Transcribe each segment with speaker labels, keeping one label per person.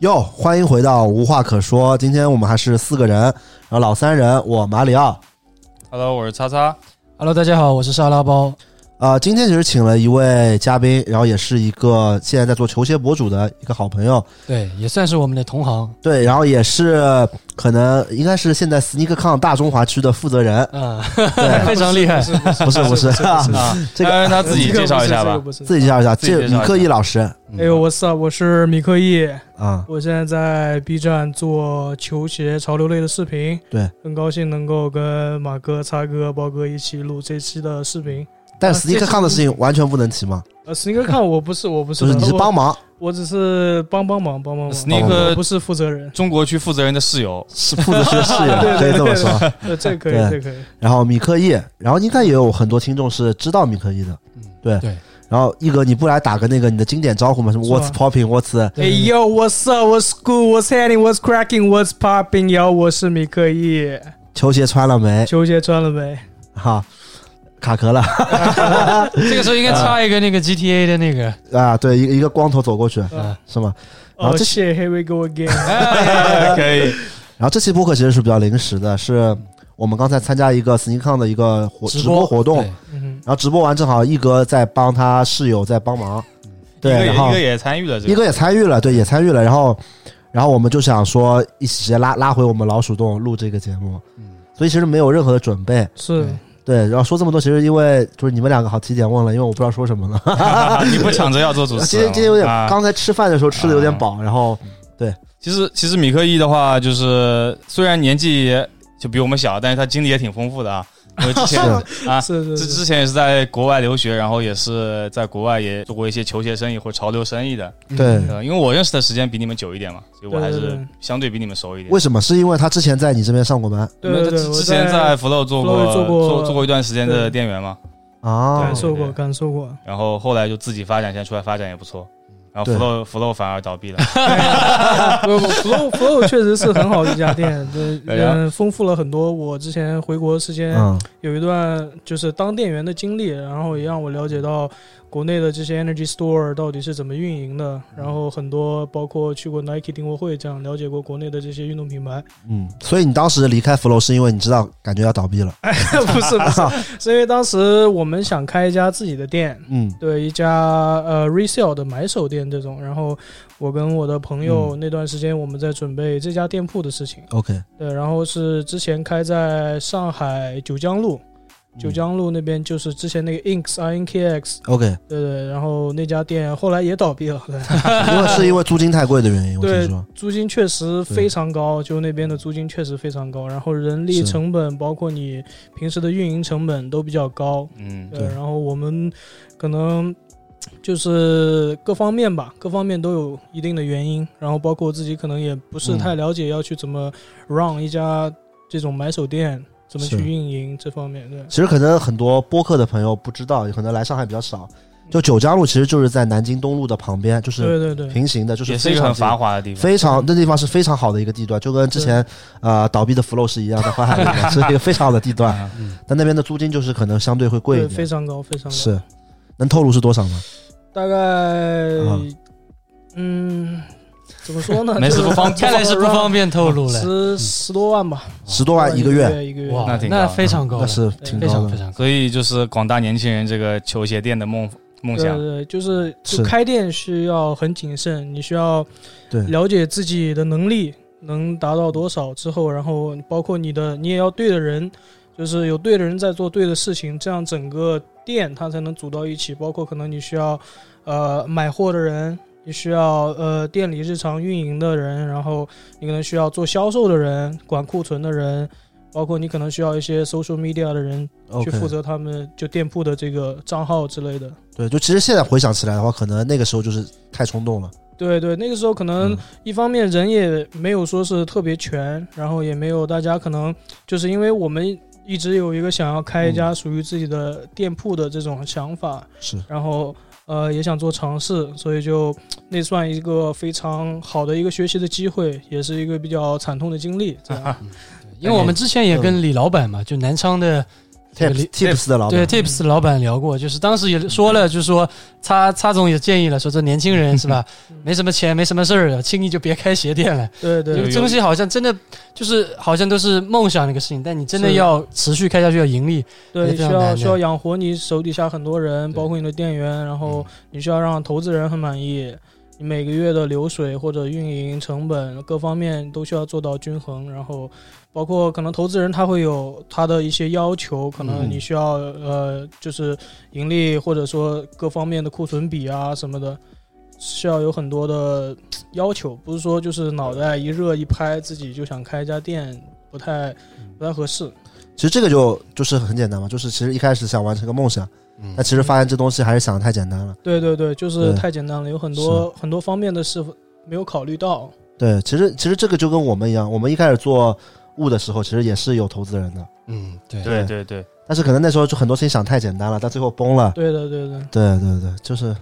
Speaker 1: 哟，欢迎回到无话可说。今天我们还是四个人，然后老三人，我马里奥。
Speaker 2: Hello，我是叉叉。
Speaker 3: Hello，大家好，我是沙拉包。
Speaker 1: 啊、今天其实请了一位嘉宾，然后也是一个现在在做球鞋博主的一个好朋友，
Speaker 3: 对，也算是我们的同行。
Speaker 1: 对，然后也是可能应该是现在 SneakerCon 大中华区的负责 人，
Speaker 3: 嗯，
Speaker 1: 对，
Speaker 3: 非常厉害。
Speaker 1: 不是不是，
Speaker 2: 啊，
Speaker 1: 这个
Speaker 2: 要让他自己介绍一下吧。。
Speaker 1: 自己介绍一下，
Speaker 2: 自己介
Speaker 1: 这
Speaker 2: 绍一
Speaker 1: 米
Speaker 2: 下
Speaker 1: 克义老师， 嗯
Speaker 4: 哎呦，我操！我是米克义，
Speaker 1: 啊，
Speaker 4: 我现在在 B 站做球鞋潮流类的视频。
Speaker 1: 对，
Speaker 4: 很高兴能够跟马哥、叉哥、包哥一起录这期的视频。
Speaker 1: 但是 SneakerCon 的事情完全不能提嘛，
Speaker 4: 呃，斯尼克看我不是，我不是
Speaker 1: 就
Speaker 4: 的，
Speaker 1: 是你是帮
Speaker 4: 我，
Speaker 1: 忙，
Speaker 4: 我只是帮帮忙，帮帮忙。
Speaker 2: Sneak。
Speaker 4: 我不是负责人
Speaker 2: 中国区负责人的室友，
Speaker 1: 是负责是室友，
Speaker 4: 对
Speaker 1: 可以
Speaker 4: 对
Speaker 1: 这么说。
Speaker 4: 呃，这可以，
Speaker 1: 对
Speaker 4: 这可以。
Speaker 1: 然后米克义，然后应该也有很多听众是知道米克义的，对
Speaker 3: 对。
Speaker 1: 然后一哥，你不来打个那个你的经典招呼吗？什么
Speaker 4: 是吗
Speaker 1: What's popping? What's
Speaker 4: 哎呦，What's up? What's cool? What's happening? What's cracking? What's popping? 哟，我是米克义，
Speaker 1: 球鞋穿了没？
Speaker 4: 球鞋穿了没？
Speaker 1: 哈，卡壳了
Speaker 3: 这个时候应该插一个那个 GTA 的那个，
Speaker 1: 啊！对，一个一个光头走过去
Speaker 3: 嗯，
Speaker 1: 是吗？然
Speaker 4: 哦
Speaker 1: 后这是
Speaker 4: ，shit，here we go again。
Speaker 2: 哎可以。
Speaker 1: 然后这期播客其实是比较临时的，是我们刚才参加一个 SneakCon 的一个活直播活动，然
Speaker 3: 对
Speaker 4: 嗯
Speaker 1: 后直播完正好一哥在帮他室友在帮忙，对，
Speaker 2: 一个也
Speaker 1: 然后
Speaker 2: 一个也参与了这
Speaker 1: 一
Speaker 2: 个。
Speaker 1: 哥也参与了，对，也参与了。然后，然后我们就想说，一起直接拉拉回我们老鼠洞录这个节目。所以其实没有任何的准备，
Speaker 4: 是
Speaker 1: 对。
Speaker 3: 对
Speaker 1: 然后说这么多，其实因为就是你们两个好提前问了，因为我不知道说什 么了。
Speaker 2: 你不抢着要做主持
Speaker 1: 今天
Speaker 2: 人吗？
Speaker 1: 今天有点，
Speaker 2: 啊
Speaker 1: 刚才吃饭的时候吃的有点饱，然后
Speaker 2: 其实其实米克义的话，就是虽然年纪就比我们小，但是他经历也挺丰富的啊。因为之前啊，
Speaker 4: 是
Speaker 2: 之
Speaker 4: 是是，
Speaker 2: 之前也是在国外留学，然后也是在国外也做过一些球鞋生意或潮流生意的。
Speaker 1: 对。
Speaker 2: 呃，因为我认识的时间比你们久一点嘛，所以我还
Speaker 4: 对对
Speaker 2: 是
Speaker 4: 对
Speaker 2: 相对比你们熟一点
Speaker 1: 为。什么？是因为他之前在你这边上过班
Speaker 4: 对对对，
Speaker 2: 之
Speaker 4: 我
Speaker 2: 之前在 Flow 做
Speaker 4: Flow
Speaker 2: 过
Speaker 4: 做过
Speaker 2: 做做过一段时间的
Speaker 4: 对
Speaker 2: 店员嘛，
Speaker 1: 啊
Speaker 4: 感？受
Speaker 2: 对
Speaker 4: 过，
Speaker 2: 对
Speaker 4: 感受过。
Speaker 2: 然后后来就自己发展，现在出来发展也不错。然后
Speaker 1: 对
Speaker 2: Flow Flow 反而倒闭了，
Speaker 4: 不不，Flow Flow 确实是很好的一 家店，对，
Speaker 2: 对哎呀
Speaker 4: 嗯，丰富了很多。我之前回国时间
Speaker 1: 嗯，
Speaker 4: 有一段就是当店员的经历，然后也让我了解到国内的这些 Energy Store 到底是怎么运营的，然后很多包括去过 Nike 订货会，这样了解过国内的这些运动品牌。
Speaker 1: 嗯，所以你当时离开 flow 是因为你知道感觉要倒 闭了，
Speaker 4: 不是不 是，是因为当时我们想开一家自己的店，
Speaker 1: 嗯，
Speaker 4: 对一家呃 resale 的买手店这种。然后我跟我的朋友那段时间我们在准备这家店铺的事情，
Speaker 1: OK，
Speaker 4: 对，然后是之前开在上海九江路，
Speaker 1: 嗯
Speaker 4: 九江路那边就是之前那个 Inks I N K X，
Speaker 1: OK，
Speaker 4: 对对，然后那家店后来也倒闭了，对，
Speaker 1: 因为是因为租金太贵的原因，我听
Speaker 4: 对
Speaker 1: 说，
Speaker 4: 租金确实非常高，就那边的租金确实非常高，然后人力
Speaker 1: 是
Speaker 4: 成本包括你平时的运营成本都比较高，
Speaker 2: 嗯，
Speaker 4: 对，
Speaker 1: 对
Speaker 4: 然后我们可能就是各方面吧，各方面都有一定的原因，然后包括我自己可能也不是
Speaker 1: 嗯
Speaker 4: 太了解要去怎么让一家这种买手店怎么去
Speaker 1: 是
Speaker 4: 运营这方面，对，
Speaker 1: 其实可能很多播客的朋友不知道，也可能来上海比较少。就九江路其实就是在南京东路的旁边，就是
Speaker 4: 对对对，
Speaker 1: 平行的，就是
Speaker 2: 也是
Speaker 1: 非
Speaker 2: 一个
Speaker 1: 常
Speaker 2: 很
Speaker 1: 近
Speaker 2: 繁华的地方。
Speaker 1: 非常那地方是非常好的一个地段，就跟之前呃倒闭的 flow 是一样，在淮海 那边是一个非常好的地段，
Speaker 3: 嗯
Speaker 1: 但那边的租金就是可能相对会贵一
Speaker 4: 对非
Speaker 1: 点。
Speaker 4: 常高，非常高，
Speaker 1: 是，能透露是多少吗？
Speaker 4: 大概
Speaker 1: 啊，
Speaker 4: 嗯，怎么说 呢？
Speaker 2: 没事，不方
Speaker 3: 看来是不方
Speaker 2: 便。
Speaker 3: 便透露了。
Speaker 4: 十十多万吧，
Speaker 1: 十多万一个月，，
Speaker 4: 一个月，
Speaker 3: 哇
Speaker 2: 那，挺高
Speaker 3: 那非常高
Speaker 1: 那
Speaker 3: 了，
Speaker 1: 是挺
Speaker 3: 非
Speaker 1: 高
Speaker 3: 常非
Speaker 1: 的。
Speaker 3: 常高。
Speaker 2: 所以就是广大年轻人这个球鞋店的梦梦
Speaker 4: 对
Speaker 2: 想
Speaker 4: 对，对，就是
Speaker 1: 是
Speaker 4: 就开店需要很谨慎，你需要
Speaker 1: 对
Speaker 4: 了解自己的能力能达到多少之后，然后包括你的，你也要对的人，就是有对的人在做对的事情，这样整个店它才能组到一起。包括可能你需要，呃，买货的人，你需要呃店里日常运营的人，然后你可能需要做销售的人，管库存的人。包括你可能需要一些 social media 的人去
Speaker 1: OK，
Speaker 4: 负责他们就店铺的这个账号之类的。
Speaker 1: 对，就其实现在回想起来的话，可能那个时候就是太冲动了。
Speaker 4: 对对，那个时候可能
Speaker 1: 嗯
Speaker 4: 一方面人也没有说是特别全，然后也没有大家可能就是因为我们一直有一个想要开一家属于自己的店铺的这种想法，
Speaker 1: 是，
Speaker 4: 然后呃也想做尝试，所以就那算一个非常好的一个学习的机会，也是一个比较惨痛的经历。这样
Speaker 1: 哎
Speaker 3: 因为我们之前也跟李老板嘛，就南昌的这个
Speaker 1: Tips
Speaker 3: 李
Speaker 1: Tips 的老
Speaker 3: 对
Speaker 1: 板，
Speaker 3: Tips 老板聊过，就是当时也说了，就是说擦擦总也建议了，说这年轻人 是吧，没什么钱，没什么事儿了，轻易就别开鞋店了。这
Speaker 4: 对对
Speaker 2: 有
Speaker 3: 个
Speaker 2: 有
Speaker 3: 东西好像真的就是好像都是梦想那个事情，但你真的
Speaker 4: 是
Speaker 3: 要持续开下去，要盈利，
Speaker 4: 对，
Speaker 3: 也
Speaker 4: 需
Speaker 3: 非常难
Speaker 4: 要
Speaker 3: 的
Speaker 4: 需要养活你手底下很多人，
Speaker 2: 对
Speaker 4: 包括你的店员，然
Speaker 3: 嗯
Speaker 4: 后你需要让投资人很满意，你每个月的流水或者运营成本各方面都需要做到均衡，然后包括可能投资人他会有他的一些要求，可能
Speaker 2: 嗯
Speaker 4: 你需要呃就是盈利或者说各方面的库存比啊什么的。需要有很多的要求，不是说就是脑袋一热一拍自己就想开一家店，不太
Speaker 3: 嗯
Speaker 4: 不太合适。
Speaker 1: 其实这个就就是很简单嘛，就是其实一开始想完成个梦想，
Speaker 3: 嗯
Speaker 1: 但其实发现这东西还是想的太简单了。
Speaker 4: 对对对，就是
Speaker 1: 对
Speaker 4: 太简单了，有很多很多方面的事没有考虑到。
Speaker 1: 对，其实其实这个就跟我们一样，我们一开始做物的时候，其实也是有投资人的，
Speaker 3: 嗯，对
Speaker 2: 对对对，
Speaker 1: 但是可能那时候就很多事情想太简单了，到最后崩了。
Speaker 4: 对的对的，
Speaker 1: 对对对，就是嘖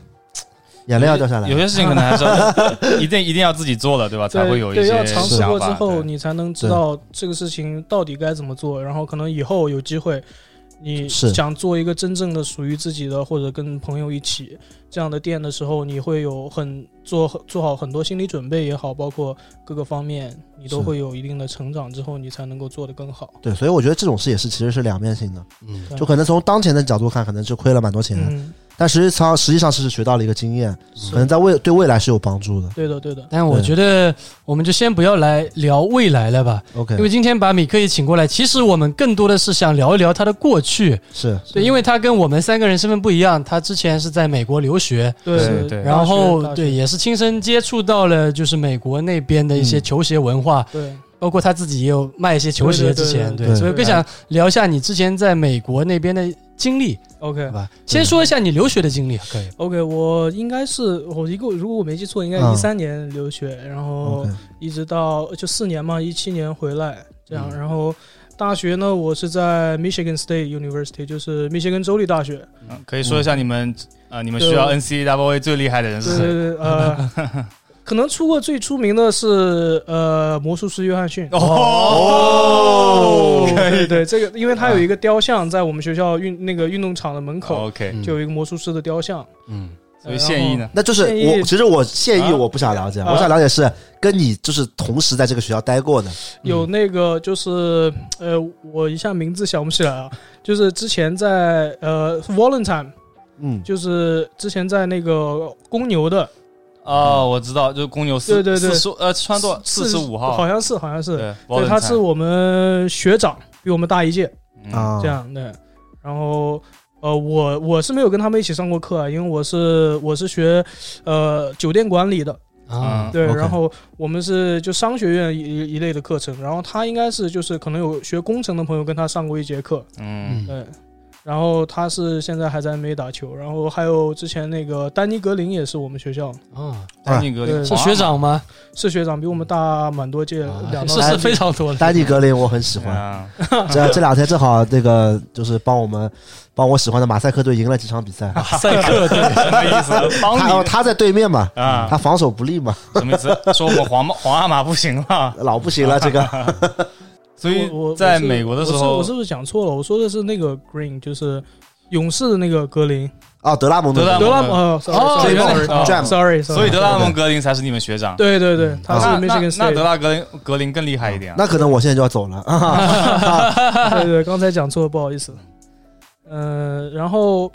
Speaker 1: 眼泪要掉下来
Speaker 2: 有。些事情可能还是 要一定一定要自己做了，对吧？才
Speaker 4: 对
Speaker 2: 会有一
Speaker 4: 对
Speaker 2: 些
Speaker 4: 要尝试
Speaker 2: 想
Speaker 4: 过之
Speaker 2: 法
Speaker 4: 后，
Speaker 2: 对
Speaker 4: 你才能知道这个事情到底该怎么做，然后可能以后有机会。你
Speaker 1: 是
Speaker 4: 想做一个真正的属于自己的，或者跟朋友一起这样的店的时候，你会有很做做好很多心理准备也好，包括各个方面，你都
Speaker 1: 是
Speaker 4: 会有一定的成长之后，你才能够做得更好。
Speaker 1: 对，所以我觉得这种事也是其实是两面性的，
Speaker 3: 嗯
Speaker 4: 对
Speaker 1: 就可能从当前的角度看，可能是亏了蛮多钱，
Speaker 4: 嗯，
Speaker 1: 但实际上实际上是学到了一个经验，可能在未对未来是有帮助的。
Speaker 4: 对的对的，
Speaker 3: 但我觉得我们就先不要来聊未来了吧，
Speaker 1: OK，
Speaker 3: 因为今天把米克也请过来，其实我们更多的是想聊一聊他的过去。
Speaker 1: 是
Speaker 3: 对，因为他跟我们三个人身份不一样，他之前是在美国留学，
Speaker 2: 对对
Speaker 3: 然后对
Speaker 4: 对
Speaker 3: 也是亲身接触到了就是美国那边的一些
Speaker 1: 嗯
Speaker 3: 球鞋文化，
Speaker 4: 对。
Speaker 3: 包括他自己也有卖一些球鞋
Speaker 4: 对对
Speaker 3: 之
Speaker 4: 对
Speaker 3: 前，
Speaker 4: 对
Speaker 1: 对
Speaker 3: 所以更想聊一下你之前在美国那边的经历，
Speaker 4: OK，
Speaker 3: 好吧？先说一下你留学的经历，啊可以。
Speaker 4: OK，我应该是我一共，如果我没记错，应该
Speaker 2: 啊
Speaker 1: 嗯
Speaker 4: 一三年留学，然后
Speaker 1: OK，
Speaker 4: 一直到呃就四年嘛，一七年回来这样。
Speaker 3: 嗯
Speaker 4: 然后大学呢，我是在 Michigan State University，就是密歇根州立大学。
Speaker 2: 嗯可以说一下你们啊，你们需要
Speaker 4: 对
Speaker 2: NCAA 最厉害的人是
Speaker 4: 对
Speaker 2: 谁？
Speaker 4: 对对，呃， 可能出过最出名的是呃魔术师约翰逊。
Speaker 2: 哦可
Speaker 4: 对
Speaker 2: 以
Speaker 4: 对，这个因为他有一个雕像在我们学校运那个运动场的门口，
Speaker 2: ，OK，
Speaker 3: 嗯
Speaker 4: 就有一个魔术师的雕像。呃
Speaker 3: 嗯，
Speaker 2: 哦所以现役呢？
Speaker 1: 那就是
Speaker 4: 现役
Speaker 1: 我其实我现役
Speaker 2: 啊
Speaker 1: 我不想了解，
Speaker 4: 啊
Speaker 1: 我想了解是跟你就是同时在这个学校待过的。
Speaker 4: 有
Speaker 2: 嗯
Speaker 4: 那个就是呃，我一下名字想不起来啊，就是之前在呃 Valentine，
Speaker 1: 嗯，
Speaker 4: 就是之前在那个公牛的
Speaker 2: 哦，我知道，就是公牛四
Speaker 4: 对对对
Speaker 2: 四十呃穿多四十五号，
Speaker 4: 好像是好像是，
Speaker 2: 对，
Speaker 4: 对，他是我们学长，比我们大一届
Speaker 2: 啊，
Speaker 1: 啊，
Speaker 4: 这样对，然后。呃，我我是没有跟他们一起上过课啊，因为我是我是学，呃，酒店管理的，
Speaker 3: 啊
Speaker 2: 嗯，
Speaker 4: 对
Speaker 1: OK
Speaker 4: 然后我们是就商学院一一一类的课程，然后他应该是就是可能有学工程的朋友跟他上过一节课，
Speaker 2: 嗯，
Speaker 4: 对，然后他是现在还在 NBA 打球，然后还有之前那个丹尼格林也是我们学校
Speaker 3: 啊，
Speaker 2: 丹尼格林
Speaker 4: 对
Speaker 3: 是学长吗？
Speaker 4: 是学长，比我们大蛮多届，
Speaker 3: 啊
Speaker 4: 两到
Speaker 3: 是
Speaker 4: 三
Speaker 3: 是
Speaker 4: 届
Speaker 3: 非常多的。
Speaker 1: 丹尼格林我很喜
Speaker 2: 喜
Speaker 1: 欢，这这两天正好那个就是帮我们帮我喜欢的马赛克队赢了几场比赛，
Speaker 3: 赛 克对，
Speaker 2: 什么意思？帮
Speaker 1: 他哦
Speaker 2: 你
Speaker 1: 他在对面嘛，
Speaker 2: 啊
Speaker 1: 他？防守不利嘛，
Speaker 2: 什么意思？说我们 皇马皇阿玛不行了，
Speaker 1: 老不行了这个。
Speaker 2: 所以
Speaker 4: 我我
Speaker 2: 在
Speaker 4: 我是
Speaker 2: 美国的时
Speaker 4: 我是
Speaker 2: 候
Speaker 4: 我是，不是讲错了？我说的是那个 Green，就是勇士的那个格林，
Speaker 1: 哦，德拉蒙德
Speaker 2: 德
Speaker 1: 蒙
Speaker 2: 拉
Speaker 4: 德拉蒙呃
Speaker 3: 哦
Speaker 1: 这一
Speaker 2: 原来
Speaker 1: 棒
Speaker 2: 是哦
Speaker 1: Jam
Speaker 4: ，sorry，sorry，
Speaker 2: 所以德拉蒙格林才是你们学长。
Speaker 4: 对对对，他是
Speaker 2: 那
Speaker 4: Michigan
Speaker 2: 那那德
Speaker 4: State，
Speaker 2: 拉格林格林更厉害一点啊。
Speaker 1: 那可能我现在就要走了 啊。
Speaker 4: 对对，刚才讲错了，不好意思。呃，然后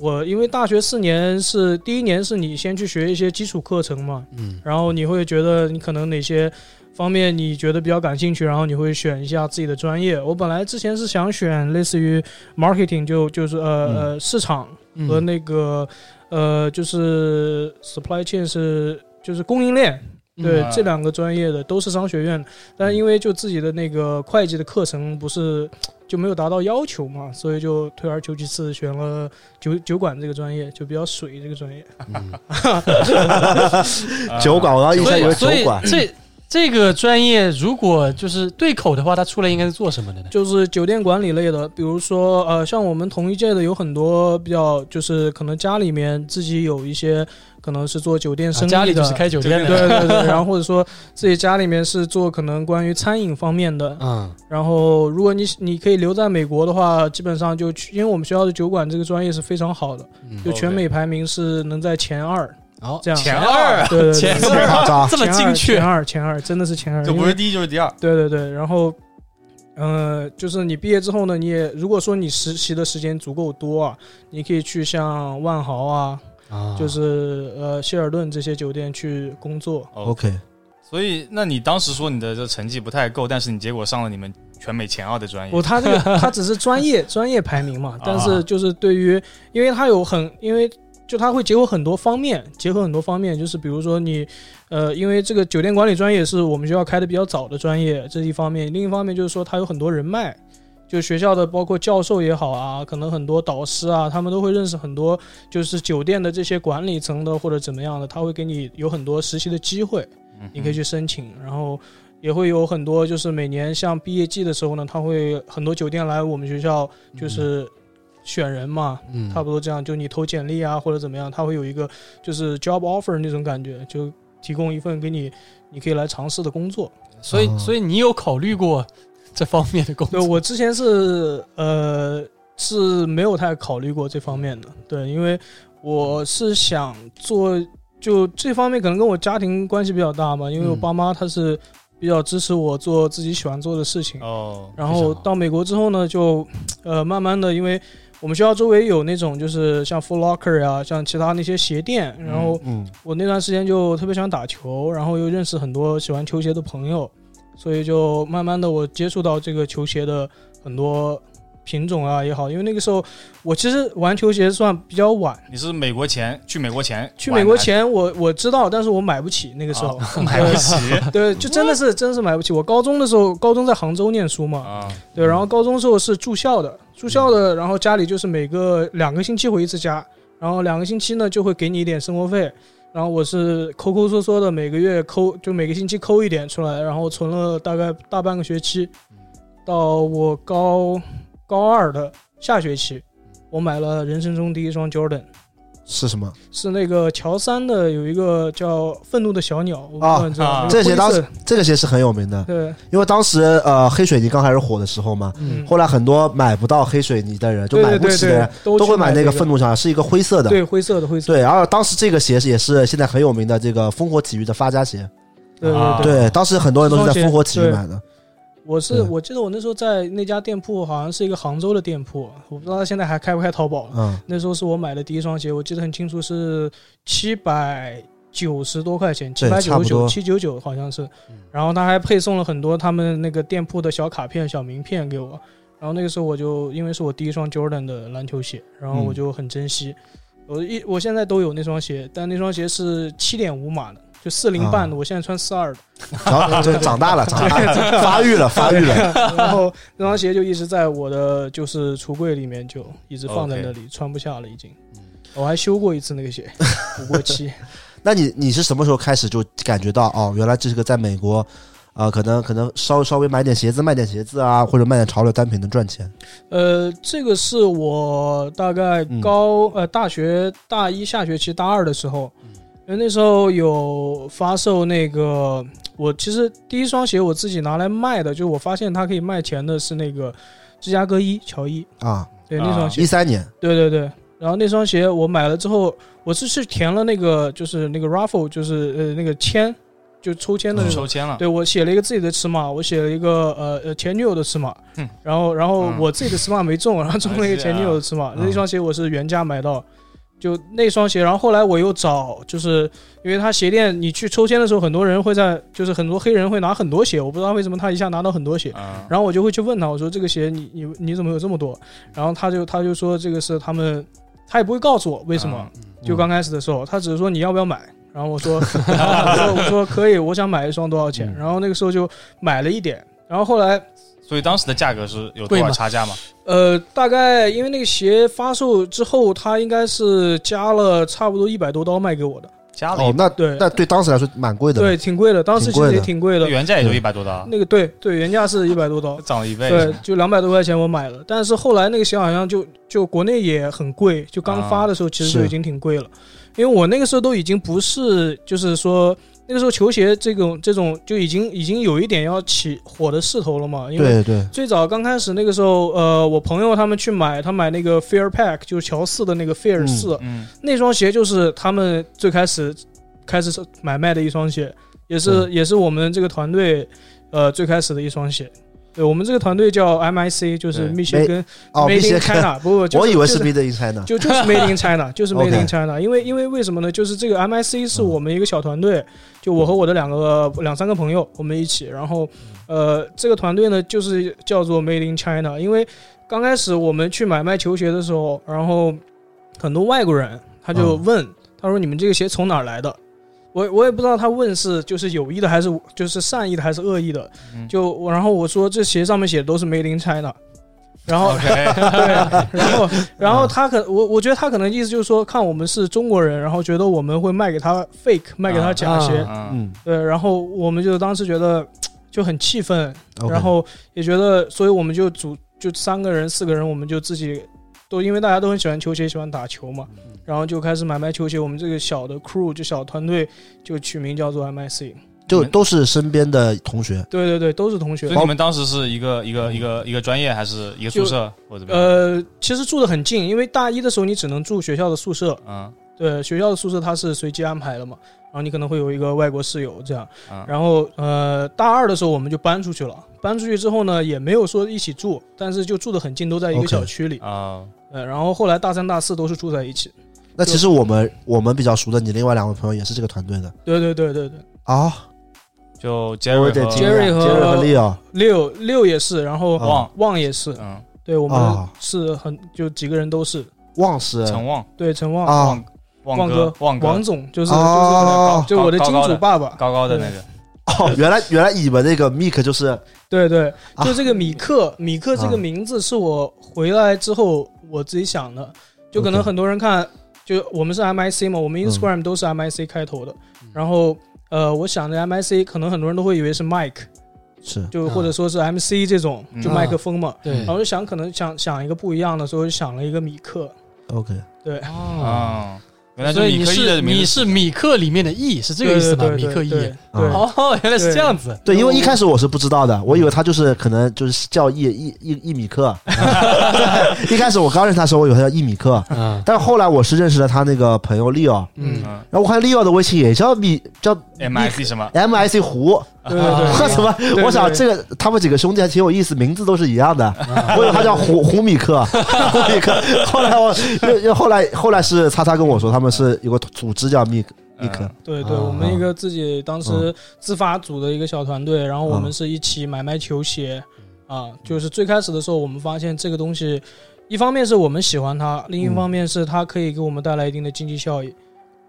Speaker 4: 我因为大学四年是第一年是你先去学一些基础课程嘛，
Speaker 3: 嗯，
Speaker 4: 然后你会觉得你可能哪些方面你觉得比较感兴趣，然后你会选一下自己的专业。我本来之前是想选类似于 marketing，就就是呃、
Speaker 2: 嗯
Speaker 4: 呃市场
Speaker 3: 嗯
Speaker 4: 和那个、呃就是 supply chain 是就是供应链。对、
Speaker 2: 嗯
Speaker 4: 这两个专业的都是商学院，但因为就自己的那个会计的课程不是就没有达到要求嘛，所以就退而求其次选了酒酒馆这个专业，就比较水这个专业。
Speaker 3: 嗯
Speaker 1: 酒馆，我要一
Speaker 3: 所
Speaker 2: 啊
Speaker 1: 下以
Speaker 3: 以
Speaker 1: 为
Speaker 3: 所
Speaker 1: 酒
Speaker 3: 以
Speaker 1: 馆，
Speaker 3: 这这个专业如果就是对口的话，它出来应该是做什么的呢？
Speaker 4: 就是酒店管理类的，比如说呃，像我们同一届的有很多比较，就是可能家里面自己有一些，可能是做酒店
Speaker 3: 啊
Speaker 4: 生意的，
Speaker 3: 家里就是开酒店的，
Speaker 4: 对对对，然后或者说自己家里面是做可能关于餐饮方 面的，
Speaker 3: 嗯，
Speaker 4: 然后如果你你可以留在美国的话，基本上就去，因为我们学校的酒馆这个专业是非常好的，
Speaker 3: 嗯
Speaker 4: 就全美排名是能在前二，
Speaker 3: 然后
Speaker 4: 这样
Speaker 2: 前二 啊
Speaker 4: 对对 对
Speaker 3: 前
Speaker 1: 这么
Speaker 3: 二
Speaker 1: 夸张？
Speaker 3: 这么
Speaker 4: 前二
Speaker 3: 精确
Speaker 4: 前，二前二真的是前二，
Speaker 2: 就
Speaker 4: 因为
Speaker 2: 不是第一就是第二。
Speaker 4: 对对对，然后，呃，就是你毕业之后呢，你也如果说你实习的时间足够多啊，你可以去像万豪啊，
Speaker 3: 啊
Speaker 4: 就是呃希尔顿这些酒店去工作。
Speaker 1: OK，
Speaker 2: 哦所以，那你当时说你的这成绩不太够，但是你结果上了你们全美前二的专业啊
Speaker 4: 不，，哦他这个他只是专业专业排名嘛，但是就是对于，因为他有很因为。就他会结合很多方面，结合很多方面，就是比如说你，呃，因为这个酒店管理专业是我们学校开的比较早的专业，这是一方面；另一方面就是说他有很多人脉，就学校的包括教授也好啊，可能很多导师啊，他们都会认识很多就是酒店的这些管理层的或者怎么样的，他会给你有很多实习的机会。
Speaker 2: 嗯哼
Speaker 4: 你可以去申请，然后也会有很多就是每年像毕业季的时候呢，他会很多酒店来我们学校就是选人嘛，
Speaker 3: 嗯
Speaker 4: 差不多这样，就你投简历啊或者怎么样，他会有一个就是 job offer 那种感觉，就提供一份给你你可以来尝试的工作。
Speaker 3: 所以
Speaker 1: 哦
Speaker 3: 所以你有考虑过这方面的工
Speaker 4: 对
Speaker 3: 作？
Speaker 4: 我之前是呃是没有太考虑过这方面的，对，因为我是想做就这方面可能跟我家庭关系比较大嘛，因为我
Speaker 3: 嗯
Speaker 4: 爸妈他是比较支持我做自己喜欢做的事情，
Speaker 2: 哦，
Speaker 4: 然
Speaker 3: 非
Speaker 4: 后
Speaker 3: 常好
Speaker 4: 到美国之后呢，就呃慢慢的因为。我们学校周围有那种就是像 Foot Locker 啊，像其他那些鞋店，然后
Speaker 1: 嗯，
Speaker 4: 我那段时间就特别喜欢打球，然后又认识很多喜欢球鞋的朋友，所以就慢慢的我接触到这个球鞋的很多品种啊也好，因为那个时候我其实玩球鞋算比较晚，
Speaker 2: 你是美国前去美国前
Speaker 4: 去美国前我我知道，但是我买不起那个时候，
Speaker 2: 玩的买不 起
Speaker 4: 对，就真的是真是买不起。我高中的时候，高中在杭州念书嘛，
Speaker 2: 啊，
Speaker 4: 对，然后高中时候是住校的，住校的，
Speaker 1: 嗯
Speaker 4: 然后家里就是每个两个星期回一次家，然后两个星期呢就会给你一点生活费，然后我是抠抠缩缩的，每个月抠就每个星期抠一点出来，然后存了大概大半个学期，
Speaker 1: 嗯
Speaker 4: 到我高高二的下学
Speaker 1: 嗯
Speaker 4: 期，我买了人生中第一双 Jordan，
Speaker 1: 是什么？
Speaker 4: 是那个乔三的有一个叫《愤怒的小鸟》，我不知道你知道
Speaker 2: 啊
Speaker 4: 吗？
Speaker 1: 这些
Speaker 4: 那个
Speaker 1: 当
Speaker 4: 灰色
Speaker 1: 时这个鞋是很有名的，
Speaker 4: 对，
Speaker 1: 因为当时呃黑水泥刚开始火的时候嘛，
Speaker 4: 嗯，
Speaker 1: 后来很多买不到黑水泥的人，就
Speaker 4: 对
Speaker 1: 买
Speaker 4: 对
Speaker 1: 不
Speaker 4: 对
Speaker 1: 起的人
Speaker 4: 对，都
Speaker 1: 都
Speaker 4: 去
Speaker 1: 会买那个
Speaker 4: 个
Speaker 1: 愤怒小鸟，是一个灰色的。
Speaker 4: 对灰色的灰色，
Speaker 1: 对，然后当时这个鞋是也是现在很有名的这个烽火体育的发家鞋。
Speaker 4: 对
Speaker 2: 啊
Speaker 4: 对
Speaker 1: 对，当时很多人都是在烽火体育
Speaker 4: 对
Speaker 1: 买的。
Speaker 4: 我是
Speaker 1: 对
Speaker 4: 我记得我那时候在那家店铺，好像是一个杭州的店铺，我不知道他现在还开不开淘宝了。
Speaker 1: 嗯，
Speaker 4: 那时候是我买的第一双鞋，我记得很清楚是七百九十多块钱，七
Speaker 1: 对
Speaker 4: 百
Speaker 1: 差
Speaker 4: 九
Speaker 1: 不
Speaker 4: 十
Speaker 1: 多
Speaker 4: 九七九九好像是。然后他还配送了很多他们那个店铺的小卡片、小名片给我。然后那个时候我就因为是我第一双 Jordan 的篮球鞋，然
Speaker 1: 嗯
Speaker 4: 后我就很珍惜。我一我现在都有那双鞋，但那双鞋是七点五码的，就四零半的，
Speaker 1: 啊
Speaker 4: 我现在穿四二的。
Speaker 1: 然 后就长大了，长大了，发育了，发育了。
Speaker 4: 然后那双鞋就一直在我的就是橱柜里面，就一直放在那里穿不下了，已经。我还修过一次那个鞋，补过漆。
Speaker 1: 那你你是什么时候开始就感觉到哦，原来这是个在美国，啊、可能可能稍稍微买点鞋子，卖点鞋子啊，或者卖点潮流单品能赚钱？
Speaker 4: 呃，这个是我大概高、呃大学大一下学期大二的时候，因为那时候有发售那个，我其实第一双鞋我自己拿来卖的，就是我发现它可以卖钱的是那个芝加哥一乔伊，
Speaker 1: 啊，
Speaker 4: 对那双
Speaker 2: 啊
Speaker 4: 鞋
Speaker 1: 一。三年，
Speaker 4: 对对对，然后那双鞋我买了之后，我是去填了那个就是那个 raffle，就是呃那个签，就抽签的那种。
Speaker 2: 哦抽签了，
Speaker 4: 对我写了一个自己的尺码，我写了一个呃呃前女友的尺码
Speaker 2: 嗯，
Speaker 4: 然后然后
Speaker 2: 嗯哎
Speaker 4: 我自己的尺码没中，然后中了一个前女友的尺码。
Speaker 1: 嗯
Speaker 4: 那双鞋我是原价买到。就那双鞋，然后后来我又找，就是因为他鞋店，你去抽签的时候，很多人会在，就是很多黑人会拿很多鞋，我不知道为什么他一下拿到很多鞋，
Speaker 2: 啊，
Speaker 4: 然后我就会去问他，我说这个鞋你你你怎么有这么多？然后他就他就说这个是他们，他也不会告诉我为什么。
Speaker 2: 啊
Speaker 4: 就
Speaker 1: 嗯
Speaker 4: 刚开始的时候，他只是说你要不要买，然后我说我说我说可以，我想买一双多少钱？
Speaker 1: 嗯
Speaker 4: 然后那个时候就买了一点，然后后来
Speaker 2: 所以当时的价格是有多
Speaker 3: 贵
Speaker 2: 少
Speaker 3: 吗
Speaker 2: 差价吗？
Speaker 4: 呃大概因为那个鞋发售之后，他应该是加了差不多一百多刀卖给我的。
Speaker 2: 加了
Speaker 1: 哦
Speaker 2: 一，
Speaker 1: 那
Speaker 4: 对
Speaker 1: 那对当时来说蛮贵的，
Speaker 4: 对，，挺贵的，当
Speaker 1: 挺
Speaker 4: 时其
Speaker 1: 贵
Speaker 4: 实也
Speaker 1: 的
Speaker 4: 挺贵的。
Speaker 2: 原价也就一百多刀，
Speaker 4: 那个对对，原价是一百多刀，
Speaker 2: 涨了一倍。
Speaker 4: 对，就两百多块钱我买了，但是后来那个鞋好像就就国内也很贵，就刚发的时候其实
Speaker 1: 啊是
Speaker 4: 就已经挺贵了，因为我那个时候都已经不是就是说那个时候球鞋这种这种就已经已经有一点要起火的势头了嘛，因为
Speaker 1: 对对，
Speaker 4: 最早刚开始那个时候，呃，我朋友他们去买，他买那个 Fair Pack，就是乔四的那个 Fair
Speaker 1: 嗯
Speaker 4: 四、
Speaker 2: 嗯，
Speaker 4: 那双鞋就是他们最开始开始买卖的一双鞋，也是
Speaker 1: 对
Speaker 4: 也是我们这个团队呃最开始的一双鞋。对我们这个团队叫 MIC，就是
Speaker 2: 对
Speaker 4: 密歇根
Speaker 1: 哦，
Speaker 4: Made
Speaker 1: 些
Speaker 4: in China，不不，就是
Speaker 1: 我以为
Speaker 4: 就是
Speaker 1: Made in China，
Speaker 4: 就就是 Made in China，就是
Speaker 1: OK 嗯
Speaker 4: Made in China。因为因为为什么呢？就是这个 MIC 是我们一个小团队，就我和我的两个两三个朋友，我们一起。然后，呃，这个团队呢，就是叫做 Made in China。因为刚开始我们去买卖球鞋的时候，然后很多外国人他就
Speaker 1: 嗯
Speaker 4: 问，他说：“你们这个鞋从哪儿来的？”我我也不知道他问是就是有意的还是就是善意的还是恶意的，
Speaker 2: 嗯
Speaker 4: 就我然后我说这鞋上面写的都是 Made in China，然后
Speaker 2: OK，
Speaker 4: 对，然 后然后他可我我觉得他可能意思就是说，看我们是中国人，然后觉得我们会卖给他 fake，卖给他假鞋，
Speaker 2: 嗯，
Speaker 1: 嗯
Speaker 4: 对，然后我们就当时觉得就很气愤，
Speaker 1: ，OK，
Speaker 4: 然后也觉得，所以我们就组就三个人四个人，我们就自己都因为大家都很喜欢球鞋，喜欢打球嘛，
Speaker 2: 嗯
Speaker 4: 然后就开始买卖球鞋。我们这个小的 crew 就小团队就取名叫做 MIC，
Speaker 1: 就都是身边的同学，
Speaker 4: 对对对，都是同学
Speaker 2: 所以，你们当时是一个一个一个一个专业，还是一个宿舍或者怎么样？
Speaker 4: 呃，其实住的很近，因为大一的时候你只能住学校的宿舍，
Speaker 2: 嗯
Speaker 4: 对，学校的宿舍它是随机安排的嘛，然后你可能会有一个外国室友这样，
Speaker 2: 嗯，
Speaker 4: 然后呃，大二的时候我们就搬出去了，搬出去之后呢，也没有说一起住，但是就住的很近，都在一个
Speaker 1: OK
Speaker 4: 小区里，
Speaker 2: 啊，
Speaker 4: 呃，然后后来大三大四都是住在一起，
Speaker 1: 那其实我们我们比较熟的，你另外两位朋友也是这个团队的
Speaker 4: 对对对对对，
Speaker 1: 啊，
Speaker 2: 就
Speaker 1: 我
Speaker 2: Jerry
Speaker 1: 有点惊
Speaker 2: 和
Speaker 1: 讶
Speaker 4: Jerry 和
Speaker 1: Jerry 和 Leo
Speaker 4: 六六也是，然后
Speaker 1: 啊
Speaker 2: 旺，
Speaker 4: 旺也是，
Speaker 2: 嗯，
Speaker 4: 对我们
Speaker 1: 啊
Speaker 4: 是很就几个人都是，
Speaker 1: 旺是
Speaker 2: 陈旺，
Speaker 4: 对陈旺、
Speaker 1: 啊，
Speaker 2: 旺
Speaker 4: 哥、
Speaker 2: 旺哥
Speaker 4: 王，总就是、
Speaker 1: 哦
Speaker 4: 就是就我的金
Speaker 2: 啊高高
Speaker 4: 主
Speaker 2: 的
Speaker 4: 爸爸，
Speaker 2: 高高的那个，
Speaker 1: 哦，原来原来你们那个 Mick 就是
Speaker 4: 对对，
Speaker 1: 啊
Speaker 4: 就这个米克，米克这
Speaker 1: 啊
Speaker 4: 个名字是我回来之后我自己想的，就可能
Speaker 1: OK
Speaker 4: 很多人看，就我们是 MIC 嘛，我们
Speaker 1: 嗯
Speaker 4: Instagram 都是 MIC 开头的，
Speaker 3: 嗯
Speaker 4: 然后呃，我想着 MIC 可能很多人都会以为是 Mike，
Speaker 1: 是
Speaker 4: 就或者说是 MC 这种，
Speaker 2: 嗯
Speaker 4: 就麦克风嘛，
Speaker 3: 啊对
Speaker 4: 然后就想可能想想一个不一样的，所以我就想了一个米克，
Speaker 1: OK，
Speaker 4: 对，
Speaker 3: 哦，
Speaker 2: 啊，原来
Speaker 3: 所
Speaker 2: 是
Speaker 3: 以
Speaker 2: 米
Speaker 3: 你
Speaker 2: 克义
Speaker 3: 是
Speaker 2: 的名
Speaker 3: 你
Speaker 2: 字，
Speaker 3: 是米克里面的义是这个意思吗？
Speaker 4: 对
Speaker 3: 米
Speaker 4: 对
Speaker 3: 克
Speaker 4: 对
Speaker 3: 义，
Speaker 4: 对对
Speaker 1: 啊
Speaker 3: 哦，原来是
Speaker 4: 对
Speaker 3: 这样子，
Speaker 1: 对，因为
Speaker 4: 我
Speaker 1: 一开始我是不知道的，我以为他就是可能就是叫一一一一米克， 对一开始我刚认识他的时候，我以为他叫一米克，
Speaker 3: 嗯
Speaker 1: 但是后来我是认识了他那个朋友 Leo，
Speaker 3: 嗯，
Speaker 2: 嗯
Speaker 1: 然后我看 Leo 的微信也叫米叫
Speaker 2: MIC 什么？
Speaker 1: MIC 胡，
Speaker 4: 对对对，
Speaker 1: 我怎么
Speaker 4: 对
Speaker 1: 我想
Speaker 4: 对啊
Speaker 1: 这个他们几个兄弟还挺有意思，名字都是一样的， 我以为他叫胡胡米克， 胡米克，后来我又又后来后来是叉叉跟我说他们是有个组织叫米克米克
Speaker 2: 嗯，
Speaker 4: 对对，
Speaker 1: 啊嗯
Speaker 4: 我们一个自己当时自发组的一个小团队，然后我们是一起买卖球鞋，
Speaker 1: 嗯
Speaker 4: 啊，就是最开始的时候，我们发现这个东西，一方面是我们喜欢它，另
Speaker 1: 嗯
Speaker 4: 一方面是它可以给我们带来一定的经济效益。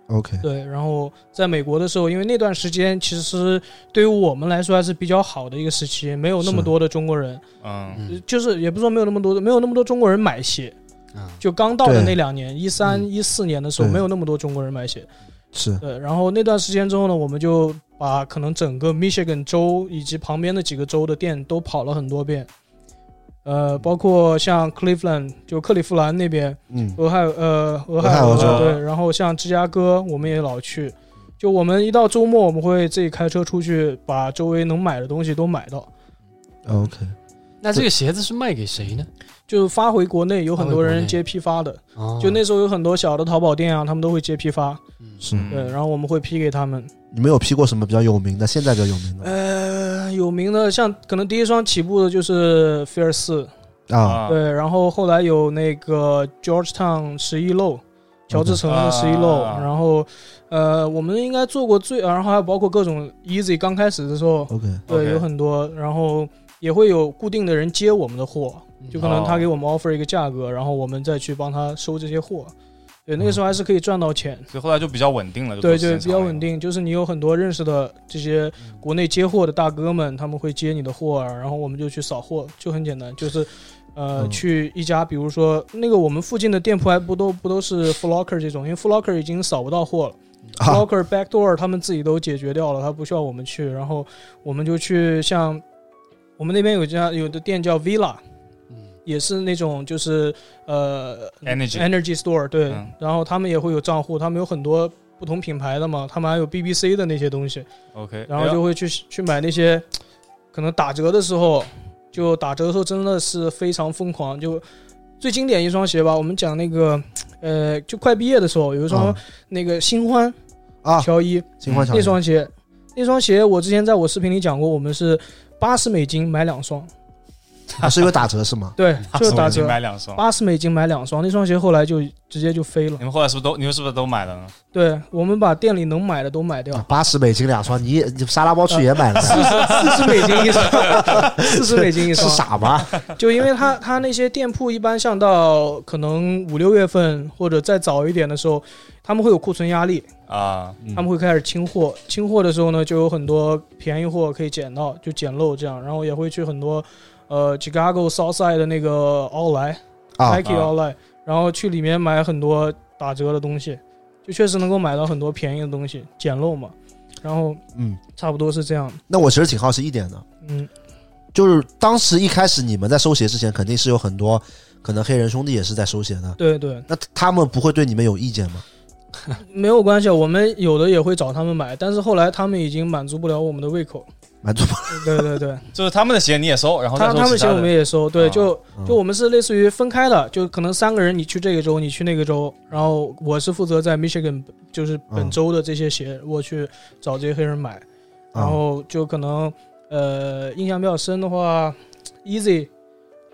Speaker 1: ，OK，
Speaker 4: 对，然后在美国的时候，因为那段时间其实对于我们来说还是比较好的一个时期，没有那么
Speaker 1: 是
Speaker 4: 多的中国人，
Speaker 2: 嗯，
Speaker 3: 嗯
Speaker 4: 就是也不是说没有那么多，没有那么多中国人买鞋，
Speaker 3: 啊
Speaker 4: 就刚到的
Speaker 1: 对
Speaker 4: 那两年，一三
Speaker 1: 嗯
Speaker 4: 一四年的时候，
Speaker 1: 对
Speaker 4: 没有那么多中国人买鞋。
Speaker 1: 是
Speaker 4: 对，然后那段时间之后呢，我们就把可能整个 Michigan 州以及旁边的几个州的店都跑了很多遍，呃，包括像 Cleveland 就克利夫兰那边，
Speaker 1: 嗯
Speaker 4: 俄亥呃俄
Speaker 1: 俄
Speaker 4: 亥
Speaker 1: 亥俄
Speaker 4: 俄
Speaker 2: 州
Speaker 4: 对，然后像芝加哥我们也老去，就我们一到周末我们会自己开车出去，把周围能买的东西都买到，
Speaker 1: OK，
Speaker 3: 那这个鞋子是卖给谁呢？
Speaker 4: 就发回国内，有很多
Speaker 3: 发回国
Speaker 4: 人
Speaker 3: 内
Speaker 4: 接批发的，
Speaker 3: 哦
Speaker 4: 就那时候有很多小的淘宝店啊，他们都会接批发，
Speaker 1: 是
Speaker 4: 对，然后我们会批给他们。
Speaker 1: 你们有批过什么比较有名的，现在比较有名的
Speaker 4: 呃，有名的像可能第一双起步的就是菲尔四，
Speaker 1: 啊？
Speaker 4: 对，然后后来有那个 Georgetown 十一漏，乔治城的十一漏，
Speaker 2: 啊
Speaker 4: 然后呃，我们应该做过最，然后还有包括各种 Easy 刚开始的时候，
Speaker 1: OK，
Speaker 4: 对，
Speaker 2: OK
Speaker 4: 有很多，然后也会有固定的人接我们的货，就可能他
Speaker 2: 哦
Speaker 4: 给我们 offer 一个价格，然后我们再去帮他收这些货，对，
Speaker 2: 嗯
Speaker 4: 那个时候还是可以赚到钱。
Speaker 2: 所以后来就比较稳定了，
Speaker 4: 对
Speaker 2: 就
Speaker 4: 对，比较稳。定，就是你有很多认识的这些
Speaker 1: 嗯
Speaker 4: 国内接货的大哥们，他们会接你的货，啊然后我们就去扫货，就很简单，就是。呃，
Speaker 1: 嗯
Speaker 4: 去一家，比如说那个我们附近的店铺还不都不都是 Flocker 这种，因为 Flocker 已经扫不到货了，
Speaker 1: 啊
Speaker 4: locker backdoor 他们自己都解决掉了，他不需要我们去，然后我们就去像我们那边有家有的店叫 Villa，也
Speaker 1: 嗯
Speaker 4: 是那种就是呃
Speaker 2: Energy
Speaker 4: energy store 对，
Speaker 2: 嗯
Speaker 4: 然后他们也会有账户，他们有很多不同品牌的嘛，他们还有 BBC 的那些东西，
Speaker 2: OK，
Speaker 4: 然后就 会去去买那些，可能打折的时候，就打折的时候真的是非常疯狂。就最经典一双鞋吧，我们讲那个，呃，就快毕业的时候有一
Speaker 2: 嗯
Speaker 4: 双
Speaker 1: 啊
Speaker 4: 那个新欢
Speaker 1: 啊，
Speaker 4: 乔伊
Speaker 1: 新欢
Speaker 4: 那双鞋，那双鞋我之前在我视频里讲过，我们是八十美金买两双，
Speaker 1: 啊是因为打折是吗？
Speaker 4: 对，就是打
Speaker 2: 打折
Speaker 4: 折，
Speaker 2: 买两双。
Speaker 4: 八十美金买两双，那双鞋后来就直接就飞了
Speaker 2: 你。们后来是不是都你们是不是都买了呢？
Speaker 4: 对我们把店里能买的都 买掉，
Speaker 1: 啊八十美金两双，你也你沙拉包去也 买了，
Speaker 4: 四十四十美金 一双，四十美金一
Speaker 1: 是
Speaker 4: 双，
Speaker 1: 傻吗？
Speaker 4: 就因为他他那些店铺一般像到可能五六月份或者再早一点的时候，他们会有库存压力，
Speaker 1: 嗯
Speaker 2: 啊，
Speaker 4: 他们会开始清货。清货的时候呢，就有很多便宜货可以捡到，就捡漏这样，然后也会去很多呃 Chicago Southside 的那个奥莱
Speaker 1: 啊，
Speaker 4: ，Nike
Speaker 2: 啊
Speaker 4: 奥莱，然后去里面买很多打折的东西，就确实能够买到很多便宜的东西，捡漏嘛。然后
Speaker 1: 嗯，
Speaker 4: 差不多是这样，
Speaker 1: 那我其实挺好奇一点的，
Speaker 4: 嗯，
Speaker 1: 就是当时一开始你们在收鞋之前，肯定是有很多可能黑人兄弟也是在收鞋的，
Speaker 4: 对对，
Speaker 1: 那他们不会对你们有意见吗？
Speaker 4: 没有关系，我们有的也会找他们买，但是后来他们已经满足不了我们的胃口。
Speaker 1: 满足不
Speaker 4: 对对对，
Speaker 2: 就是他们的鞋你也收，然后再
Speaker 4: 他
Speaker 2: 收
Speaker 4: 他们
Speaker 2: 其
Speaker 4: 鞋我们
Speaker 2: 的
Speaker 4: 也收，对，
Speaker 2: 啊
Speaker 4: 就
Speaker 1: 嗯
Speaker 4: 就我们是类似于分开的，就可能三个人你去这个州，你去那个州，然后我是负责在 Michigan
Speaker 2: 嗯
Speaker 4: 就是本州的这些鞋，我去找这些黑人买，
Speaker 2: 嗯
Speaker 1: 啊
Speaker 4: 然后就可能呃印象比较深的话，Easy。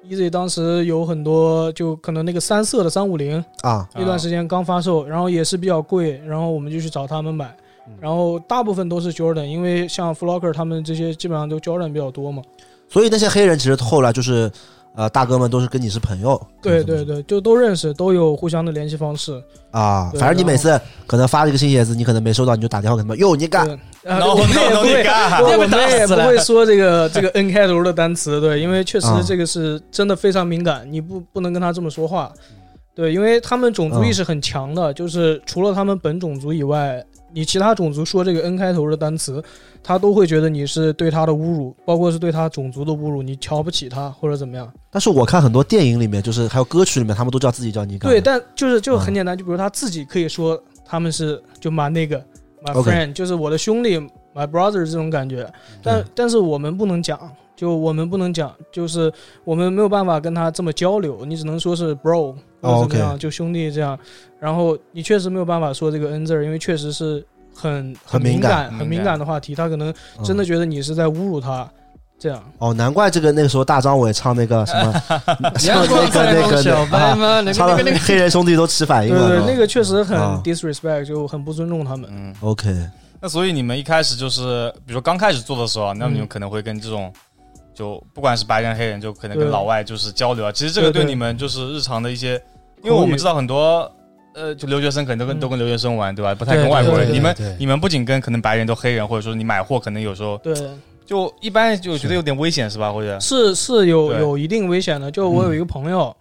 Speaker 4: Easy 当时有很多，就可能那个三色的三五零，
Speaker 1: 啊，
Speaker 4: 那段时间刚发售，然后也是比较贵，然后我们就去找他们买，然后大部分都是 Jordan，因为像 Flocker 他们这些基本上都 Jordan 比较多嘛。
Speaker 1: 所以那些黑人其实后来就是呃大哥们都是跟你是朋友，
Speaker 4: 对对对，就都认识，都有互相的联系方式。
Speaker 1: 啊，
Speaker 4: 对
Speaker 1: 反正你
Speaker 4: 然后
Speaker 1: 每次可能发了一个新鞋子，你可能没收到，你就打电话给他们，哟你干
Speaker 4: 对，呃
Speaker 2: 啊 No
Speaker 4: 我 们也
Speaker 2: no
Speaker 4: 不
Speaker 2: no，你
Speaker 4: 会，
Speaker 2: 干啊
Speaker 4: 我
Speaker 3: 被
Speaker 4: 我
Speaker 3: 打
Speaker 4: 们也
Speaker 3: 死
Speaker 4: 不
Speaker 3: 了
Speaker 4: 会说这个这个 N 开头的单词，对，因为确实
Speaker 1: 啊
Speaker 4: 这个是真的非常敏感，你不不能跟他这么说话。对，因为他们种族意识很强的，就是除了他们本种族以外，你其他种族说这个 N 开头的单词，他都会觉得你是对他的侮辱，包括是对他种族的侮辱，你瞧不起他或者怎么样。
Speaker 1: 但是我看很多电影里面，就是还有歌曲里面，他们都叫自己叫你干。
Speaker 4: 对，但就是就很
Speaker 1: 嗯
Speaker 4: 简单，就比如他自己可以说他们是就蛮那个 my
Speaker 1: OK
Speaker 4: friend，就是我的兄弟 my brother 这种感觉，但
Speaker 1: 嗯
Speaker 4: 但是我们不能讲，就我们不能讲，就是我们没有办法跟他这么交流，你只能说是 bro
Speaker 1: 哦
Speaker 4: 或者怎么样
Speaker 1: OK
Speaker 4: 就兄弟这样，然后你确实没有办法说这个 n 字儿，因为确实是很
Speaker 1: 很
Speaker 4: 敏
Speaker 1: 敏感
Speaker 4: 很
Speaker 2: 敏
Speaker 4: 敏
Speaker 2: 感
Speaker 4: 感的话题，他可能
Speaker 1: 嗯
Speaker 4: 真的觉得你是在侮辱他，这样。
Speaker 1: 哦，难怪这个那个时候大张伟唱那个什 么，唱
Speaker 3: 阳光
Speaker 1: 那个
Speaker 3: 在
Speaker 1: 那
Speaker 3: 梦
Speaker 1: 个
Speaker 3: 小白
Speaker 1: 啊，
Speaker 3: 吗？那
Speaker 1: 唱
Speaker 3: 个那个那
Speaker 1: 的
Speaker 3: 个，
Speaker 1: 黑人兄弟都起反应
Speaker 4: 对
Speaker 1: 了。
Speaker 4: 对，
Speaker 1: 都
Speaker 4: 那个确实很
Speaker 1: 啊
Speaker 4: disrespect，就很不尊重他们。
Speaker 2: 嗯，
Speaker 1: OK，
Speaker 2: 那所以你们一开始就是，比如说刚开始做的时候啊，那
Speaker 4: 嗯
Speaker 2: 你们可能会跟这种，就不管是白人黑人，就可能跟
Speaker 4: 对
Speaker 2: 老外就是交流啊。其实这个
Speaker 4: 对对
Speaker 2: 对你们就是日常的一些，
Speaker 4: 口语
Speaker 2: 因为我们知道很多，呃，就留学生可能都跟
Speaker 4: 嗯
Speaker 2: 都跟留学生玩，对吧？不太跟
Speaker 3: 对
Speaker 2: 外国
Speaker 4: 对
Speaker 2: 人。
Speaker 4: 对
Speaker 2: 你们
Speaker 1: 对
Speaker 2: 你们不仅跟可能白人都黑人，或者说你买货可能有时候
Speaker 4: 对，
Speaker 2: 就一般就觉得有点危险，是吧？或者
Speaker 4: 是是有
Speaker 2: 对
Speaker 4: 有一定危险的。就我有一个朋友，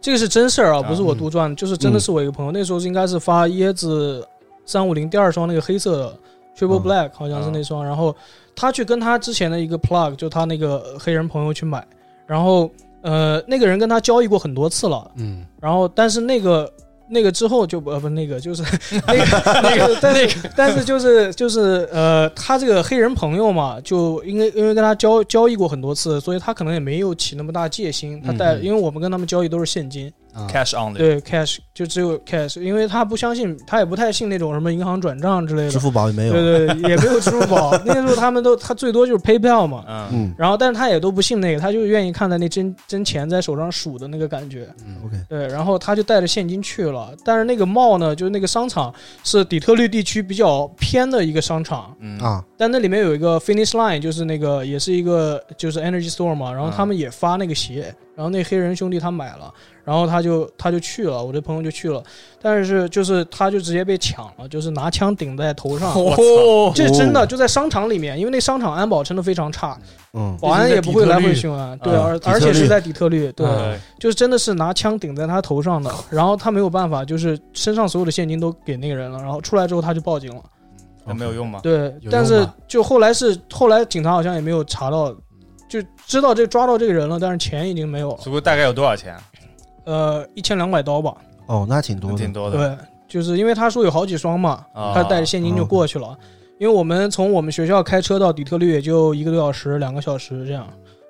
Speaker 4: 这个是真事儿啊，
Speaker 2: 啊
Speaker 4: 不是我杜撰的，就是真的是我一个朋友。那时候是应该是发椰子三五零第二双那个黑色的 Triple
Speaker 1: 嗯
Speaker 4: Black，好像是那双。然后他去跟他之前的一个 plug，就他那个黑人朋友去买，然后呃，那个人跟他交易过很多次了，
Speaker 3: 嗯，
Speaker 4: 然后但是那个。那个之后就不呃不那个就是 那个那个但是 但是就是就是呃他这个黑人朋友嘛，就因为因为跟他交交易过很多次，所以他可能也没有起那么大戒心。他带
Speaker 3: 嗯嗯
Speaker 4: 因为我们跟他们交易都是现金，
Speaker 3: 啊
Speaker 2: cash only，
Speaker 4: 对 cash 就只有 cash，因为他不相信，他也不太信那种什么银行转账之类
Speaker 1: 支
Speaker 4: 的。
Speaker 1: 付宝也没有。
Speaker 4: 对对，也没有支付宝。那个时候他们都他最多就是 PayPal 嘛，
Speaker 2: 嗯，
Speaker 1: 嗯
Speaker 4: 然后但是他也都不信那个，他就愿意看到那真真钱在手上数的那个感觉。
Speaker 1: ，OK，
Speaker 4: 对，然后他就带着现金去了，但是那个 mall 呢，就是那个商场是底特律地区比较偏的一个商场，
Speaker 2: 嗯
Speaker 1: 啊，
Speaker 4: 但那里
Speaker 1: 嗯
Speaker 4: 面有一个 Finish Line，就是那个也是一个就是 Energy Store 嘛，然后他们也发那个鞋，然后那黑人兄弟他买了，然后他就他就去了，我这朋友就去了，但是就是他就直接被抢了，就是拿枪顶在 头上。
Speaker 2: 哦，
Speaker 4: 这真的就在商场里面，因为那商场安保真的非常差，
Speaker 1: 嗯，
Speaker 4: 保安也不会来回巡逻，对，而
Speaker 1: 底特律嗯
Speaker 4: 而且是在底特律，对，
Speaker 2: 对，
Speaker 4: 就是真的是拿枪顶在他头上 的，然后他没有办法，就是身上所有的现金都给那个人了，然后出来之后他就报 警了，
Speaker 2: 那没有用吗？
Speaker 4: 对
Speaker 5: 有，
Speaker 4: 但
Speaker 5: 用
Speaker 4: 是
Speaker 5: 吗
Speaker 4: 就后来是后来警察好像也没有查到，就知道这个抓到这个人了，但是钱已经没有了，
Speaker 2: 足够大概有多少钱？啊
Speaker 4: 呃，一千两百刀吧，
Speaker 1: 哦，那挺多的，
Speaker 2: 挺多的。
Speaker 4: 对，就是因为他说有好几双嘛，
Speaker 2: 啊
Speaker 4: 他带着现金就过去了。因为我们从我们学校开车到底特律也就一个多小时、两个小时这样，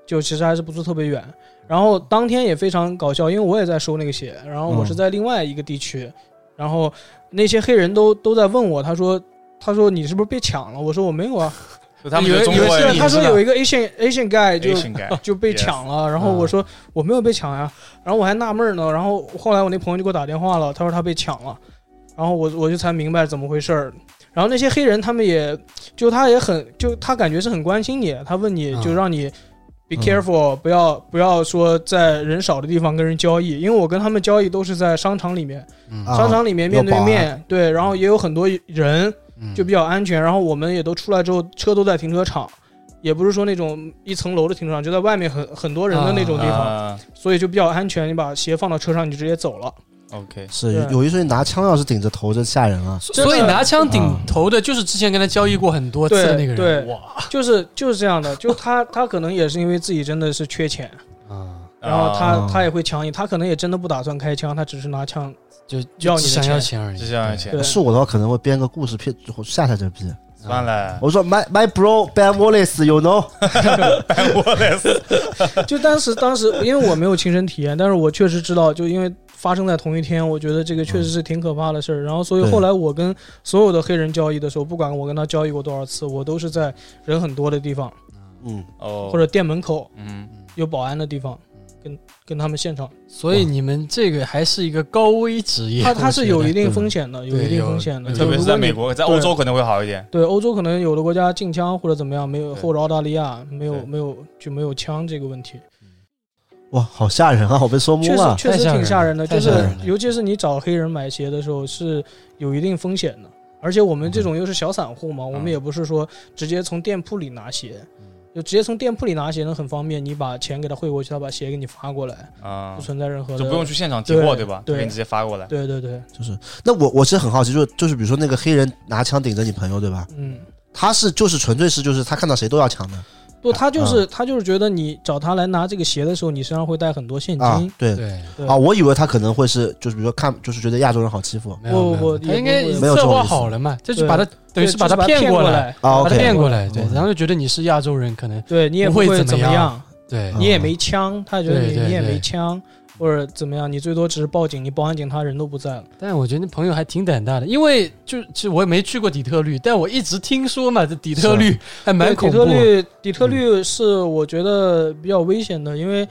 Speaker 4: 就其实还是不是特别远。然后当天也非常搞笑，因为我也在收那个血，然后我是在另外一个地区，然后那些黑人都都在问我，他说他说你是不是被抢了？我说我没有啊，
Speaker 2: 就他们
Speaker 4: 以
Speaker 2: 觉
Speaker 4: 为
Speaker 2: 得中
Speaker 4: 以为
Speaker 2: 国
Speaker 4: 是
Speaker 2: 人
Speaker 4: 他说有一个 Asian Asian guy 就
Speaker 2: Asian guy
Speaker 4: 就被
Speaker 2: Yes 嗯
Speaker 4: 抢了，然后我说我没有被抢呀，然后我还纳闷呢，然后后来我那朋友就给我打电话了，他说他被抢了，然后我我就才明白怎么回事儿。然后那些黑人他们也就他也很就他感觉是很关心你，他问你
Speaker 5: 嗯
Speaker 4: 就让你 be
Speaker 1: 嗯
Speaker 4: careful，、不要不要说在人少的地方跟人交易，因为我跟他们交易都是在商场里面，
Speaker 5: 嗯
Speaker 1: 啊
Speaker 4: 商场里面面对
Speaker 1: 有保安
Speaker 4: 面对，然后也有很多人，
Speaker 5: 嗯
Speaker 4: 就比较安全。然后我们也都出来之后，车都在停车场，也不是说那种一层楼的停车场，就在外面很很多人的那种地方，
Speaker 2: 啊
Speaker 4: 所以就比较安全。你把鞋放到车上，你就直接 走了。
Speaker 2: OK，
Speaker 1: 是
Speaker 4: 对
Speaker 1: 有一说一，拿枪要是顶着头，这吓人啊！
Speaker 4: 真的
Speaker 3: 所以拿枪顶头的就是之前跟他交易过很多次的那个
Speaker 4: 对
Speaker 3: 人。
Speaker 4: 对，
Speaker 5: 哇
Speaker 4: 就是就是这样的。就他他可能也是因为自己真的是缺钱，
Speaker 5: 啊，
Speaker 4: 然后他、
Speaker 1: 啊
Speaker 4: 他也会强硬，他可能也真的不打算开枪，他只是拿枪。
Speaker 5: 就
Speaker 4: 要你的
Speaker 5: 只想要钱而已，
Speaker 2: 只想要钱
Speaker 4: 对
Speaker 1: 是我的话，可能会编个故事骗吓吓这批。
Speaker 2: 算了，
Speaker 1: 我说 my my bro Ben Wallace，you know，
Speaker 2: 我来死。
Speaker 4: 就当时当时因为我没有亲身体验，但是我确实知道，就因为发生在同一天，我觉得这个确实是挺可怕的事儿。然后，所以
Speaker 1: 对
Speaker 4: 后来我跟所有的黑人交易的时候，不管我跟他交易过多少次，我都是在人很多的地方，
Speaker 1: 嗯，
Speaker 2: 哦，
Speaker 4: 或者店门口
Speaker 2: 嗯，
Speaker 4: 有保安的地方，跟跟他们现场，
Speaker 3: 嗯所以你们这个还是一个高危职业。
Speaker 4: 他他是有一定
Speaker 5: 对
Speaker 4: 风险的，有
Speaker 5: 对
Speaker 4: 一定
Speaker 5: 有
Speaker 4: 风险的，
Speaker 5: 对
Speaker 2: 嗯
Speaker 4: 就
Speaker 2: 特别是
Speaker 4: 如
Speaker 2: 在
Speaker 4: 果
Speaker 2: 美
Speaker 4: 你
Speaker 2: 国，在欧洲可能会好一点。
Speaker 4: 对欧洲可能有的国家禁枪或者怎么样，没有
Speaker 2: 对
Speaker 4: 或者澳大利亚没有
Speaker 2: 对
Speaker 4: 没有就没有枪这个问题。
Speaker 1: 哇，好吓人啊！我被说
Speaker 4: 确
Speaker 1: 懵
Speaker 4: 实
Speaker 1: 了。
Speaker 4: 确
Speaker 3: 太
Speaker 4: 实
Speaker 3: 吓人
Speaker 4: 挺吓人的，
Speaker 3: 了
Speaker 4: 就
Speaker 3: 太
Speaker 4: 是
Speaker 3: 吓人
Speaker 5: 了
Speaker 4: 尤其是你找黑人买鞋的时候是有一定风险的，而且我们这种又是小散户嘛，我们也不是说直接从店铺里拿鞋，就直接从店铺里拿鞋呢很方便，你把钱给他汇过去，他把鞋给你发过来，
Speaker 2: 啊
Speaker 4: 不，存在任何的
Speaker 2: 就不用去现场提货，
Speaker 4: 对
Speaker 2: 对吧？
Speaker 4: 对
Speaker 2: 就给你直接发过来。
Speaker 4: 对对对，
Speaker 1: 就是，那我我是很好奇，就是就是，比如说那个黑人拿枪顶着你朋友，对吧？
Speaker 4: 嗯，
Speaker 1: 他是就是纯粹是就是他看到谁都要抢的
Speaker 4: 不，他就是他就是觉得你找他来拿这个鞋的时候，你身上会带很多现
Speaker 1: 啊
Speaker 4: 金，，
Speaker 1: 对
Speaker 5: 对，
Speaker 4: 对
Speaker 1: 啊，我以为他可能会是就是比如说看就是觉得亚洲人好欺负
Speaker 5: 没有
Speaker 4: 我
Speaker 5: 没有
Speaker 4: 我
Speaker 3: 他应该
Speaker 4: 也不
Speaker 1: 没有这
Speaker 3: 策
Speaker 1: 种
Speaker 3: 划
Speaker 1: 意思
Speaker 3: 好了嘛，这就
Speaker 4: 对
Speaker 3: 把他等于
Speaker 4: 对
Speaker 3: 是把
Speaker 4: 就
Speaker 3: 他
Speaker 4: 是把骗
Speaker 3: 过
Speaker 4: 过
Speaker 3: 来，
Speaker 1: 啊
Speaker 3: 把他
Speaker 1: ，OK，
Speaker 3: 骗过来，对
Speaker 1: 嗯，
Speaker 3: 然后就觉得你是亚洲人，可能
Speaker 4: 对你也
Speaker 3: 不
Speaker 4: 会
Speaker 3: 会
Speaker 4: 怎
Speaker 3: 怎么样
Speaker 4: 样，
Speaker 5: 对
Speaker 3: 啊
Speaker 1: 嗯
Speaker 4: 你也没枪，他觉得
Speaker 5: 对
Speaker 4: 你
Speaker 5: 对
Speaker 4: 你也
Speaker 5: 对
Speaker 4: 没枪或者怎么样，你最多只是报警，你报完警他人都不在了。
Speaker 3: 但我觉得那朋友还挺胆大的，因为就就我也没去过底特律，但我一直听说嘛，这底特律还蛮
Speaker 4: 对
Speaker 3: 恐
Speaker 4: 底
Speaker 3: 怖嗯
Speaker 4: 特。律，底特律是我觉得比较危险的，因为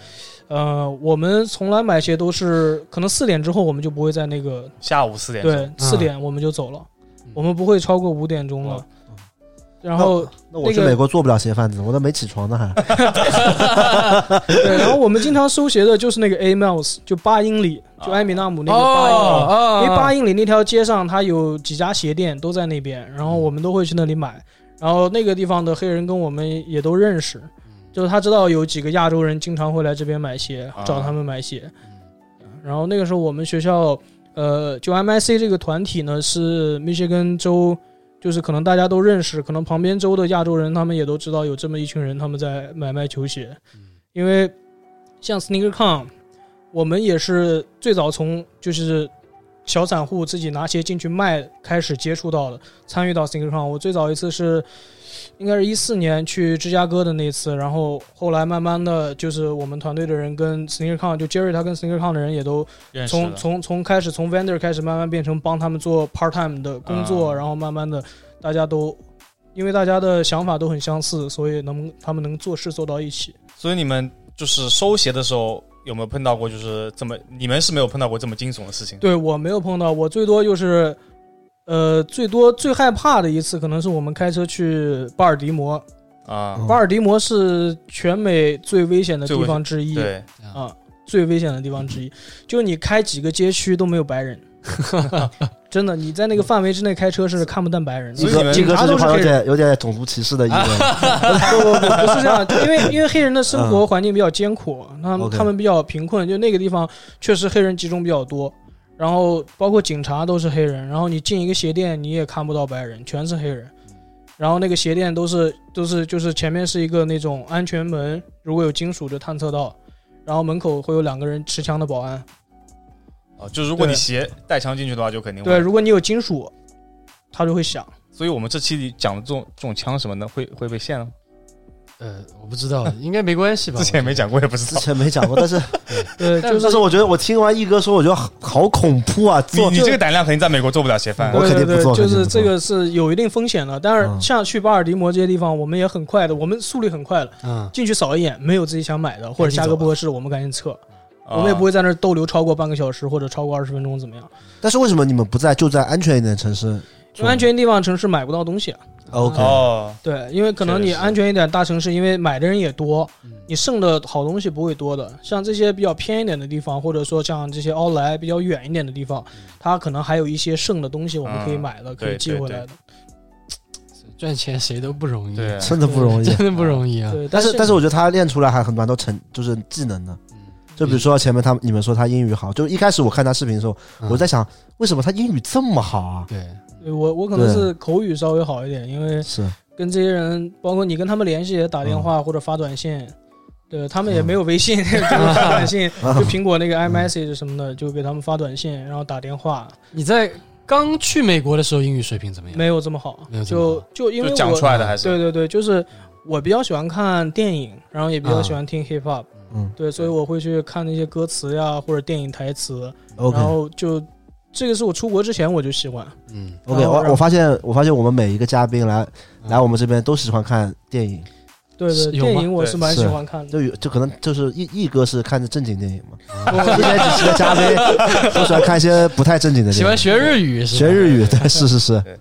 Speaker 4: 呃，我们从来买鞋都是可能四点之后我们就不会在那个
Speaker 2: 下午四点钟，
Speaker 3: 啊
Speaker 4: 对四点我们就走了，
Speaker 5: 嗯
Speaker 4: 我们不会超过五点钟
Speaker 3: 哦
Speaker 4: 了。然后，
Speaker 1: 那我去
Speaker 4: 那个
Speaker 1: 美国做不了鞋贩子，我都没起床呢还。
Speaker 4: 对，然后我们经常收鞋的就是那个 A miles，就八英里，就埃米纳姆那个八英里。因为八
Speaker 3: 哦，
Speaker 4: 英里那条街上，它有几家鞋店都在那边，然后我们都会去那里买。然后那个地方的黑人跟我们也都认识，就是他知道有几个亚洲人经常会来这边买鞋
Speaker 2: 啊，
Speaker 4: 找他们买鞋。然后那个时候我们学校，呃，就 MIC 这个团体呢是密歇根州，就是可能大家都认识，可能旁边州的亚洲人他们也都知道有这么一群人他们在买卖球鞋，因为像 SneakerCon，我们也是最早从就是。小散户自己拿鞋进去卖，开始接触到的，参与到 SneakerCon。我最早一次是，应该是一四年去芝加哥的那次，然后后来慢慢的就是我们团队的人跟 SneakerCon，就 Jerry 他跟 SneakerCon 的人也都
Speaker 2: 认识
Speaker 4: 从
Speaker 2: 的
Speaker 4: 从从开始从 vendor 开始，慢慢变成帮他们做 part time 的工作，
Speaker 2: 啊
Speaker 4: 然后慢慢的大家都因为大家的想法都很相似，所以能他们能做事做到一起。
Speaker 2: 所以你们就是收鞋的时候有没有碰到过就是这么？你们是没有碰到过这么惊悚的事情。
Speaker 4: 对我没有碰到，我最多就是。呃，最多最害怕的一次，可能是我们开车去巴尔的摩。
Speaker 2: 啊，
Speaker 1: 嗯
Speaker 4: 巴尔的摩是全美最危险的
Speaker 2: 最危险
Speaker 4: 地方之一
Speaker 1: 哦
Speaker 2: 对，
Speaker 4: 啊。最危险的地方之一。就你开几个街区都没有白人，真的，你在那个范围之内开车是看不到白人的。
Speaker 2: 所
Speaker 1: 鸡
Speaker 2: 以 你
Speaker 1: 哥，鸡哥
Speaker 2: 们
Speaker 4: 警察
Speaker 1: 这句
Speaker 4: 都是
Speaker 1: 话有
Speaker 4: 黑人，
Speaker 1: 点有点种族歧视的意味。
Speaker 4: 不不不不是这样，因为因为黑人的生活环境比较艰苦，他们
Speaker 1: OK
Speaker 4: 他们比较贫困，就那个地方确实黑人集中比较多。然后包括警察都是黑人，然后你进一个鞋店你也看不到白人，全是黑人。然后那个鞋店都是都是就是前面是一个那种安全门，如果有金属就探测到，然后门口会有两个人持枪的保安。
Speaker 2: 啊，就如果你
Speaker 4: 对
Speaker 2: 鞋带枪进去的话，就肯定
Speaker 4: 对，
Speaker 2: 会。
Speaker 4: 如果你有金属，他就会响。
Speaker 2: 所以我们这期里讲的这种这种枪什么的，会会被限了吗。
Speaker 3: 呃，我不知道，应该没关系吧？
Speaker 2: 之前也没讲过，也不知
Speaker 1: 之
Speaker 2: 道。
Speaker 1: 前没讲过，但是
Speaker 4: 对，
Speaker 3: 但
Speaker 1: 但
Speaker 4: 就是
Speaker 1: 是我觉得我听完一哥说，我觉得好好恐怖啊！
Speaker 2: 你
Speaker 1: 做
Speaker 2: 你这个胆量肯定在美国做不了鞋贩
Speaker 1: 我。
Speaker 4: 对
Speaker 1: 肯定
Speaker 4: 对
Speaker 1: 不
Speaker 4: 对，
Speaker 1: 做
Speaker 4: 就
Speaker 1: 肯定
Speaker 4: 是
Speaker 1: 不
Speaker 4: 这
Speaker 1: 做
Speaker 4: 个是有一定风险的。但
Speaker 1: 嗯
Speaker 4: 是像去巴尔的摩这些地方，我们也很快的，我们速率很快了，
Speaker 3: 嗯，
Speaker 4: 进去扫一眼，没有自己想买的或者价格不合适，我们赶紧撤。我们也不
Speaker 2: 会。
Speaker 4: 会在那儿逗留超过半个小时或者超过二十分钟，怎么样？
Speaker 1: 但是为什么你们不在就在安全一点的城市
Speaker 4: 因为安全地方城市买不到东西啊。
Speaker 1: ？OK，
Speaker 2: 哦，
Speaker 4: 对，因为可能你
Speaker 2: 确实
Speaker 4: 安全一点大城市，因为买的人也多
Speaker 3: 嗯，
Speaker 4: 你剩的好东西不会多的。像这些比较偏一点的地方，或者说像这些奥莱比较远一点的地方，它可能还有一些剩的东西我们可以
Speaker 2: 嗯
Speaker 4: 买的，可
Speaker 2: 对
Speaker 4: 以寄
Speaker 2: 对
Speaker 4: 回
Speaker 2: 对
Speaker 4: 来的。
Speaker 3: 赚钱谁都不容易，
Speaker 4: 嗯
Speaker 2: 对，
Speaker 1: 真的不容易
Speaker 3: 真。的不容易啊。
Speaker 4: 对，
Speaker 1: 但是但
Speaker 4: 是
Speaker 1: 是我觉得他练出来还很多都成就是技能的。
Speaker 3: 嗯
Speaker 1: 就比如说前面他们你们说他英语好，就一开始我看他视频的时候，
Speaker 3: 嗯
Speaker 1: 我在想为什么他英语这么好啊？
Speaker 3: 对，
Speaker 4: 对我我可能
Speaker 1: 对
Speaker 4: 是口语稍微好一点，因为
Speaker 1: 是
Speaker 4: 跟这些人，包括你跟他们联系也打电话或者发短信，对他们也没有微信， 就是发短信，
Speaker 1: 嗯
Speaker 4: 就苹果那个 iMessage 什么的，就给他们发短信，然后打电话，
Speaker 3: 你在刚去美国的时候英语水平怎么样？
Speaker 4: 没有这么好
Speaker 3: 嗯没有，这么
Speaker 4: 就
Speaker 3: 好
Speaker 4: 就因为
Speaker 2: 就
Speaker 4: 我
Speaker 2: 讲出来的还是
Speaker 4: 对对对，就是我比较喜欢看电影，然后也
Speaker 3: 啊
Speaker 4: 比较喜欢听 hip hop，
Speaker 1: 嗯
Speaker 4: 对，所以我会去看那些歌词呀或者电影台词，
Speaker 1: OK
Speaker 4: 然后就这个是我出国之前我就喜欢，
Speaker 3: 嗯，
Speaker 1: OK，
Speaker 4: 然后
Speaker 1: 我
Speaker 4: 让
Speaker 1: 我发现我发现我们每一个嘉宾来
Speaker 3: 嗯
Speaker 1: 来我们这边都喜欢看电影，
Speaker 4: 对
Speaker 3: 是
Speaker 4: 对，
Speaker 3: 有吗
Speaker 4: 电影我是蛮
Speaker 1: 对
Speaker 4: 喜欢看的。
Speaker 1: 就有就可能就是一一哥是看着正经电影嘛，之前几期的嘉宾都喜欢看一些不太正经的
Speaker 3: 喜
Speaker 1: 电
Speaker 3: 欢
Speaker 1: 影，
Speaker 3: 学日语是吧？
Speaker 1: 学日语，对，是是嗯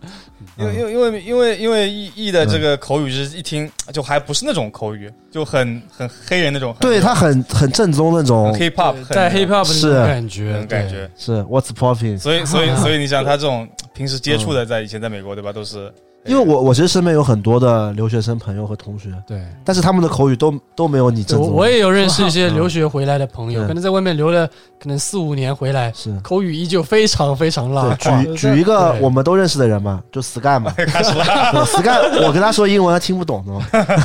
Speaker 1: 是，
Speaker 2: 因为因为因为因为因为意意的
Speaker 1: 嗯
Speaker 2: 这个口语是一听就还不是那种口语，就很很黑人那种。很
Speaker 1: 对他很很正宗那
Speaker 2: 很
Speaker 1: 种，
Speaker 2: hip hop，
Speaker 3: 在 hip hop
Speaker 1: 是啊
Speaker 3: 的感觉，
Speaker 2: 很感觉。
Speaker 1: 是 What's popping？
Speaker 2: 所以 所以所以你想他这种平时接触的，在以前在美国对吧，都是
Speaker 1: 嗯因为 我我其实身边有很多的留学生朋友和同学，
Speaker 3: 对。对
Speaker 1: 但是他们的口语都都没有你
Speaker 3: 对
Speaker 1: 正
Speaker 3: 我
Speaker 1: 宗。
Speaker 3: 我也有认识一些留学回来的朋友，
Speaker 1: 嗯
Speaker 3: 可能在外面留了可能四五年回来，
Speaker 1: 是
Speaker 3: 口语依旧非常非常
Speaker 1: 对
Speaker 3: 拉胯。
Speaker 1: 举举一个我们都认识的人嘛，就 Sky 嘛对
Speaker 2: 哎
Speaker 1: ，Sky，我跟他说英文他听不懂的嘛，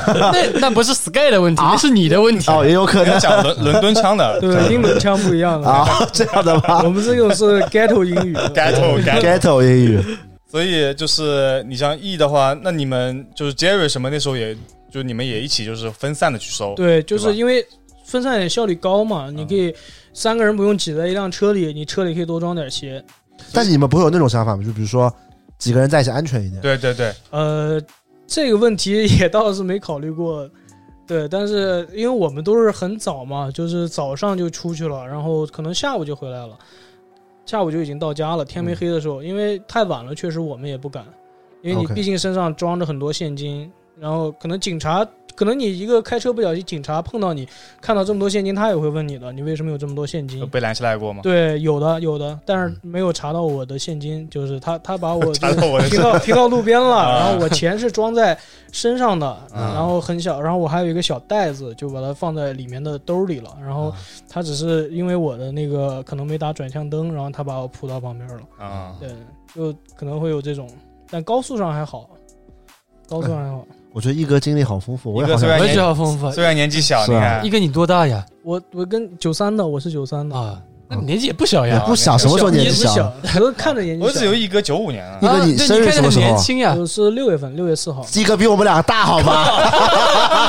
Speaker 3: 那那不是 Sky 的问题，那是你的问题。
Speaker 1: 啊哦，也有可
Speaker 2: 人家
Speaker 1: 能
Speaker 2: 讲伦 伦敦腔的
Speaker 4: 对，英伦腔不一样的。
Speaker 1: 啊，这样的吧
Speaker 4: 我们这种是 ghetto 英语，
Speaker 2: ghetto ghetto。
Speaker 1: ，ghetto 英语，
Speaker 2: 所以就是你像 E 的话，那你们就是 Jerry 什么那时候也就你们也一起就是分散的去收，
Speaker 4: 对，就
Speaker 2: 对
Speaker 4: 是
Speaker 2: 吧
Speaker 4: 因为分散点效率高嘛，
Speaker 1: 嗯
Speaker 4: 你可以三个人不用挤在一辆车里，你车里可以多装点鞋。
Speaker 1: 但是你们不会有那种想法吗？就比如说几个人在一起安全一点，
Speaker 2: 对对对，
Speaker 4: 呃，这个问题也倒是没考虑过， 对，但是因为我们都是很早嘛，就是早上就出去了，然后可能下午就回来了，下午就已经到家了，天没黑的时候，因为太晚了，确实我们也不敢，因为你
Speaker 1: OK
Speaker 4: 毕竟身上装着很多现金，然后可能警察。可能你一个开车不小心，警察碰到你，看到这么多现金，他也会问你的，你为什么有这么多现金
Speaker 2: 有？被拦下来过吗？
Speaker 4: 对，有的有的，但是没有查到我的现金，就是他他把我
Speaker 2: 查到我的
Speaker 4: 停到停到路边了，
Speaker 2: 啊
Speaker 4: 然后我钱是装在身上的，
Speaker 3: 啊
Speaker 4: 然后很小，然后我还有一个小袋子，就把它放在里面的兜里了，然后他只是因为我的那个可能没打转向灯，然后他把我扑到旁边了，
Speaker 2: 啊，
Speaker 4: 对，就可能会有这种，但高速上还好，高速上还好，
Speaker 1: 我觉得一哥经历好丰富，我也好
Speaker 2: 一哥虽
Speaker 1: 想
Speaker 2: 然
Speaker 3: 我也觉得好丰富。
Speaker 2: 虽然年纪小，
Speaker 1: 是
Speaker 2: 你
Speaker 1: 啊
Speaker 2: 看
Speaker 3: 一哥，你多大呀？
Speaker 4: 我我跟九三的，我是九三的，
Speaker 3: 啊，那你年纪也不小
Speaker 1: 也
Speaker 3: 呀。
Speaker 1: 哎不小，什么时候年纪
Speaker 4: 也不
Speaker 1: 小？
Speaker 4: 小，啊我看着年纪
Speaker 2: 我只有
Speaker 4: 小，
Speaker 2: 一哥九五年啊
Speaker 1: 一，哥
Speaker 3: 啊
Speaker 1: 你
Speaker 3: 对
Speaker 1: 生日
Speaker 3: 看着
Speaker 1: 什么时
Speaker 3: 很
Speaker 1: 候啊
Speaker 3: 年轻 呀，
Speaker 4: 我是六月份，六月四号。
Speaker 1: 一哥比我们俩大，好吧？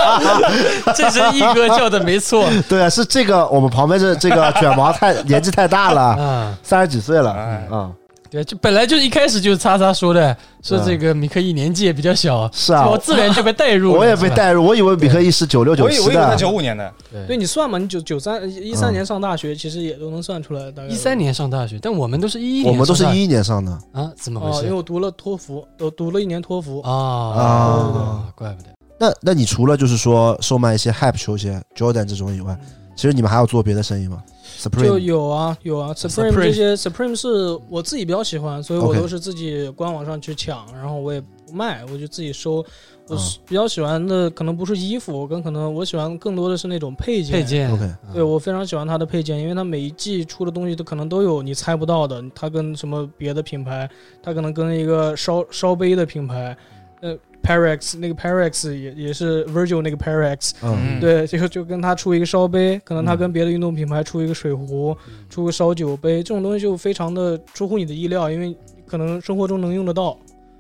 Speaker 3: 这声一哥叫的没 错
Speaker 1: 对啊，是这个我们旁边这这个卷毛太年纪太大 了，
Speaker 3: 啊。
Speaker 1: 三十几岁了
Speaker 2: 哎
Speaker 1: 啊，
Speaker 3: 对，就本来就一开始就是叉叉说的，说这个米克一年纪也比较小，
Speaker 1: 嗯是啊
Speaker 3: 我自然就被带入了，
Speaker 1: 我也被
Speaker 3: 是吧。
Speaker 1: 带入，我以为比克一是九六九
Speaker 2: 我以
Speaker 1: 七
Speaker 2: 我以为他
Speaker 1: 的，
Speaker 2: 九五年的，
Speaker 4: 对你算嘛，你九九三一三年上大学，其实也都能算出来。大概
Speaker 3: 一三年上大学，但我们都是一一年上大，
Speaker 1: 我们都是一一年上的。
Speaker 3: 啊，怎么回
Speaker 4: 哦，因为
Speaker 3: 事？
Speaker 4: 我读了托福，我读了一年托福。
Speaker 3: 啊
Speaker 1: 啊
Speaker 3: 怪不得
Speaker 1: 那那你除了就是说售卖一些 Hype 球鞋 Jordan 这种以外，
Speaker 2: 嗯
Speaker 1: 其实你们还要做别的生意吗
Speaker 4: 就
Speaker 1: ？Supreme
Speaker 4: 有啊有啊
Speaker 2: Supreme
Speaker 4: ，Supreme 这些 Supreme 是我自己比较喜欢，所以我
Speaker 1: OK
Speaker 4: 都是自己官网上去抢，然后我也不卖，我就自己收。我
Speaker 1: 嗯
Speaker 4: 是比较喜欢的可能不是衣服，跟可能我喜欢更多的是那种配件。
Speaker 3: 配件啊嗯
Speaker 1: OK，
Speaker 4: 对我非常喜欢它的配件，因为它每一季出的东西都可能都有你猜不到的，它跟什么别的品牌，它可能跟一个烧烧杯的品牌，呃，Pyrex 那个 Pyrex 也也是 Virgil 那个 Pyrex，
Speaker 1: 嗯
Speaker 2: 嗯
Speaker 4: 对，就就跟他出一个烧杯，可能他
Speaker 1: 嗯
Speaker 4: 跟别的运动品牌出一个水壶，
Speaker 2: 嗯
Speaker 4: 出个烧酒杯，这种东西就非常的出乎你的意料，因为可能生活中能用得到，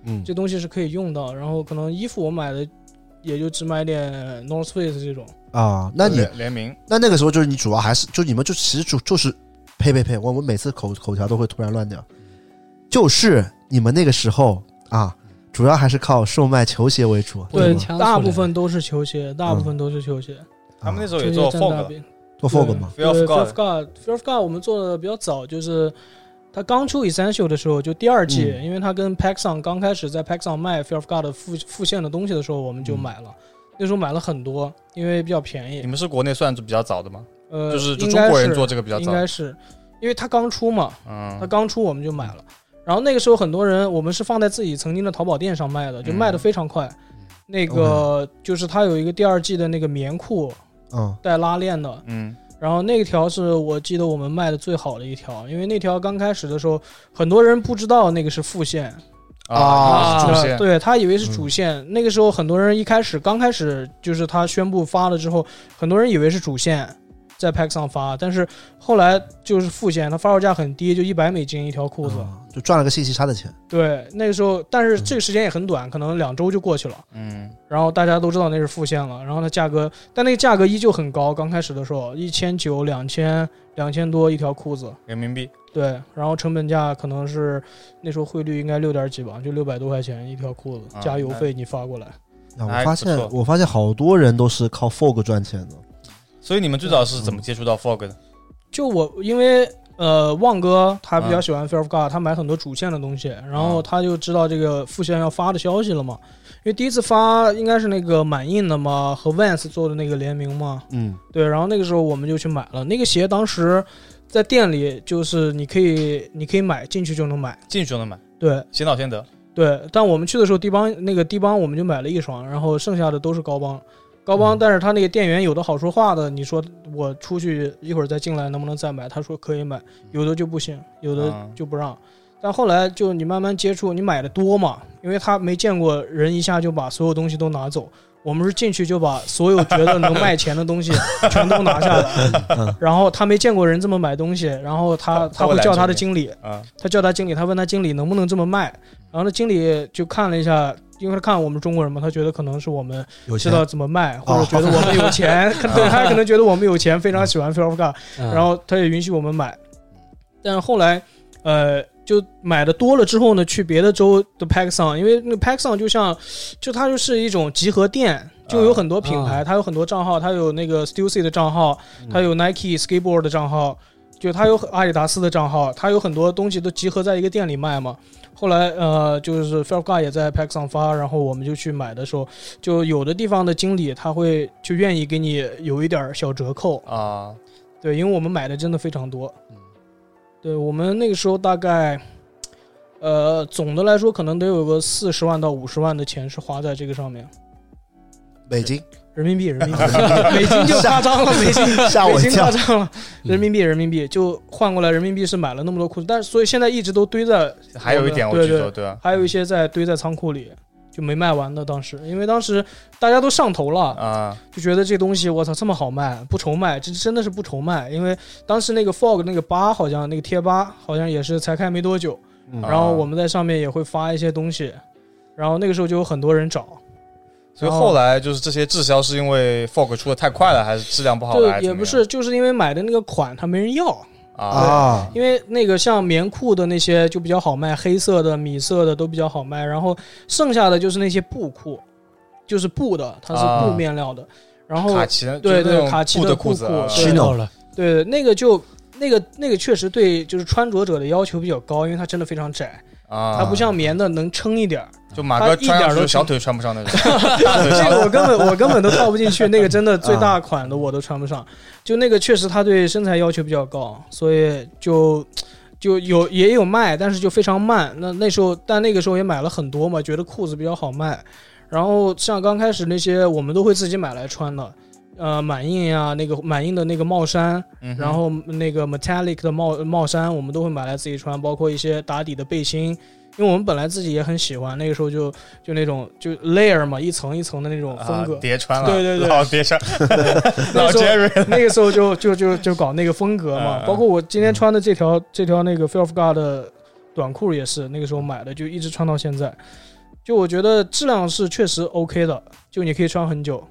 Speaker 1: 嗯
Speaker 4: 这东西是可以用到。然后可能衣服我买的也就只买点 North Face 这种，
Speaker 1: 啊，那你
Speaker 2: 联联名，
Speaker 1: 那那个时候就是你主要还是就你们就其实就就是呸呸呸，我我每次口口条都会突然乱掉，就是你们那个时候啊，主要还是靠售卖球鞋为主，啊
Speaker 3: 不能
Speaker 4: 对
Speaker 1: 吗
Speaker 3: 呛，出
Speaker 4: 大
Speaker 3: 来
Speaker 4: 部分都是球鞋，大部分都是球鞋。
Speaker 1: 啊
Speaker 2: 他们那时候
Speaker 4: 球
Speaker 2: 也嗯
Speaker 4: 鞋
Speaker 2: 做
Speaker 4: 占大
Speaker 2: Fog
Speaker 4: 比。
Speaker 1: 做 fog 嘛，
Speaker 2: f e l f
Speaker 4: f
Speaker 2: God，
Speaker 4: God f e l f God 我们做的比较早，就是他刚出 Essential 的时候，就第二季，
Speaker 1: 嗯
Speaker 4: 因为他跟 p a x o n 刚开始在 p a x o n 卖 f e l f God 的复复线的东西的时候，我们就
Speaker 1: 嗯
Speaker 4: 买了。那时候买了很多，因为比较便
Speaker 2: 你
Speaker 4: 宜。
Speaker 2: 们是国内算是比较早的吗？
Speaker 4: 呃，
Speaker 2: 就是就
Speaker 4: 应
Speaker 2: 中
Speaker 4: 该
Speaker 2: 国人
Speaker 4: 是
Speaker 2: 做这个比较
Speaker 4: 应
Speaker 2: 早，
Speaker 4: 该是，因为他刚出嘛，他
Speaker 2: 嗯，
Speaker 4: 刚出我们就买了。然后那个时候很多人，我们是放在自己曾经的淘宝店上卖的，就卖
Speaker 2: 嗯
Speaker 4: 的非常快。那个就是它有一个第二季的那个棉裤
Speaker 1: 嗯
Speaker 4: 带拉链的，
Speaker 2: 嗯，
Speaker 4: 然后那条是我记得我们卖的最好的一条，因为那条刚开始的时候，很多人不知道那个是副线，
Speaker 2: 啊，主线，嗯
Speaker 4: 对他以为是主线。那个时候很多人一开始刚开始就是他宣布发了之后，很多人以为是主线在 Pack 上发，但是后来就是副线，它发售价很低，就一百美金一条裤子。
Speaker 2: 嗯
Speaker 1: 啊就赚了个信息差的钱，
Speaker 4: 对，那个时候，但是这个时间也很短，可能两周就过去了。
Speaker 2: 嗯，
Speaker 4: 然后大家都知道那是副线了，然后它价格，但那个价格依旧很高。刚开始的时候，一千九、两千、两千多一条裤子，
Speaker 2: 人民币，
Speaker 4: 对，然后成本价可能是那时候汇率应该六点几吧，就六百多块钱一条裤子，
Speaker 2: 啊
Speaker 4: 加油费你发过来。
Speaker 1: 啊我
Speaker 2: 哎
Speaker 1: 发
Speaker 2: 不
Speaker 1: 现
Speaker 2: 错
Speaker 1: 我发现好多人都是靠 fog 赚钱的，
Speaker 2: 所以你们最早是怎么接触到 Fog 的？
Speaker 4: 就我因为呃旺哥他比较喜欢 Fear of God，他买很多主线的东西，然后他就知道这个副线要发的消息了嘛，因为第一次发应该是那个满印的嘛，和 Vans 做的那个联名嘛，
Speaker 1: 嗯
Speaker 4: 对，然后那个时候我们就去买了那个鞋，当时在店里就是你可以你可以买进去就能买，
Speaker 2: 进去就能买，
Speaker 4: 对。
Speaker 2: 先到先得，
Speaker 4: 对，但我们去的时候，地邦那个地邦我们就买了一双，然后剩下的都是高帮。高帮，
Speaker 1: 嗯
Speaker 4: 但是他那个店员有的好说话的，你说我出去一会儿再进来能不能再买？他说可以买，有的就不行，有的
Speaker 2: 啊
Speaker 4: 就不让。但后来就你慢慢接触，你买的多嘛，因为他没见过人一下就把所有东西都拿走。我们是进去就把所有觉得能卖钱的东西 全都拿下来，然后他没见过人这么买东西，然后他
Speaker 2: 他
Speaker 4: 他
Speaker 2: 会
Speaker 4: 会
Speaker 2: 拦
Speaker 4: 叫
Speaker 2: 住
Speaker 4: 他的
Speaker 2: 你
Speaker 4: 经理，
Speaker 1: 嗯
Speaker 2: 啊，
Speaker 4: 他叫他经理，他问他经理能不能这么卖，然后那经理就看了一下，因为他看我们中国人嘛，他觉得可能是我们
Speaker 1: 有
Speaker 4: 知
Speaker 1: 钱哦啊
Speaker 4: 道怎么卖，或者觉得我们有钱， 可对他可能觉得我们有钱，非常喜欢 f e l f g a
Speaker 3: 嗯
Speaker 4: 然后他也允许我们买，但是后来，呃。就买的多了之后呢，去别的州的 Pack Sun，因为那个 Pack Sun 就像，就它就是一种集合店，就有很多品牌，
Speaker 3: 啊嗯
Speaker 4: 它有很多账号，它有那个 Stussy 的账号，它有 Nike Skateboard 的账号，就它有阿迪达斯的账号，它有很多东西都集合在一个店里卖嘛。后来呃，就是 f e l g a 也在 Pack 上发，然后我们就去买的时候，就有的地方的经理他会就愿意给你有一点儿小折扣，
Speaker 2: 啊，
Speaker 4: 对，因为我们买的真的非常多。对我们那个时候大概，呃，总的来说可能得有个四十万到五十万的钱是花在这个上面，
Speaker 1: 美金，
Speaker 4: 人民币，人 民币，美金就夸张了，美金
Speaker 1: 吓
Speaker 4: 北
Speaker 1: 我一
Speaker 4: 京
Speaker 1: 跳
Speaker 4: 夸，张了，人
Speaker 3: 嗯
Speaker 4: 民币人民币就换过来，人民币是买了那么多裤子，但是所以现在一直都堆在，
Speaker 2: 还有一点我
Speaker 4: 对
Speaker 2: 记得
Speaker 4: 对
Speaker 2: 对吧？
Speaker 4: 还有一些在堆在仓库里。就没卖完的，当时因为当时大家都上头了，
Speaker 2: 啊，
Speaker 4: 就觉得这东西我操这么好卖，不愁卖，这真的是不愁卖。因为当时那个 Fog 那个吧好像那个贴吧好像也是才开没多久，
Speaker 1: 嗯
Speaker 2: 啊
Speaker 4: 然后我们在上面也会发一些东西，然后那个时候就有很多人找，
Speaker 2: 所以后来就是这些滞销是因为 Fog 出的太快了，还是质量不好
Speaker 4: 就
Speaker 2: 了？还
Speaker 4: 也
Speaker 2: 怎么
Speaker 4: 不
Speaker 2: 样
Speaker 4: 是就是因为买的那个款它没人要，
Speaker 2: 啊，
Speaker 1: 啊，
Speaker 4: 因为那个像棉裤的那些就比较好卖，黑色的、米色的都比较好卖，然后剩下的就是那些布裤，就是布的，它是布面料的，然后
Speaker 2: 啊卡其就是那
Speaker 4: 对
Speaker 2: 种
Speaker 4: 对卡其
Speaker 2: 布
Speaker 4: 的
Speaker 2: 的裤
Speaker 4: 布
Speaker 2: 子
Speaker 4: 裤
Speaker 2: 啊
Speaker 4: 对
Speaker 3: 知道了，
Speaker 4: 对那个就那个那个确实对就是穿着者的要求比较高，因为它真的非常窄，
Speaker 2: 啊，
Speaker 4: 它不像棉的能撑一点儿。
Speaker 2: 就马哥
Speaker 4: 他一
Speaker 2: 穿上
Speaker 4: 点
Speaker 2: 去
Speaker 4: 都
Speaker 2: 小腿穿不上那种，
Speaker 4: 这个我根本我根本都套不进去，那个真的最大款的我都穿不上，就那个确实他对身材要求比较高，所以就就有也有卖，但是就非常慢。那那时候但那个时候也买了很多嘛，觉得裤子比较好卖，然后像刚开始那些我们都会自己买来穿的。呃，满印呀、那个满印的那个帽衫，
Speaker 2: 嗯哼
Speaker 4: 然后那个 metallic 的帽帽衫，我们都会买来自己穿，包括一些打底的背心，因为我们本来自己也很喜欢，那个时候就就那种就 layer 嘛，一层一层的那种风格
Speaker 2: 啊，。叠穿了，
Speaker 4: 哦对对对
Speaker 2: 老叠 穿，老
Speaker 4: 那时候
Speaker 2: Jerry
Speaker 4: 那个时候就就就就搞那个风格嘛
Speaker 2: 嗯，嗯
Speaker 4: 包括我今天穿的这条这条那个 f e l f g a 的短裤也是那个时候买的，就一直穿到现在。就我觉得质量是确实 OK 的，就你可以穿很久，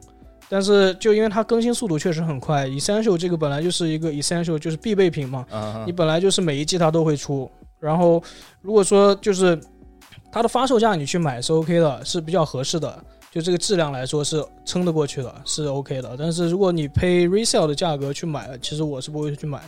Speaker 4: 但是就因为它更新速度确实很快，essential 这个本来就是一个 essential 就是必备品嘛，
Speaker 2: 嗯
Speaker 4: 你
Speaker 2: 嗯
Speaker 4: 本来就是每一季它都会出，然后如果说就是它的发售价你去买是 OK 的，是比较合适的，就这个质量来说是撑得过去的，是 OK 的。但是如果你 pay resale 的价格去买，其实我是不会去买的。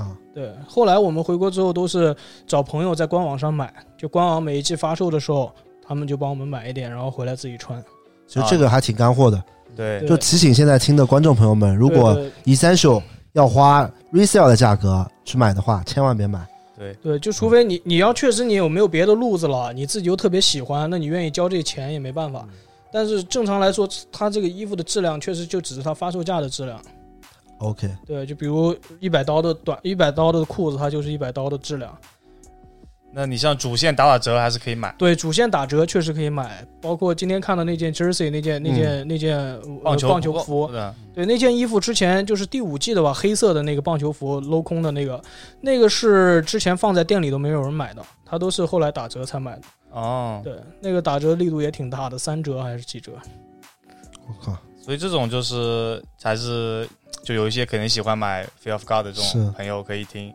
Speaker 1: 啊，
Speaker 4: 对，后来我们回国之后都是找朋友在官网上买，就官网每一季发售的时候，他们就帮我们买一点，然后回来自己穿。
Speaker 1: 其实这个还挺干货的。
Speaker 2: 对
Speaker 4: 对
Speaker 1: 就提醒现在听的观众朋友们，如果
Speaker 4: 对对
Speaker 1: essential 要花 resale 的价格去买的话，千万别买。
Speaker 2: 对，
Speaker 4: 对，
Speaker 2: 嗯
Speaker 4: 就除非你你要确实你有没有别的路子了，你自己又特别喜欢，那你愿意交这钱也没办
Speaker 2: 嗯
Speaker 4: 法。但是正常来说，它这个衣服的质量确实就只是它发售价的质量。
Speaker 1: OK，
Speaker 4: 对，就比如一百刀的短一百刀的裤子，它就是一百刀的质量。
Speaker 2: 那你像主线打打折还是可以买，
Speaker 4: 对，主线打折确实可以买，包括今天看的那件 jersey 那件那件、那件呃
Speaker 2: 嗯棒球嗯
Speaker 4: 棒球服，嗯
Speaker 2: 的，
Speaker 4: 对，那件衣服之前就是第五季的吧，黑色的那个棒球服镂空的那个，那个是之前放在店里都没有人买的，它都是后来打折才买的。
Speaker 2: 哦，
Speaker 4: 对，那个打折力度也挺大的，三折还是几折？
Speaker 1: 我靠，
Speaker 2: 所以这种就是还是就有一些可能喜欢买 Fear of God 的这
Speaker 1: 是
Speaker 2: 种朋友可以听，。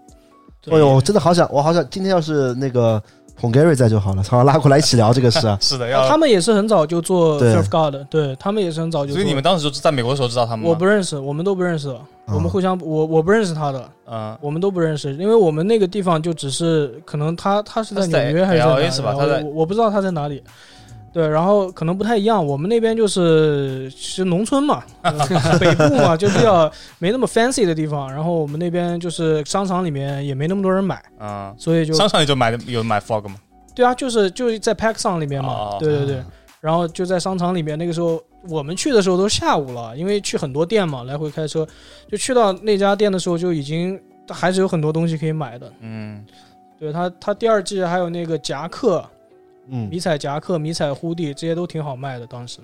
Speaker 1: 哎呦，我真的好想，我好想今天要是那个 Hungary 在就好了，操，拉过来一起聊这个事啊
Speaker 2: 是的，
Speaker 4: 啊
Speaker 2: 要
Speaker 4: 他们也是很早就做
Speaker 1: 对
Speaker 4: Surf God，的对他们也是很早就做。
Speaker 2: 所以你们当时就是在美国的时候知道他们吗？
Speaker 4: 我不认识，我们都不认识，我
Speaker 2: 啊
Speaker 4: 们互相我我不认识他的，
Speaker 2: 嗯，
Speaker 4: 我们都不认识，因为我们那个地方就只是可能他他是在
Speaker 2: 他是在
Speaker 4: 纽约还
Speaker 2: LA
Speaker 4: 哪
Speaker 2: 是吧
Speaker 4: 然后
Speaker 2: 他在
Speaker 4: 我我不知道他在哪里。对，然后可能不太一样，我们那边就是是农村 嘛，呃北部嘛，就比较没那么 fancy 的地方。然后我们那边就是商场里面也没那么多人买，
Speaker 2: 嗯，
Speaker 4: 所以就
Speaker 2: 商场里就买的有买 Fog 吗？
Speaker 4: 对啊，就是就是在 Pack 上里面嘛，
Speaker 2: 哦
Speaker 4: 对对对，然后就在商场里面。那个时候我们去的时候都下午了，因为去很多店嘛，来回开车，就去到那家店的时候就已经还是有很多东西可以买的。
Speaker 2: 嗯，
Speaker 4: 对他，他第二季还有那个夹克、
Speaker 1: 嗯
Speaker 4: 迷彩夹克、迷彩 hoodie 这些都挺好卖的。当时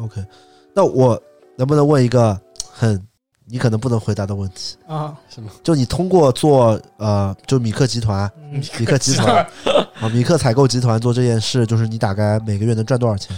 Speaker 1: ，OK，那我能不能问一个很你可能不能回答的问题？
Speaker 4: 啊，
Speaker 1: 就你通过做呃，就米克集 团、
Speaker 4: 嗯
Speaker 1: 米克集团啊、米克采购集团做这件事，就是你大概每个月能赚多少钱？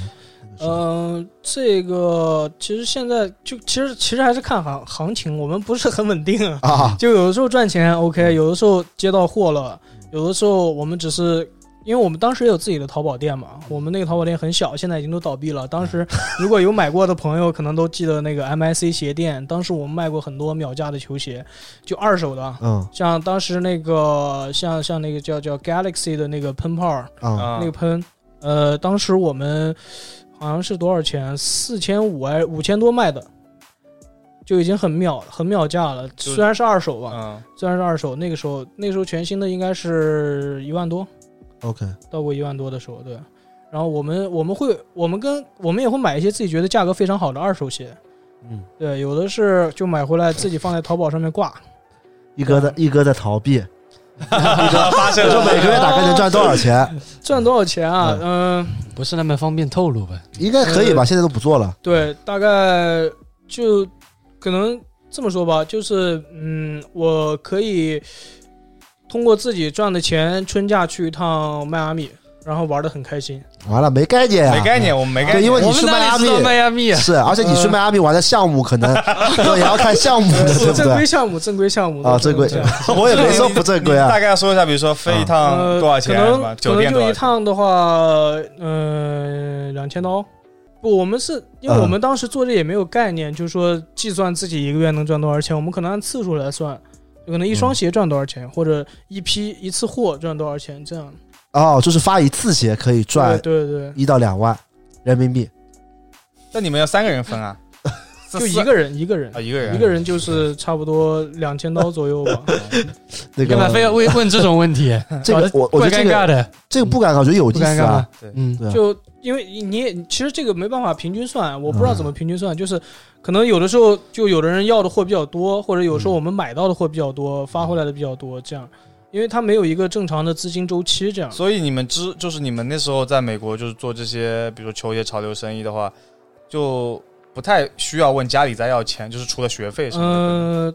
Speaker 4: 嗯，这个其实现在就其实其实还是看行行情，我们不是很稳定啊。
Speaker 1: 啊，
Speaker 4: 就有的时候赚钱
Speaker 1: 嗯
Speaker 4: OK，有的时候接到货了，有的时候我们只是。因为我们当时也有自己的淘宝店
Speaker 1: 嗯
Speaker 4: 嘛，我们那个淘宝店很小，现在已经都倒闭了。当时 如果有买过的朋友，可能都记得那个 MIC 鞋店，当时我们卖过很多秒价的球鞋，就二手的，
Speaker 1: 嗯
Speaker 4: 像当时那个像像那个叫叫 Galaxy 的那个喷泡儿，
Speaker 1: 啊，
Speaker 2: 那
Speaker 4: 那个喷，呃，当时我们好像是多少钱？四千五哎，五千多卖的，就已经很秒很秒价了。
Speaker 2: 就
Speaker 4: 虽然是二手吧，
Speaker 2: 嗯，
Speaker 4: 虽然是二手，那个时候那时候全新的应该是一万多，
Speaker 1: OK，
Speaker 4: 到过一万多的时候，对。然后我们我们会我们跟我们也会买一些自己觉得价格非常好的二手鞋，
Speaker 1: 嗯，
Speaker 4: 对，有的是就买回来自己放在淘宝上面 挂，
Speaker 1: 一哥在一哥在逃避，
Speaker 2: 发生
Speaker 1: 我说每个月大概能赚多少钱？
Speaker 4: 赚多少钱啊？嗯、
Speaker 3: 不是那么方便透露吧？
Speaker 1: 应该可以吧？现在都不做了。
Speaker 4: 对，大概就可能这么说吧，就是嗯，我可以通过自己赚的钱，春假去一趟迈阿密，然后玩的很开心。
Speaker 1: 完了，没概念啊，
Speaker 2: 没概念，我们没概
Speaker 1: 对
Speaker 2: 念，
Speaker 1: 因为
Speaker 3: 我
Speaker 1: 你
Speaker 3: 们
Speaker 1: 去迈
Speaker 3: 哪
Speaker 1: 阿
Speaker 3: 里知道迈
Speaker 1: 密。
Speaker 3: 阿密啊？
Speaker 1: 是，而且你去迈阿密玩的项目可 能也要看项 目的，对不
Speaker 4: 正规
Speaker 1: 对？
Speaker 4: 项目，正规项目
Speaker 1: 啊，正规， 啊我也没说不正规
Speaker 2: 你
Speaker 1: 啊
Speaker 2: 大。概说一下，比如说飞一趟
Speaker 4: 呃，
Speaker 2: 多少钱
Speaker 4: 可
Speaker 2: 是吧？
Speaker 4: 能可
Speaker 2: 酒店
Speaker 4: 能
Speaker 2: 多
Speaker 4: 就
Speaker 2: 少
Speaker 4: 一
Speaker 2: 钱？
Speaker 4: 趟的话，嗯，两千刀。不，我们是因为
Speaker 1: 嗯
Speaker 4: 我们当时做这也没有概念，就是说计算自己一个月能赚多少钱，我们可能按次数来算。有可能一
Speaker 1: 嗯
Speaker 4: 双鞋赚多少钱，或者一批一次货赚多少钱这样。
Speaker 1: 哦，就是发一次鞋可以赚
Speaker 4: 对对对，
Speaker 1: 一到两万人民币，
Speaker 2: 但你们要三个人分啊，
Speaker 4: 就一个人一个人
Speaker 1: 哎
Speaker 2: 啊，一个人
Speaker 4: 一个人就是差不多两千刀左 右吧。
Speaker 1: 那
Speaker 3: 干嘛
Speaker 1: 个
Speaker 3: 非要问问这种问题？
Speaker 1: 这个我我
Speaker 3: 呃怪
Speaker 1: 觉得这
Speaker 3: 尴
Speaker 1: 个
Speaker 3: 尬的，
Speaker 1: 这个不尴尬，我觉得有
Speaker 3: 不
Speaker 1: 意
Speaker 3: 尴
Speaker 1: 思
Speaker 3: 尬
Speaker 1: 啊
Speaker 3: 吗，？
Speaker 2: 对
Speaker 3: 嗯，
Speaker 1: 对啊
Speaker 4: 就因为你也其实这个没办法平均算，我不知
Speaker 1: 嗯
Speaker 4: 道怎么平均算，就是可能有的时候就有的人要的货比较多，或者有时候我们买到的货比较多，发回来的比较多，这样，因为它没有一个正常的资金周期，这样。
Speaker 2: 所以你们知，就是你们那时候在美国就是做这些，比如说球鞋潮流生意的话，就不太需要问家里再要钱，就是除了学费什么
Speaker 4: 嗯、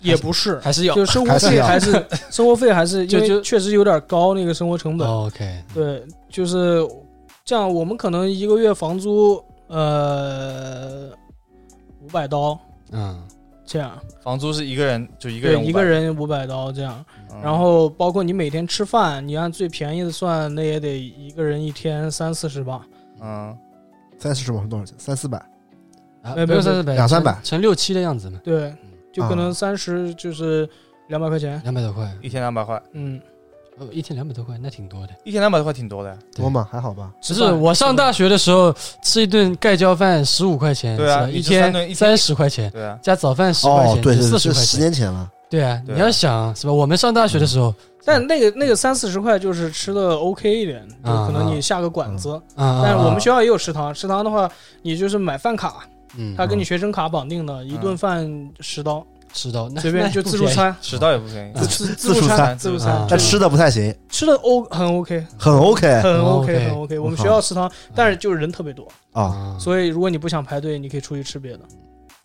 Speaker 4: 也不是，
Speaker 3: 还是要
Speaker 4: 就生活
Speaker 1: 还是
Speaker 4: 费
Speaker 1: 要
Speaker 4: 还是 生活费还是因
Speaker 3: 就
Speaker 4: 为
Speaker 3: 就
Speaker 4: 确实有点高那个生活成
Speaker 1: 哦
Speaker 4: 本，
Speaker 3: 哦 OK，
Speaker 4: 对，就是这样。我们可能一个月房租呃五百刀
Speaker 3: 嗯，
Speaker 4: 这样，
Speaker 2: 的，房租是一个人就一个
Speaker 4: 对，
Speaker 2: 人
Speaker 4: 一
Speaker 2: 500
Speaker 4: 个，人五百刀这样。
Speaker 2: 嗯
Speaker 4: 然后包括你每天吃饭，你按最便宜的算，那也得一个人一天三四十吧。
Speaker 2: 嗯，
Speaker 1: 三十万多少钱？三四百，
Speaker 3: 啊
Speaker 4: 没
Speaker 3: 不用三四
Speaker 4: 没
Speaker 3: 百，
Speaker 1: 两三百
Speaker 3: 乘乘六七的样子嘛，
Speaker 4: 对，就可
Speaker 1: 啊
Speaker 4: 能三十就是两百块钱。
Speaker 3: 两百多块，
Speaker 2: 一天两百块，
Speaker 4: 嗯，
Speaker 3: 哦一天两百多块，那挺多的。
Speaker 2: 一天两百多块挺多的，
Speaker 1: 多吗？还好吧。
Speaker 3: 只
Speaker 4: 只
Speaker 3: 是我上大学的时候吃一顿盖浇饭十五块钱，
Speaker 2: 对啊
Speaker 3: 是吧
Speaker 2: 你
Speaker 3: 一
Speaker 2: 吃三顿一
Speaker 3: 天三十块钱，
Speaker 2: 对啊，
Speaker 3: 加早饭十块
Speaker 1: 哦
Speaker 3: 钱，，
Speaker 1: 对对
Speaker 3: 四
Speaker 1: 对，
Speaker 3: 十
Speaker 1: 这
Speaker 3: 块
Speaker 1: 十
Speaker 3: 钱。
Speaker 1: 年前了，
Speaker 3: 对啊，
Speaker 2: 对啊
Speaker 3: 你要想是吧？我们上大学的时候
Speaker 4: 但那个那个三四十块就是吃的 OK 一点，就
Speaker 3: 啊
Speaker 4: 可能你下个馆子。
Speaker 3: 啊，
Speaker 4: 嗯但是我
Speaker 3: 啊
Speaker 4: 们学校也有食堂，食堂的话你就是买饭卡，
Speaker 3: 嗯
Speaker 4: 它跟你学生卡绑定的，一顿饭十刀，
Speaker 3: 十刀，那
Speaker 4: 随便
Speaker 3: 那
Speaker 4: 就
Speaker 3: 不
Speaker 4: 自助
Speaker 3: 便宜
Speaker 4: 餐，
Speaker 2: 迟到也不便宜
Speaker 3: 嗯，
Speaker 4: 自
Speaker 1: 自
Speaker 4: 助
Speaker 1: 助
Speaker 4: 餐，
Speaker 1: 餐
Speaker 4: 自助
Speaker 3: 啊
Speaker 4: 餐，
Speaker 1: 但
Speaker 4: 就是
Speaker 1: 吃的不太行，
Speaker 4: 吃的 O 很 OK，
Speaker 1: 哎很 OK
Speaker 4: 很
Speaker 3: 很
Speaker 4: OK，
Speaker 3: OK
Speaker 4: 很 OK。我们
Speaker 1: 我靠
Speaker 4: 学校食堂，但是就是人特别多。
Speaker 1: 啊。
Speaker 3: 啊，
Speaker 4: 所以如果你不想排队，你可以出去吃别的。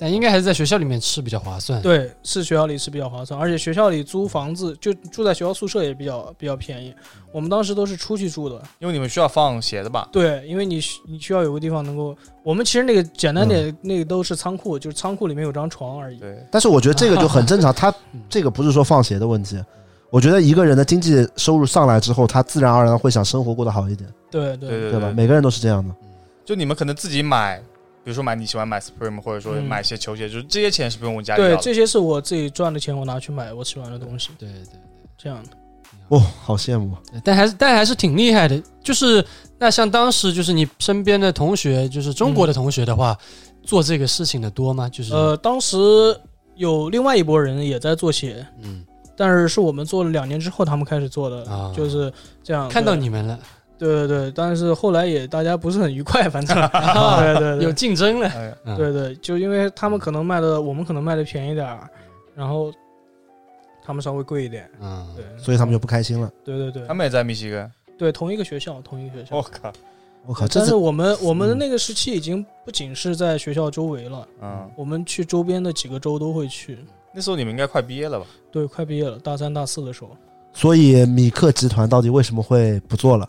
Speaker 3: 但应该还是在学校里面吃比较划算。
Speaker 4: 对，是学校里是比较划算，而且学校里租房子就住在学校宿舍也比较比较便宜。我们当时都是出去住的，
Speaker 2: 因为你们需要放鞋的吧？
Speaker 4: 对，因为你需你需要有个地方能够。我们其实那个简单点，那个都是仓库，就是仓库里面有张床而已。
Speaker 2: 对，
Speaker 1: 但是我觉得这个就很正常，他
Speaker 3: 嗯
Speaker 1: 这个不是说放鞋的问题，我觉得一个人的经济收入上来之后，他自然而然会想生活过得好一点，
Speaker 4: 对
Speaker 2: 对
Speaker 4: 对
Speaker 1: 对
Speaker 2: 对
Speaker 1: 吧？每个人都是这样的，
Speaker 2: 就你们可能自己买，比如说买你喜欢买 Supreme，或者说
Speaker 4: 嗯
Speaker 2: 买一些球鞋，就是这些钱是不用问家里
Speaker 4: 对
Speaker 2: 要，的。
Speaker 4: 这些是我自己赚的钱，我拿去买我喜欢的东西，
Speaker 3: 对对。
Speaker 4: 这样的。
Speaker 1: 哦，好羡慕。
Speaker 3: 对但还是但还是挺厉害的。就是那像当时就是你身边的同学，就是中
Speaker 4: 嗯
Speaker 3: 国的同学的话，做这个事情的多吗？就是
Speaker 4: 呃，当时有另外一拨人也在做鞋，
Speaker 3: 嗯，
Speaker 4: 但是是我们做了两年之后，他们开始做的，
Speaker 3: 啊
Speaker 4: 就是这样。
Speaker 3: 看到
Speaker 4: 对
Speaker 3: 你们了，
Speaker 4: 对对对，但是后来也大家不是很愉快， 反正对对
Speaker 3: 有
Speaker 4: 对
Speaker 3: 竞争了。
Speaker 2: 哎呀，
Speaker 3: 嗯
Speaker 4: 对对，就因为他们可能卖的，我们可能卖的便宜点儿，然后他们稍微贵一点，
Speaker 3: 嗯，
Speaker 4: 对，
Speaker 1: 所以他们就不开心了。
Speaker 4: 对对
Speaker 2: 他
Speaker 4: 对
Speaker 2: 们也在密西根，
Speaker 4: 对同一个学校，同一个学校。
Speaker 2: 我靠，
Speaker 1: 我哦靠，这
Speaker 4: 但是
Speaker 1: 是
Speaker 4: 我们我们的那个时期已经不仅是在学校周围了，
Speaker 2: 嗯，
Speaker 4: 我们去周边的几个州都会去。
Speaker 2: 那时候你们应该快毕业了吧？
Speaker 4: 对，快毕业了，大三大四的时候，
Speaker 1: 所以米克集团到底为什么会不做了？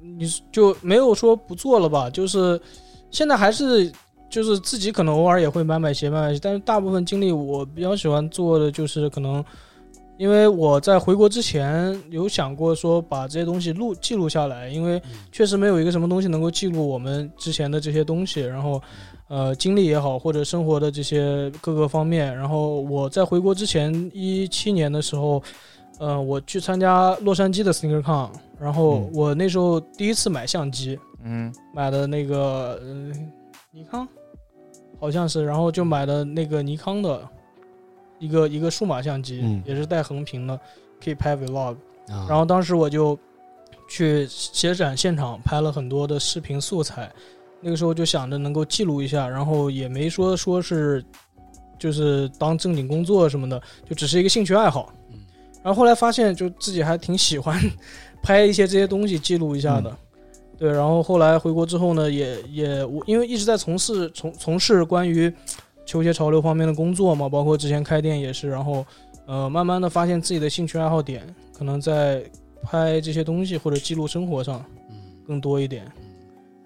Speaker 4: 你就没有说不做了吧？就是现在还是就是自己可能偶尔也会买买鞋买买鞋，但是大部分精力我比较喜欢做的就是可能，因为我在回国之前有想过说把这些东西录记录下来，因为确实没有一个什么东西能够记录我们之前的这些东西，然后呃经历也好，或者生活的这些各个方面。然后我在回国之前一七年的时候。呃，我去参加洛杉矶的 SneakerCon，然后
Speaker 1: 嗯
Speaker 4: 我那时候第一次买相机，
Speaker 2: 嗯，
Speaker 4: 买的那个、呃、尼康，好像是，然后就买的那个尼康的一个一个数码相机，
Speaker 1: 嗯
Speaker 4: 也是带横屏的，可以拍 vlog。
Speaker 3: 啊
Speaker 4: 然后当时我就去鞋展现场拍了很多的视频素材，那个时候就想着能够记录一下，然后也没说说是就是当正经工作什么的，就只是一个兴趣爱好。
Speaker 3: 嗯
Speaker 4: 然后后来发现，就自己还挺喜欢 拍一些这些东西记录一下
Speaker 3: 嗯
Speaker 4: 的。对，然后后来回国之后呢，也也我因为一直在从事从从事关于球鞋潮流方面的工作嘛，包括之前开店也是，然后呃，慢慢的发现自己的兴趣爱好点可能在拍这些东西或者记录生活上
Speaker 3: 嗯
Speaker 4: 更多一点，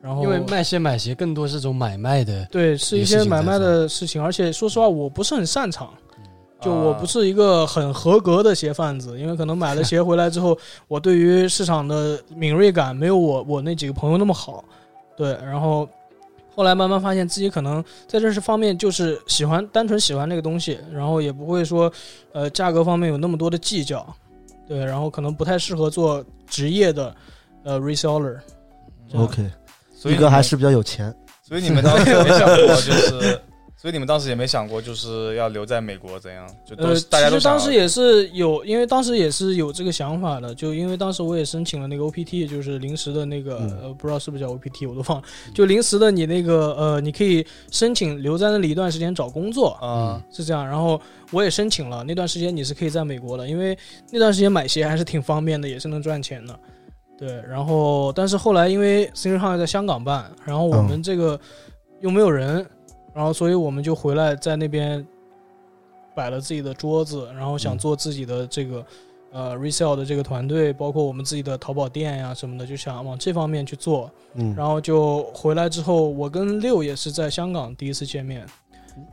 Speaker 4: 然后
Speaker 3: 因为卖鞋买鞋更多是种买卖的，
Speaker 4: 对是一
Speaker 3: 也是
Speaker 4: 些
Speaker 3: 挺
Speaker 4: 买
Speaker 3: 在
Speaker 4: 卖
Speaker 3: 线
Speaker 4: 的事情，而且说实话我不是很擅长，就
Speaker 2: 啊
Speaker 4: 我不是一个很合格的鞋贩子，因为可能买了鞋回来之后，我对于市场的敏锐感没有我我那几个朋友那么好，对，然后后来慢慢发现自己可能在这是方面就是喜欢，单纯喜欢这个东西，然后也不会说，呃，价格方面有那么多的计较，对，然后可能不太适合做职业的，呃，reseller。这样
Speaker 1: OK，
Speaker 2: 所以
Speaker 1: 一
Speaker 2: 你
Speaker 1: 哥
Speaker 2: 们
Speaker 1: 还是比较有钱，
Speaker 2: 所以你们当时也没想过，就是，所以你们当时也没想过，就是要留在美国怎样？就都
Speaker 4: 呃，
Speaker 2: 是、大家
Speaker 4: 其
Speaker 2: 都
Speaker 4: 实
Speaker 2: 想
Speaker 4: 当
Speaker 2: 要
Speaker 4: 时也是有，因为当时也是有这个想法的，就因为当时我也申请了那个 OPT，就是临时的那个，
Speaker 1: 嗯
Speaker 4: 呃，不知道是不是叫 OPT，我都忘了，就临时的你那个，呃，你可以申请留在那里一段时间找工作，
Speaker 1: 嗯
Speaker 2: 啊、
Speaker 4: 是这样。然后我也申请了，那段时间你是可以在美国的，因为那段时间买鞋还是挺方便的，也是能赚钱的。对，然后但是后来因为 s i n g e Hunt 在香港办，然后我们
Speaker 1: 嗯
Speaker 4: 这个又没有人，然后所以我们就回来在那边摆了自己的桌子，然后想
Speaker 1: 嗯
Speaker 4: 做自己的这个。呃，resale 的这个团队，包括我们自己的淘宝店呀什么的，就想往这方面去做。
Speaker 1: 嗯，
Speaker 4: 然后就回来之后，我跟六也是在香港第一次见面。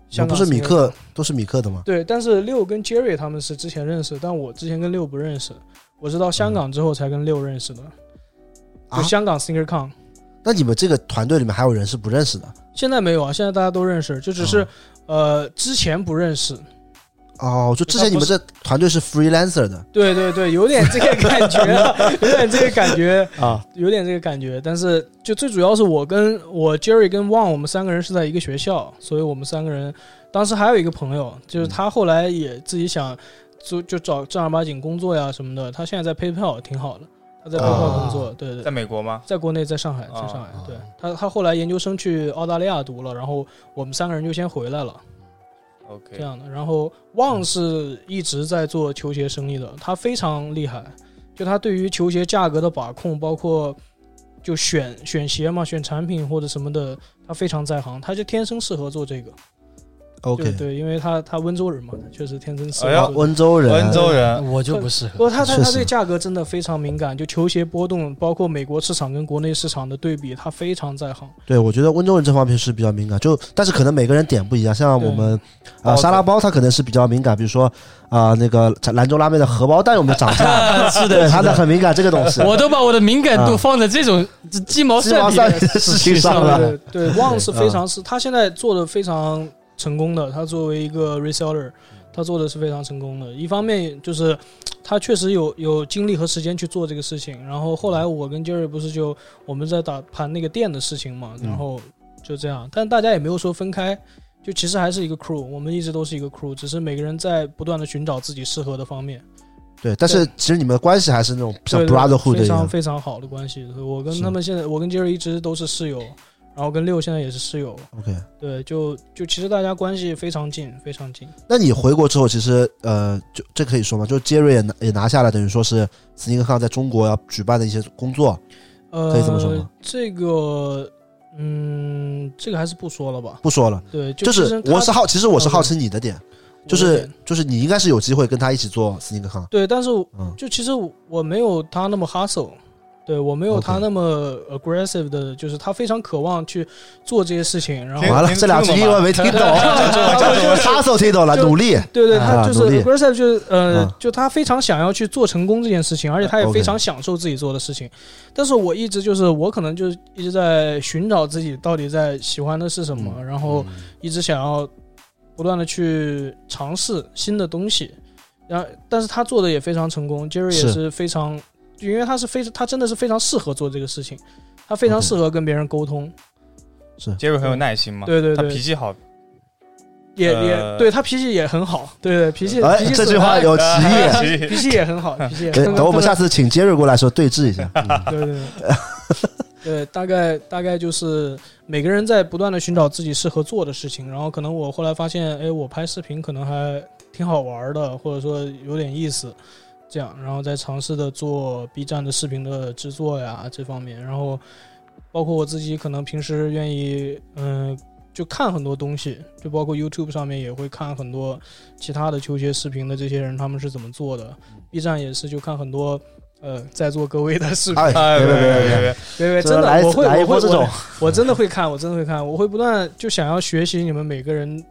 Speaker 4: 香
Speaker 1: 我嗯
Speaker 4: 港
Speaker 1: 不是米
Speaker 4: Sneaker
Speaker 1: 克，都是米克的吗？
Speaker 4: 对，但是六跟 Jerry 他们是之前认识，但我之前跟六不认识，我是到香港之后才跟六认识的。
Speaker 1: 啊
Speaker 4: 就香港 SingerCon，
Speaker 1: 那你们这个团队里面还有人是不认识的
Speaker 4: 现在没有啊，现在大家都认识，就只是、呃之前不认识。
Speaker 1: 哦？就之前你们这团队是 freelancer 的
Speaker 4: 对对对，有点这个感觉，啊有点这个感觉，
Speaker 1: 啊？
Speaker 4: 有点这个感觉。但是就最主要是我跟我 Jerry 跟 Wang 我们三个人是在一个学校，所以我们三个人当时还有一个朋友，就是他后来也自己想就就找正儿八经工作呀什么的，他现在在 PayPal 挺好的，他在 PayPal 工作，对对
Speaker 2: 在。美国吗？
Speaker 4: 在国内，在上海，在
Speaker 2: 啊
Speaker 4: 上海，
Speaker 1: 啊
Speaker 4: 对他，他后来研究生去澳大利亚读了，然后我们三个人就先回来了，
Speaker 2: OK，
Speaker 4: 这样的。然后旺是一直在做球鞋生意的，他非常厉害，就他对于球鞋价格的把控，包括就选选鞋嘛，选产品或者什么的，他非常在行，他就天生适合做这个。对
Speaker 1: OK，
Speaker 4: 对，因为他他温州人嘛，他确实天生适
Speaker 2: 哎呀
Speaker 4: 合做这个。
Speaker 1: 温州人，
Speaker 2: 温州
Speaker 4: 嗯
Speaker 2: 人，
Speaker 3: 我就不适合。
Speaker 4: 不，他他
Speaker 1: 确
Speaker 4: 他
Speaker 1: 实
Speaker 4: 对价格真的非常敏感，就球鞋波动，包括美国市场跟国内市场的对比，他非常在行。
Speaker 1: 对我觉得温州人这方面是比较敏感，就但是可能每个人点不一样，像我们啊、
Speaker 2: 包子
Speaker 1: 沙拉包他可能是比较敏感，比如说啊、那个兰州拉面的荷包蛋有没有涨价，
Speaker 3: 啊 是
Speaker 1: 对
Speaker 3: 的，
Speaker 1: 他
Speaker 3: 是
Speaker 1: 的
Speaker 3: 的。
Speaker 1: 很敏感这个东西。
Speaker 3: 我都把我的敏感度
Speaker 1: 啊
Speaker 3: 放在这种鸡毛
Speaker 1: 鸡毛
Speaker 3: 蒜皮
Speaker 1: 蒜皮
Speaker 3: 的
Speaker 1: 的事
Speaker 3: 事
Speaker 1: 情
Speaker 3: 情
Speaker 1: 上
Speaker 3: 上
Speaker 1: 了嗯
Speaker 3: 了。
Speaker 4: 对对，旺是非常是，他现在做的非常成功的。他作为一个 reseller，他做的是非常成功的。一方面就是他确实有有精力和时间去做这个事情。然后后来我跟 Jerry 不是就我们在打盘那个店的事情嘛，
Speaker 1: 嗯
Speaker 4: 然后就这样，但大家也没有说分开。就其实还是一个 crew，我们一直都是一个 crew，只是每个人在不断的寻找自己适合的方面。
Speaker 1: 对，但是其实你们的关系还是那种像
Speaker 4: 对对
Speaker 1: brotherhood
Speaker 4: 非
Speaker 1: 一
Speaker 4: 常
Speaker 1: 样。
Speaker 4: 非常好的关系。我跟
Speaker 1: 是
Speaker 4: 他们现在，我跟 Jerry 一直都是室友，然后跟六现在也是室友。
Speaker 1: OK，
Speaker 4: 对，就就其实大家关系非常近，非常近。
Speaker 1: 那你回国之后，其实呃，就这可以说吗？就杰瑞也拿也拿下来，等于说是 s n e a k e 在中国要举办的一些工作，
Speaker 4: 呃，
Speaker 1: 可以这么说吗
Speaker 4: 这个，嗯，这个还是不说了吧。
Speaker 1: 不说了。
Speaker 4: 对，
Speaker 1: 嗯就
Speaker 4: 其
Speaker 1: 是
Speaker 4: 实他
Speaker 1: 我是好，其实我是
Speaker 4: 嗯
Speaker 1: 好奇你的点，就
Speaker 4: 我有
Speaker 1: 是
Speaker 4: 点
Speaker 1: 就是你应该是有机会跟他一起做 s n e a k e
Speaker 4: 对，但是我
Speaker 1: 嗯
Speaker 4: 就其实我没有他那么 hustle，对我没有
Speaker 1: OK
Speaker 4: 他那么 aggressive 的，就是他非常渴望去做这些事情，然后
Speaker 2: 听
Speaker 1: 完了，
Speaker 2: 听
Speaker 1: 这两句
Speaker 2: 听懂
Speaker 1: 英
Speaker 2: 吗
Speaker 1: 文没听懂，杀手听懂了，
Speaker 4: 就
Speaker 1: 努力。
Speaker 4: 对对，
Speaker 1: 啊
Speaker 4: 他就
Speaker 1: 努
Speaker 4: 是
Speaker 1: 力
Speaker 4: aggressive，就是呃
Speaker 1: 啊，
Speaker 4: 就他非常想要去做成功这件事情，而且他也
Speaker 1: OK
Speaker 4: 非常享受自己做的事情。但是我一直就是我可能就是一直在寻找自己到底在喜欢的是什么，
Speaker 1: 嗯
Speaker 4: 然后一直想要不断的去尝试新的东西。然后，但是他做的也非常成功，Jerry 也
Speaker 1: 是
Speaker 4: 是非常，就因为他是非他真的是非常适合做这个事情，他非常
Speaker 1: OK
Speaker 4: 适合跟别人沟通。
Speaker 2: 杰瑞很有耐心嘛，
Speaker 4: 对对
Speaker 2: 他
Speaker 4: 对，
Speaker 2: 脾气好，
Speaker 4: 也也
Speaker 2: 呃
Speaker 4: 对他脾气也很好，对对脾气。
Speaker 1: 哎
Speaker 4: 脾气，
Speaker 1: 这
Speaker 4: 是
Speaker 1: 句话有歧
Speaker 4: 啊
Speaker 1: 义。
Speaker 2: 脾气
Speaker 4: 脾气也很好，脾气也
Speaker 1: 对
Speaker 4: 很
Speaker 1: 哎
Speaker 4: 好。
Speaker 1: 等我们下次请杰瑞过来的时候对峙一下。嗯
Speaker 4: 对对对， 对，大概大概就是每个人在不断的寻找自己适合做的事情，然后可能我后来发现，哎，我拍视频可能还挺好玩的，或者说有点意思，这样，然后再尝试的做 B 站的视频的制作呀这方面，然后包括我自己可能平时愿意，嗯、就看很多东西，就包括 YouTube 上面也会看很多其他的球鞋视频的这些人他们是怎么做的，B 站也是就看很多呃在座各位的视频，
Speaker 1: 哎，
Speaker 2: 哎，
Speaker 1: 别别别别
Speaker 2: 别
Speaker 1: 别，
Speaker 2: 别，
Speaker 4: 对对，
Speaker 1: 这
Speaker 4: 真的，
Speaker 1: 来
Speaker 4: 我会
Speaker 1: 来一
Speaker 4: 我
Speaker 1: 波
Speaker 4: 会
Speaker 1: 这种
Speaker 4: 我，我真的会看，我真的会看，我会不断就想要学习你们每个人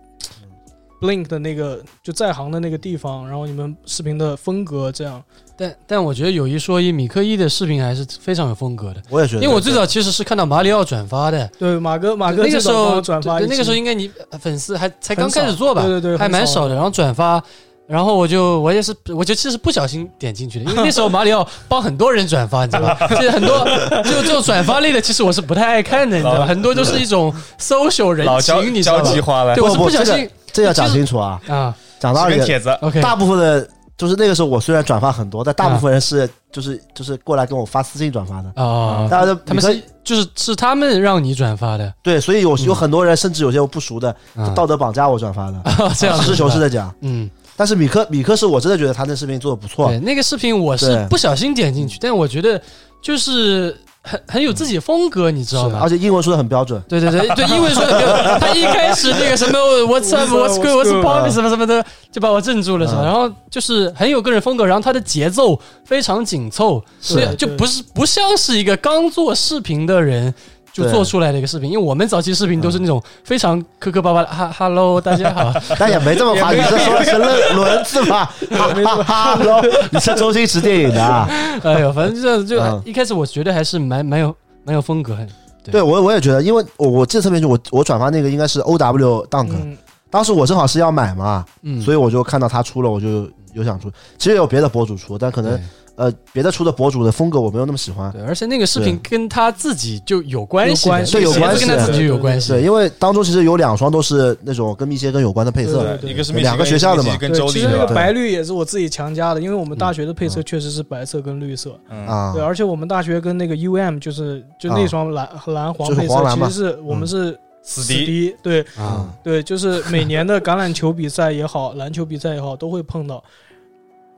Speaker 4: Blink 的那个就在行的那个地方，然后你们视频的风格这样。
Speaker 3: 但但我觉得有一说一，米克一的视频还是非常有风格的，
Speaker 1: 我也觉得，
Speaker 3: 因为我最早其实是看到马里奥转发的，
Speaker 4: 对，马哥，马哥
Speaker 3: 那个
Speaker 4: 最
Speaker 3: 时
Speaker 4: 早帮
Speaker 3: 候
Speaker 4: 我转发
Speaker 3: 对对
Speaker 4: 一期，嗯
Speaker 3: 那个时候应该你呃粉丝还才刚开始做吧，
Speaker 4: 很少对对对
Speaker 3: 还
Speaker 4: 很
Speaker 3: 蛮
Speaker 4: 少
Speaker 3: 少的。然后转发，然后我就我也是，我就其实不小心点进去的，因为那时候马里奥帮很多人转发，你知道吧？ 其实很多就这种转发类的，其实我是不太爱看的，你知道吧？
Speaker 2: 老
Speaker 3: 很多都是一种 social 人
Speaker 2: 老交
Speaker 3: 情，你知道
Speaker 2: 交
Speaker 3: 吧
Speaker 2: 际？花了
Speaker 3: 对，，我是
Speaker 1: 不不
Speaker 3: 不小
Speaker 1: 这个
Speaker 3: 心
Speaker 1: 这要讲
Speaker 3: 就是
Speaker 1: 清楚啊，
Speaker 3: 啊
Speaker 1: 讲道
Speaker 2: 纸
Speaker 1: 理
Speaker 2: 跟
Speaker 1: 的，
Speaker 2: 帖子，
Speaker 3: ，OK，
Speaker 1: 大部分的，就是那个时候我虽然转发很多，但大部分人是 就是就是过来跟我发私信转发的，
Speaker 3: 啊，
Speaker 1: 大家都
Speaker 3: 他们
Speaker 1: 你可
Speaker 3: 是
Speaker 1: 以
Speaker 3: 就是是他们让你转发的，
Speaker 1: 对，所以有有
Speaker 3: 嗯
Speaker 1: 很多人，甚至有些我不熟的，
Speaker 3: 啊
Speaker 1: 道德绑架我转发的，
Speaker 3: 这样
Speaker 1: 实事求是
Speaker 3: 的，
Speaker 1: 的讲。
Speaker 3: 嗯，
Speaker 1: 但是米克米克是我真的觉得他那视频做的不错
Speaker 3: 对，，那个视频我是
Speaker 1: 对嗯
Speaker 3: 不小心点进去，但我觉得就是很很有自己风格，你知道
Speaker 1: 是
Speaker 3: 吗
Speaker 1: 而？且英文说的很标准，
Speaker 3: 对对对对，英文说的没有，他一开始那个什么 What's up, What's good, What's
Speaker 4: What's good，
Speaker 3: popping 什么什么的，就把我镇住了，是吧？
Speaker 1: 嗯
Speaker 3: 然后就是很有个人风格，然后他的节奏非常紧凑，所以
Speaker 1: 是
Speaker 3: 就不是不像是一个刚做视频的人。就
Speaker 1: 对嗯
Speaker 3: 做出来的一个视频，因为我们早期视频都是那种非常磕磕巴巴的，哈哈喽，大家好，
Speaker 1: 但也没这么夸，你这说的是轮轮子吧？哈哈哈喽，你是周星驰电影的啊？
Speaker 3: 哎呦，反正就就
Speaker 1: 嗯
Speaker 3: 一开始我觉得还是蛮蛮有蛮有风格的，对
Speaker 1: 对，我我也觉得，因为我我这特别就我我转发那个应该是 O W Dunk，
Speaker 4: 嗯，
Speaker 1: 当时我正好是要买嘛，
Speaker 3: 嗯，
Speaker 1: 所以我就看到他出了，我就有想出。其实有别的博主出，但可能
Speaker 3: 对
Speaker 1: 呃别的出的博主的风格我没有那么喜欢。
Speaker 3: 对，而且那个视频跟他自己就有关系
Speaker 4: 有
Speaker 3: 的，
Speaker 4: 关系
Speaker 1: 对有
Speaker 3: 鞋子
Speaker 1: 关系
Speaker 3: 跟他自己就有关系。
Speaker 1: 对，因为当中其实有两双都是那种跟密歇根有关的配色，
Speaker 4: 对
Speaker 2: 一个是密西
Speaker 1: 两个
Speaker 2: 根
Speaker 1: 学校的嘛
Speaker 2: 一个是跟
Speaker 4: 对，
Speaker 2: 州
Speaker 4: 其
Speaker 2: 立
Speaker 4: 实那
Speaker 2: 的
Speaker 4: 个
Speaker 2: 吧，
Speaker 4: 白绿也是我自己强加的，因为我们大学的配色
Speaker 1: 嗯
Speaker 4: 确实是白色跟绿色，
Speaker 2: 嗯，
Speaker 1: 啊
Speaker 4: 对，，而且我们大学跟那个 UM 就是就那双蓝蓝
Speaker 1: 嗯
Speaker 4: 黄
Speaker 1: 就是
Speaker 4: 配
Speaker 1: 黄
Speaker 4: 色，
Speaker 1: 蓝
Speaker 4: 其
Speaker 1: 嘛嗯
Speaker 4: 实是我们是
Speaker 2: 死
Speaker 4: 死
Speaker 2: 敌，
Speaker 4: 敌，对
Speaker 1: 啊，
Speaker 4: 对，就是每年的橄榄球比赛也好，篮球比赛也好，都会碰到。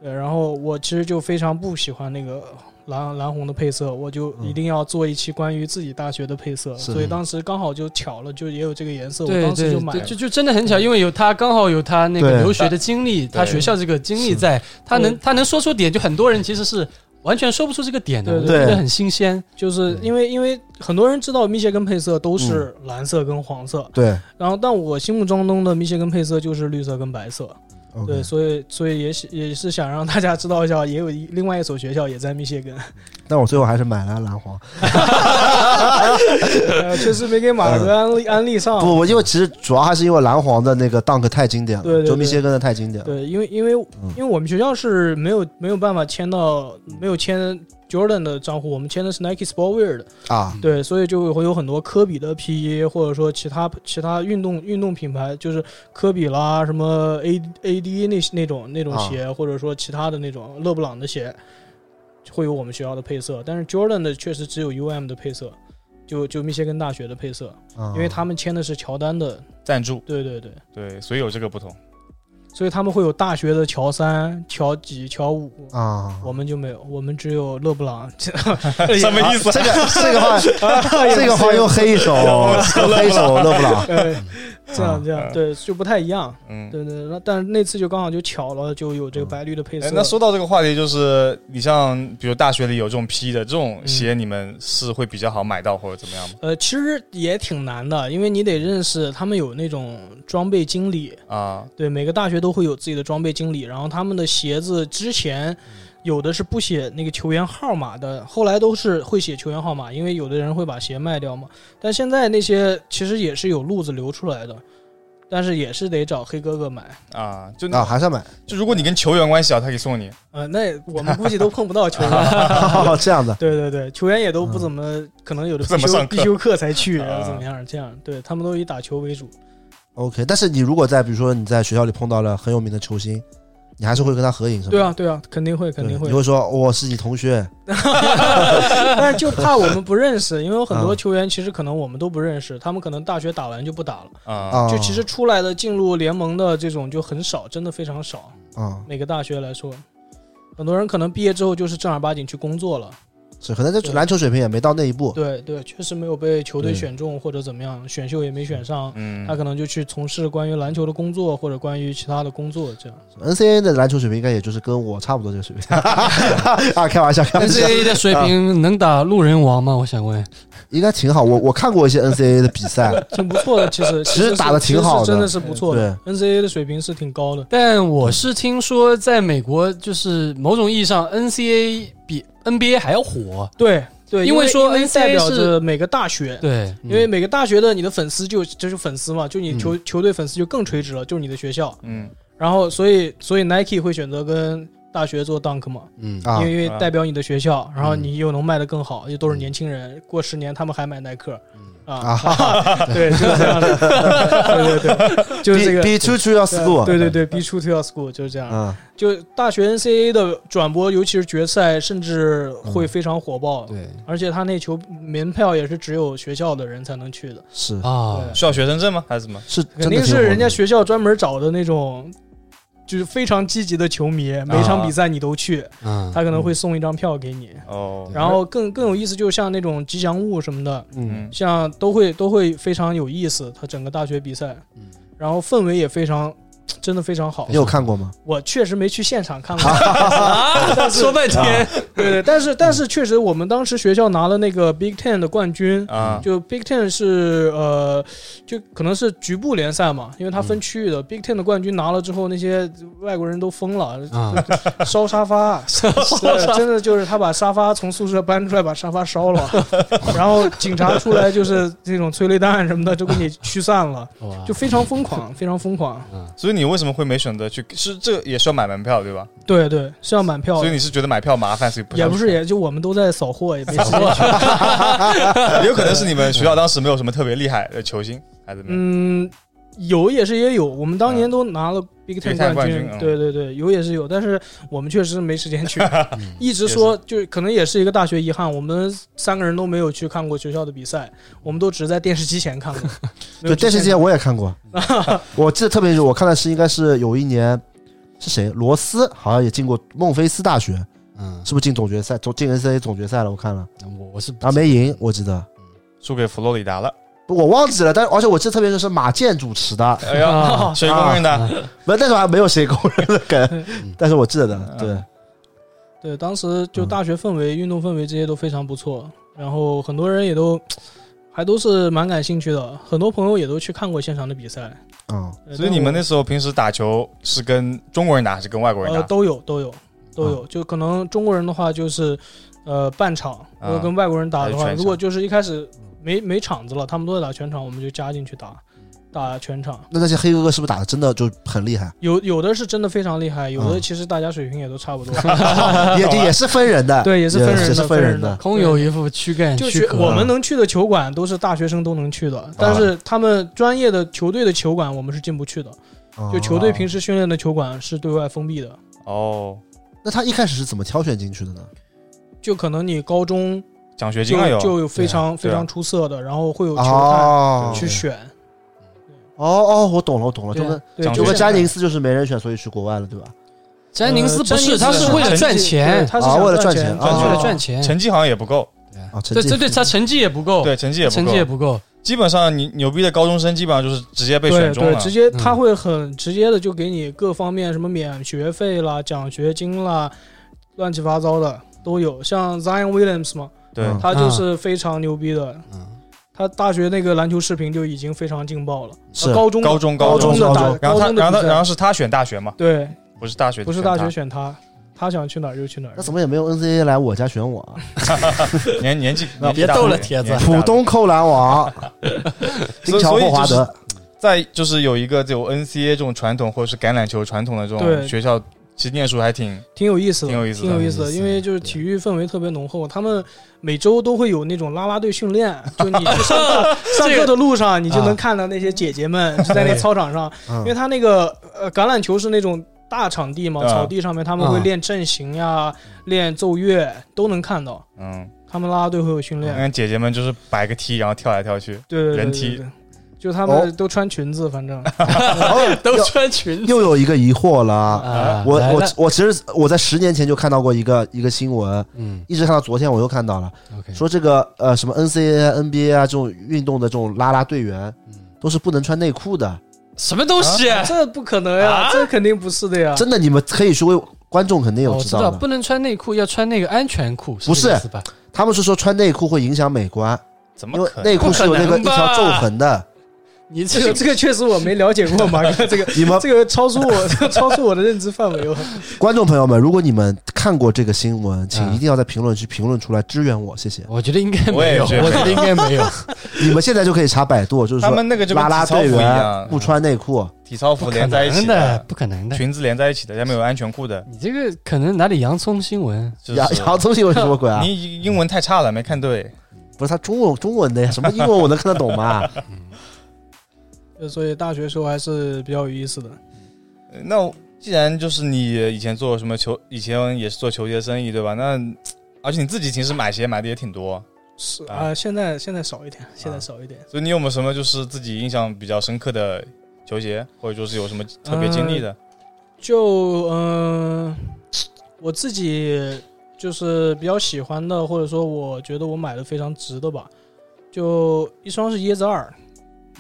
Speaker 4: 对，然后我其实就非常不喜欢那个蓝蓝红的配色，我就一定要做一期关于自己大学的配色，
Speaker 1: 嗯是嗯
Speaker 4: 所以当时刚好就巧了，就也有这个颜色，我
Speaker 3: 对
Speaker 4: 当时
Speaker 3: 对
Speaker 4: 就买
Speaker 3: 对，
Speaker 4: 了。
Speaker 3: 就就真的很巧，因为有他刚好有他那个
Speaker 1: 对
Speaker 3: 留学的经历，他学校这个经历在，他能他能说出点，就很多人其实是完全说不出这个点的，
Speaker 4: 对
Speaker 3: 我
Speaker 1: 对
Speaker 3: 觉得很新鲜。
Speaker 4: 就是
Speaker 1: 嗯
Speaker 4: 因为因为很多人知道密歇根配色都是蓝色跟黄色，
Speaker 1: 对
Speaker 4: 然后但我心目中的密歇根配色就是绿色跟白色，对，
Speaker 1: ，OK，
Speaker 4: 所以所以也是也是想让大家知道一下，也有一另外一所学校也在密歇根，
Speaker 1: 但我最后还是买了蓝黄。
Speaker 4: 呃确实没给马哥安利安利上。
Speaker 1: 嗯不，我因为其实主要还是因为蓝黄的那个 Dunk 太经典了，
Speaker 4: 对对对
Speaker 1: 就密歇根的太经典了。
Speaker 4: 对，因为因为
Speaker 1: 嗯
Speaker 4: 因为我们学校是没有没有办法签到没有签 Jordan 的账户，我们签的是 Nike Sportwear 的，
Speaker 1: 啊，
Speaker 4: 对，所以就会有很多科比的 PE，或者说其他其他运动运动品牌，就是科比啦，什么 A A D 那那种那种
Speaker 1: 啊
Speaker 4: 鞋，或者说其他的那种勒布朗的鞋，会有我们学校的配色。但是 Jordan 的确实只有 U M 的配色，就就密歇根大学的配色，
Speaker 1: 啊
Speaker 4: 因为他们签的是乔丹的，
Speaker 2: 赞助，
Speaker 4: 对对对，
Speaker 2: 对，所以有这个不同。
Speaker 4: 所以他们会有大学的乔三、乔几、乔五。
Speaker 1: 啊，
Speaker 4: 我们就没有，我们只有勒布朗。 哎
Speaker 2: 什么意思
Speaker 1: 啊这个这个话，这个话用黑手，用黑手勒布朗。
Speaker 4: 呃，这样
Speaker 1: 啊
Speaker 4: 这样，对，就不太一样。
Speaker 2: 嗯，
Speaker 4: 对对，那但是那次就刚好就巧了，就有这个白绿的配色。
Speaker 2: 哎，那说到这个话题，就是你像比如大学里有这种批的这
Speaker 4: 嗯
Speaker 2: 种鞋，你们是会比较好买到或者怎么样吗？
Speaker 4: 呃，其实也挺难的，因为你得认识他们有那种装备经理，
Speaker 2: 啊，
Speaker 4: 对，每个大学都会有自己的装备经理，然后他们的鞋子之
Speaker 2: 嗯
Speaker 4: 前有的是不写那个球员号码的，后来都是会写球员号码，因为有的人会把鞋卖掉嘛。但现在那些其实也是有路子留出来的，但是也是得找黑哥哥买。
Speaker 2: 啊，就
Speaker 1: 啊，还是要买，
Speaker 2: 就如果你跟球员关系好，他可以送你。
Speaker 4: 呃，那我们估计都碰不到球员。
Speaker 1: 这样的
Speaker 4: 对对对，球员也都不怎么，可能有的
Speaker 2: 嗯不怎么
Speaker 4: 必修
Speaker 2: 上课
Speaker 4: 必修课才去，
Speaker 2: 啊
Speaker 4: 然后怎么样？这样，对他们都以打球为主。
Speaker 1: OK。但是你如果在比如说你在学校里碰到了很有名的球星，你还是会跟他合影是吧？
Speaker 4: 对啊，对啊，肯定会，
Speaker 1: 对，
Speaker 4: 肯定会
Speaker 1: 你。会说我是你同学，
Speaker 4: 但是就怕我们不认识，因为有很多
Speaker 1: 啊
Speaker 4: 球员其实可能我们都不认识，他们可能大学打完就不打了。
Speaker 2: 啊，
Speaker 1: 啊，
Speaker 4: 就其实出来的进入联盟的这种就很少，真的非常少。
Speaker 1: 啊，
Speaker 4: 每个大学来说，很多人可能毕业之后就是正儿八经去工作了。
Speaker 1: 是可能这
Speaker 4: 对
Speaker 1: 篮球水平也没到那一步。
Speaker 4: 对对，确实没有被球队
Speaker 1: 对
Speaker 4: 选中或者怎么样，选秀也没选上，
Speaker 2: 嗯
Speaker 4: 他可能就去从事关于篮球的工作或者关于其他的工作这样。
Speaker 1: NCAA 的篮球水平应该也就是跟我差不多这个水平啊，开玩笑，开玩笑，
Speaker 3: NCAA 的水
Speaker 1: 啊
Speaker 3: 平能打路人王吗？我想问。
Speaker 1: 应该挺好。我我看过一些 NCAA 的比赛，
Speaker 4: 挺不错的，其 实
Speaker 1: 其实
Speaker 4: 是
Speaker 1: 打得挺好的
Speaker 4: 其实真的是不错的
Speaker 1: 嗯。
Speaker 4: NCAA 的水平是挺高的，
Speaker 3: 但我是听说，在美国就是某种意义上，NCAA 比 NBA 还要火。
Speaker 4: 对对，
Speaker 3: 因
Speaker 4: 因
Speaker 3: 为说
Speaker 4: 为
Speaker 3: NCAA
Speaker 4: 代表
Speaker 3: 是
Speaker 4: 着每个大学，
Speaker 3: 对，
Speaker 4: 因为每个大学的你的粉丝就就是粉丝嘛，就你
Speaker 1: 嗯
Speaker 4: 球球队粉丝就更垂直了，就是你的学校。
Speaker 2: 嗯
Speaker 4: 然后所以所以 Nike 会选择跟大学做 dunk 嘛，
Speaker 3: 嗯
Speaker 1: 啊
Speaker 4: 因为因为
Speaker 2: 啊
Speaker 4: 代表你的学校，然后
Speaker 1: 嗯
Speaker 4: 你又能卖得更好，又都是年轻人，过十年他们还买耐克啊，
Speaker 1: 啊
Speaker 4: 对，就是这样的， 对对对，就是这
Speaker 1: ，B
Speaker 4: 个。
Speaker 1: B two to your school，啊
Speaker 4: 对对对，be true to your school 就是这样。
Speaker 1: 嗯，
Speaker 4: 就大学 NCAA 的转播，尤其是决赛，甚至
Speaker 1: 嗯
Speaker 4: 会非常火爆。
Speaker 3: 对
Speaker 4: 而且他那球门票也是只有学校的人才能去的，
Speaker 1: 是
Speaker 3: 啊，
Speaker 4: 对
Speaker 2: 需要学生证吗？还是什么？
Speaker 1: 是，
Speaker 4: 肯
Speaker 1: 真的
Speaker 4: 定
Speaker 1: 挺
Speaker 4: 是
Speaker 1: 火
Speaker 4: 人家
Speaker 1: 的
Speaker 4: 学校专门找的那种，就是非常积极的球迷，
Speaker 1: 啊
Speaker 4: 每场比赛你都去，
Speaker 3: 嗯
Speaker 4: 他可能会送一张票给你。
Speaker 1: 嗯
Speaker 2: 哦，
Speaker 4: 然后更更有意思，就像那种吉祥物什么的，
Speaker 1: 嗯
Speaker 2: 嗯
Speaker 4: 像都会都会非常有意思。他整个大学比赛，
Speaker 3: 嗯
Speaker 4: 然后氛围也非常，真的非常好
Speaker 1: 你。有看过吗？
Speaker 4: 我确实没去现场 看过，
Speaker 3: 啊，说半天，
Speaker 4: 对对，但是但是确实，我们当时学校拿了那个 Big Ten 的冠军，
Speaker 2: 啊，
Speaker 4: 嗯就 Big Ten 是呃，就可能是局部联赛嘛，因为它分区域的。Big Ten 的冠军拿了之后，那些外国人都疯了，
Speaker 3: 啊
Speaker 4: 烧沙发，啊对真的就是他把沙发从宿舍搬出来，把沙发烧 了，然后警察出来就是这种催泪弹什么的，就给你驱散了，
Speaker 3: 哇
Speaker 4: 就非常疯狂，非常疯狂。
Speaker 2: 所以你为什么会没选择去？是这个也需要买门票对吧？
Speaker 4: 对对，是要满票
Speaker 2: 所以
Speaker 4: 的。
Speaker 2: 你是觉得买票麻烦，所以不
Speaker 4: 哦也
Speaker 2: 想
Speaker 4: 不是，也就我们都在扫货，也没时间去。
Speaker 2: 也有可能是你们学校当时没有什么特别厉害的球星，还是怎么样？
Speaker 4: 嗯，有也是也有，我们当年都拿了 Big
Speaker 2: Big
Speaker 4: Ten
Speaker 2: Ten
Speaker 4: 冠
Speaker 2: 冠军嗯
Speaker 4: 对对对，有也是有，但是我们确实没时间 去，一直
Speaker 2: 也是
Speaker 4: 说就是可能也是一个大学遗憾，我们三个人都没有去看过学校的比赛，我们都只在电视机前看 过。没有
Speaker 1: 对，
Speaker 4: 去
Speaker 1: 电视
Speaker 4: 现
Speaker 1: 节我也看 过，我记得特别清楚，我看的是应该是有一年是谁，罗斯好像也进过孟菲斯大学，
Speaker 3: 嗯，
Speaker 1: 是不是进总决赛，总进 NCAA 总决赛了？我看了
Speaker 3: 我我是
Speaker 1: 啊，没赢，我记得。
Speaker 2: 输给佛罗里 达了。
Speaker 1: 不我忘记了，但是而且我记得特别是马健主持的，
Speaker 2: 哎呀，
Speaker 4: 啊
Speaker 2: 谁公认的？
Speaker 3: 啊
Speaker 1: 没，但是还没有谁公认的梗， 但是我记得的
Speaker 2: 嗯，
Speaker 1: 对，
Speaker 4: 对，当时就大学氛围、运动氛围这些都非常不错，然后很多人也都还都是蛮感兴趣的，很多朋友也都去看过现场的比赛。
Speaker 1: 嗯，
Speaker 4: 呃
Speaker 2: 所以
Speaker 4: 但
Speaker 2: 你们
Speaker 4: 我
Speaker 2: 那时候平时打球是跟中国人打还是跟外国人啊
Speaker 4: 呃，
Speaker 2: 打？
Speaker 4: 都有都有都有，就可能中国人的话就是，呃，半场；如果跟外国人打的
Speaker 2: 啊还是
Speaker 4: 话，
Speaker 2: 全场嗯
Speaker 4: 如果就是一开始没没场子了，他们都在打全场，我们就加进去打，打全场。
Speaker 1: 那那些黑哥哥是不是打的真的就很厉 害？
Speaker 4: 有有的是真的非常厉害，有的
Speaker 1: 嗯
Speaker 4: 其实大家水平也都差 不多。
Speaker 1: 也也是分人的，
Speaker 4: 对也是分人的
Speaker 1: 也是分人
Speaker 4: 分人
Speaker 1: 的
Speaker 4: 的。
Speaker 3: 空有一副躯干
Speaker 4: 就
Speaker 3: 躯
Speaker 4: 是
Speaker 3: 壳，
Speaker 4: 我们能去的球馆都是大学生都能去
Speaker 2: 啊
Speaker 4: 的，但是他们专业的球队的球馆我们是进不去的。
Speaker 2: 啊
Speaker 4: 就球队
Speaker 1: 哦
Speaker 4: 平时训练的球馆是对外封闭的，
Speaker 2: 哦，
Speaker 1: 那他一开始是怎么挑选进去的呢？
Speaker 4: 就可能你高中
Speaker 2: 奖学金啊
Speaker 4: 就
Speaker 2: 有。
Speaker 4: 就有非常
Speaker 2: 对
Speaker 4: 非
Speaker 2: 啊
Speaker 4: 常出色的，然后会有球探
Speaker 1: 哦，
Speaker 4: 去选。
Speaker 1: 哦哦，我懂了，我懂了，就跟
Speaker 2: 讲
Speaker 4: 对对啊
Speaker 1: 就
Speaker 2: 究
Speaker 1: 跟
Speaker 2: 现
Speaker 1: 詹宁斯就是没人选，所以去国外了，对吧？
Speaker 3: 呃詹宁斯不
Speaker 4: 呃詹
Speaker 3: 是，
Speaker 4: 宁斯
Speaker 3: 他是为了赚钱
Speaker 4: 对，他是
Speaker 1: 啊
Speaker 4: 想
Speaker 1: 为了赚
Speaker 4: 赚
Speaker 1: 钱
Speaker 3: 他
Speaker 1: 啊
Speaker 3: 是为了
Speaker 1: 哦
Speaker 3: 赚钱。
Speaker 2: 成绩好像也不够，
Speaker 1: 啊，成
Speaker 3: 对
Speaker 1: 绩
Speaker 3: 对对，他成绩也不够，
Speaker 2: 对，成绩也不
Speaker 3: 哦成绩也
Speaker 2: 够。
Speaker 3: 不够。
Speaker 2: 基本上你牛逼的高中生基本上就是直接被
Speaker 4: 对
Speaker 2: 选中
Speaker 4: 对，
Speaker 2: 了，
Speaker 4: 直接
Speaker 3: 嗯
Speaker 4: 他会很直接的就给你各方面什么免学费啦、奖学金啦，乱七八糟的都有。像 Zion Williams 嘛，
Speaker 2: 对
Speaker 1: 嗯
Speaker 4: 他就是非常牛逼的，
Speaker 3: 嗯，
Speaker 4: 他大学那个篮球视频就已经非常劲爆了。
Speaker 1: 是
Speaker 4: 高中
Speaker 2: 高中
Speaker 4: 高
Speaker 2: 中
Speaker 4: 的
Speaker 1: 高
Speaker 4: 打
Speaker 1: 中
Speaker 2: 然后他
Speaker 4: 高中的
Speaker 2: 然后他
Speaker 4: 比赛
Speaker 2: 然后是他选大学嘛，
Speaker 4: 对，
Speaker 2: 不是大学
Speaker 4: 不是大学
Speaker 2: 选
Speaker 4: 选他，他想去哪儿就去哪儿
Speaker 1: 那。怎么也没有 NCAA 来我家选我啊？
Speaker 2: 他年年纪
Speaker 1: 那
Speaker 2: 年纪
Speaker 3: 别
Speaker 2: 大
Speaker 3: 逗
Speaker 2: 一
Speaker 3: 了
Speaker 2: 点
Speaker 3: 铁子
Speaker 2: 年纪大
Speaker 1: 浦
Speaker 2: 了
Speaker 1: 东扣篮王，丁
Speaker 2: 所以
Speaker 1: 乔
Speaker 2: 所以
Speaker 1: 霍华
Speaker 2: 就是
Speaker 1: 德，
Speaker 2: 在就是有一个这种 NCA 这种传统或者是橄榄球传统的这种
Speaker 4: 对
Speaker 2: 学校，其实念书还挺
Speaker 4: 挺有意思的，
Speaker 2: 挺有意思的
Speaker 4: 挺有意思的，因为就是体育氛围特别浓厚。他们每周都会有那种啦啦队训练，就你去上课上课的路上，你就能看到那些姐姐们就在那操场上，因为
Speaker 1: 嗯，
Speaker 4: 他那个呃橄榄球是那种大场地嘛，
Speaker 2: 啊
Speaker 4: 草地上面他们会
Speaker 3: 啊
Speaker 4: 练阵型呀、练奏乐，都能看到。
Speaker 2: 嗯，
Speaker 4: 他们啦啦队会有训练，
Speaker 2: 跟姐姐们就是摆个梯，然后跳来跳去，
Speaker 4: 对对对对
Speaker 2: 哎人
Speaker 4: 对
Speaker 2: 踢
Speaker 4: 对就他
Speaker 1: 哦
Speaker 4: 们都穿裙子，反正
Speaker 1: 哦
Speaker 3: 都
Speaker 1: 又
Speaker 3: 穿裙子
Speaker 1: 又有一个疑惑 了。
Speaker 3: 啊
Speaker 1: 我
Speaker 3: 来
Speaker 1: 我
Speaker 3: 了
Speaker 1: 我其实我在十年前就看到过一个一个新闻，
Speaker 3: 嗯
Speaker 1: 一直看到昨天我又看到了，
Speaker 3: ，OK，
Speaker 1: 说这个呃什么 NCAA 啊、NBA 啊这种运动的这种啦啦队员
Speaker 3: 嗯
Speaker 1: 都是不能穿内裤的，
Speaker 3: 什么东西？
Speaker 4: 这不可能呀，
Speaker 3: 啊
Speaker 4: 这肯定不是的呀。
Speaker 1: 真的你们可以去问观众，肯定有
Speaker 3: 哦我
Speaker 1: 知
Speaker 3: 知道
Speaker 1: 道的。
Speaker 3: 不能穿内裤，要穿那个安全裤，
Speaker 1: 不
Speaker 3: 这个
Speaker 1: 是
Speaker 3: 意思吧？
Speaker 1: 他们是说穿内裤会影响美观，
Speaker 2: 怎
Speaker 1: 因
Speaker 2: 么
Speaker 1: 为
Speaker 2: 可能？
Speaker 1: 内裤是有那
Speaker 3: 不可
Speaker 1: 个一
Speaker 3: 能吧
Speaker 1: 条皱痕的。
Speaker 3: 你这
Speaker 4: 这 个
Speaker 3: 个
Speaker 4: 这个确实我没了解过，马哥，这个
Speaker 1: 你 们
Speaker 4: 这个超出我 超出我的认知范围哦。
Speaker 1: 观众朋友们，如果你们看过这个新闻，请
Speaker 3: 嗯
Speaker 1: 一定要在评论区评论出来支援我，谢谢。
Speaker 3: 我觉得应该
Speaker 2: 我
Speaker 3: 没
Speaker 2: 也
Speaker 3: 有，我
Speaker 2: 觉得
Speaker 3: 觉得应该没有。
Speaker 1: 你们现在就可以查百度，就是
Speaker 2: 他
Speaker 1: 说
Speaker 2: 们那个就跟
Speaker 1: 啦啦
Speaker 2: 体操服
Speaker 1: 队
Speaker 2: 一
Speaker 1: 员
Speaker 2: 样，
Speaker 1: 不穿内裤，
Speaker 2: 体操
Speaker 3: 不
Speaker 2: 服
Speaker 3: 可
Speaker 2: 连在一
Speaker 3: 能
Speaker 2: 起
Speaker 3: 的，，不可能的。
Speaker 2: 裙子连在一起的，下面有安全裤 的。
Speaker 3: 你这个可能哪里洋葱新闻？
Speaker 2: 就是
Speaker 1: 洋洋葱有什么鬼啊？
Speaker 2: 你英文太差了，没看对。
Speaker 1: 不是他中文中文的呀，什么英文我能看得懂 吗？
Speaker 4: 所以大学时候还是比较有意思的。
Speaker 2: 呃那我既然就是你以前做什么球，以前也是做球鞋生意对吧？那而且你自己平时买鞋买的也挺多，
Speaker 4: 是
Speaker 2: 啊
Speaker 4: 啊，现在现在少一点，现在少一点。
Speaker 2: 所以你有没有什么就是自己印象比较深刻的球鞋，或者就是有什么特别经历的？
Speaker 4: 就嗯、呃我自己就是比较喜欢的，或者说我觉得我买的非常值的吧。就一双是椰子二，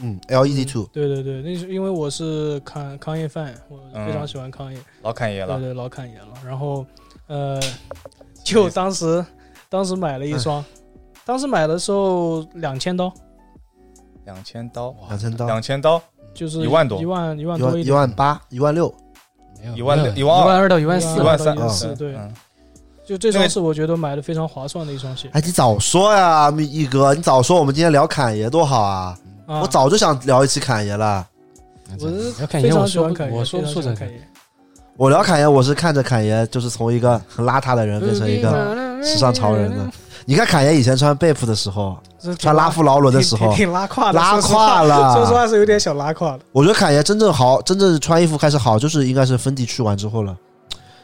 Speaker 1: 嗯，LED two，
Speaker 4: 对对对，那是因为我是康康业 fan，我非常喜欢康业，
Speaker 2: 老侃爷
Speaker 4: 对
Speaker 2: 了，
Speaker 4: 对，老侃爷了。然后呃，就当时当时买了一双，当时买的时候两千刀，
Speaker 2: 两千刀，
Speaker 1: 两千刀，
Speaker 2: 两千刀，
Speaker 4: 就是
Speaker 2: 一万多
Speaker 4: 一万一万
Speaker 1: 一
Speaker 4: 多
Speaker 1: 万
Speaker 4: 一
Speaker 1: 一
Speaker 4: 点，
Speaker 1: 万八，一万六，
Speaker 3: 没有
Speaker 2: 一万
Speaker 3: 没有
Speaker 2: 一
Speaker 3: 一
Speaker 2: 万二
Speaker 3: 万二到一万
Speaker 4: 一
Speaker 3: 四
Speaker 2: 一
Speaker 3: 吧，
Speaker 2: 万
Speaker 4: 到
Speaker 2: 三
Speaker 4: 一
Speaker 1: 万
Speaker 4: 四
Speaker 2: 嗯
Speaker 4: 对
Speaker 2: 嗯
Speaker 4: 就这
Speaker 2: 那
Speaker 4: 双
Speaker 2: 个
Speaker 4: 是我觉得买的非常划算的一双鞋。
Speaker 1: 哎，你早说呀，蜜一哥，你早说，我们今天聊侃爷多好啊！
Speaker 4: 啊
Speaker 1: 我早就想聊一期侃爷了。
Speaker 4: 我是
Speaker 3: 要看
Speaker 4: 非
Speaker 3: 以前
Speaker 4: 常
Speaker 3: 我
Speaker 4: 喜
Speaker 3: 说
Speaker 4: 欢
Speaker 3: 不
Speaker 4: 侃爷，
Speaker 3: 我说不
Speaker 4: 非
Speaker 3: 出
Speaker 4: 常喜欢
Speaker 3: 这
Speaker 4: 侃
Speaker 3: 个。
Speaker 4: 爷。
Speaker 1: 我聊侃爷，我是看着侃爷，就是从一个很邋遢的人变成一个
Speaker 4: 嗯
Speaker 1: 时尚潮人的。你看侃爷以前穿贝普的时候，
Speaker 4: 这挺
Speaker 1: 穿拉夫劳伦的
Speaker 4: 挺
Speaker 1: 时候
Speaker 4: 挺，挺拉胯的，
Speaker 1: 拉
Speaker 4: 说实话
Speaker 1: 胯
Speaker 4: 说实
Speaker 1: 了。
Speaker 4: 话是有点小拉胯的。
Speaker 1: 我觉得侃爷真正好，真正穿衣服开始好，就是应该是芬迪去完之后了。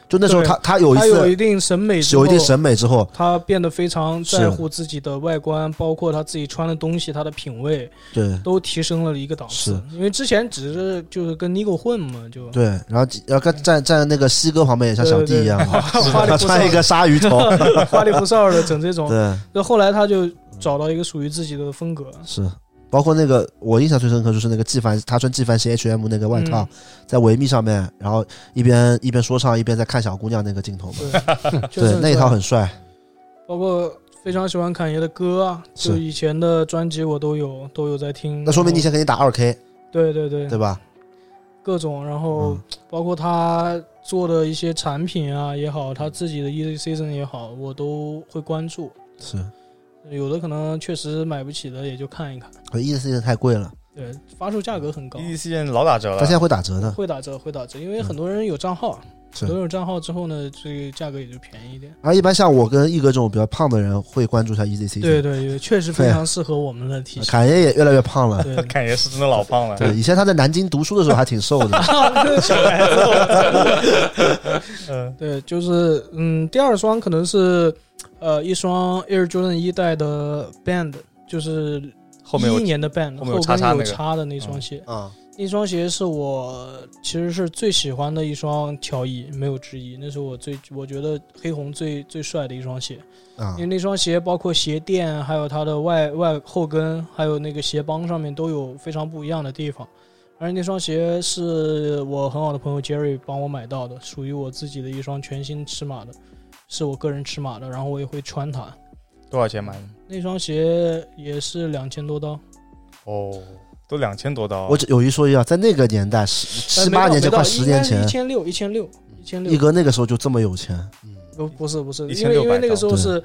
Speaker 1: 就那时候
Speaker 4: 对
Speaker 1: 他他有一
Speaker 4: 他有一
Speaker 1: 次
Speaker 4: 定审美，
Speaker 1: 有一定，审美之后，
Speaker 4: 他变得非常
Speaker 1: 是
Speaker 4: 在乎自己的外观，包括他自己穿的东西，他的品味
Speaker 1: 对
Speaker 4: 都提升了一个档次。因为之前只是就是跟 Nigo 混嘛，就
Speaker 1: 对，然后然后跟站站那个西哥旁边也像小弟一样，
Speaker 4: 花里
Speaker 1: 他
Speaker 4: 胡哨
Speaker 1: 穿一个鲨鱼头，
Speaker 4: 的 花里胡哨的整这种。
Speaker 1: 对。
Speaker 4: 那后来他就找到一个属于自己的风格，
Speaker 1: 是，包括那个我印象最深刻就是那个纪梵，他穿纪梵希 H&M 那个外
Speaker 4: 嗯
Speaker 1: 套，在维密上面，然后一边一边说唱一边在看小姑娘那个镜头嘛，
Speaker 4: 对，就
Speaker 1: 对，
Speaker 4: 是
Speaker 1: 那一套很帅，
Speaker 4: 包括非常喜欢侃爷的歌啊，
Speaker 1: 是
Speaker 4: 就以前的专辑我都有都有在听。
Speaker 1: 那说明你以
Speaker 4: 然
Speaker 1: 前肯定打二 K
Speaker 4: 后对对对
Speaker 1: 对吧？
Speaker 4: 各种，然后
Speaker 1: 嗯
Speaker 4: 包括他做的一些产品啊也好，他自己的 E season 也好，我都会关注。
Speaker 1: 是，
Speaker 4: 有的可能确实买不起的，也就看一看。
Speaker 1: 可 E C 太贵了，
Speaker 4: 对，发售价格很高，嗯
Speaker 2: EDC 人老打折
Speaker 1: 他
Speaker 2: 了
Speaker 1: 现。在会打折的，
Speaker 4: 会打折，会打折，因为
Speaker 1: 嗯
Speaker 4: 很多人有账号，
Speaker 1: 是
Speaker 4: 很多。人有账号之后呢，这个价格也就便宜一点。
Speaker 1: 而一般像我跟一哥这种比较胖的人会关注一下 E Z C，
Speaker 4: 对，对对，确实非
Speaker 1: 对啊
Speaker 4: 常适合我们 的体型。
Speaker 1: 侃爷也越来越胖了。
Speaker 4: 对，
Speaker 2: 侃爷是真的老胖了，
Speaker 1: 对，以前他在南京读书的时候还挺瘦 的，
Speaker 4: 小孩子，
Speaker 2: 嗯，
Speaker 4: 对，就是嗯，第二双可能是呃一双 Air Jordan 一代的 Band，就是
Speaker 2: 后面
Speaker 4: 一
Speaker 2: 有
Speaker 4: 一年的 Band
Speaker 2: 后面有叉
Speaker 4: 后跟
Speaker 2: 叉那
Speaker 4: 有
Speaker 2: 个嗯
Speaker 4: 叉的那双鞋，
Speaker 1: 啊，
Speaker 4: 那双鞋是我其实是最喜欢的一双乔伊，没有之一。那是我最我觉得黑红最最帅的一双鞋，
Speaker 1: 啊
Speaker 4: 因为，那双鞋包括鞋垫，还有它的外外后跟，还有那个鞋帮上面都有非常不一样的地方。而那双鞋是我很好的朋友 Jerry 帮我买到的，属于我自己的一双全新尺码的，是我个人尺码的，然后我也会穿它。
Speaker 2: 多少钱买的？
Speaker 4: 那双鞋也是两千多刀，
Speaker 2: 哦，都两千多刀啊。
Speaker 1: 我只有一说一啊，在那个年代，十七八年前快十年前嗯
Speaker 4: 一，千六，一千六，一千六
Speaker 1: 一。哥那个时候就这么有钱，
Speaker 3: 嗯
Speaker 4: 不不是不是，因
Speaker 2: 1600
Speaker 4: 为因为那个时候
Speaker 1: 刀
Speaker 4: 是，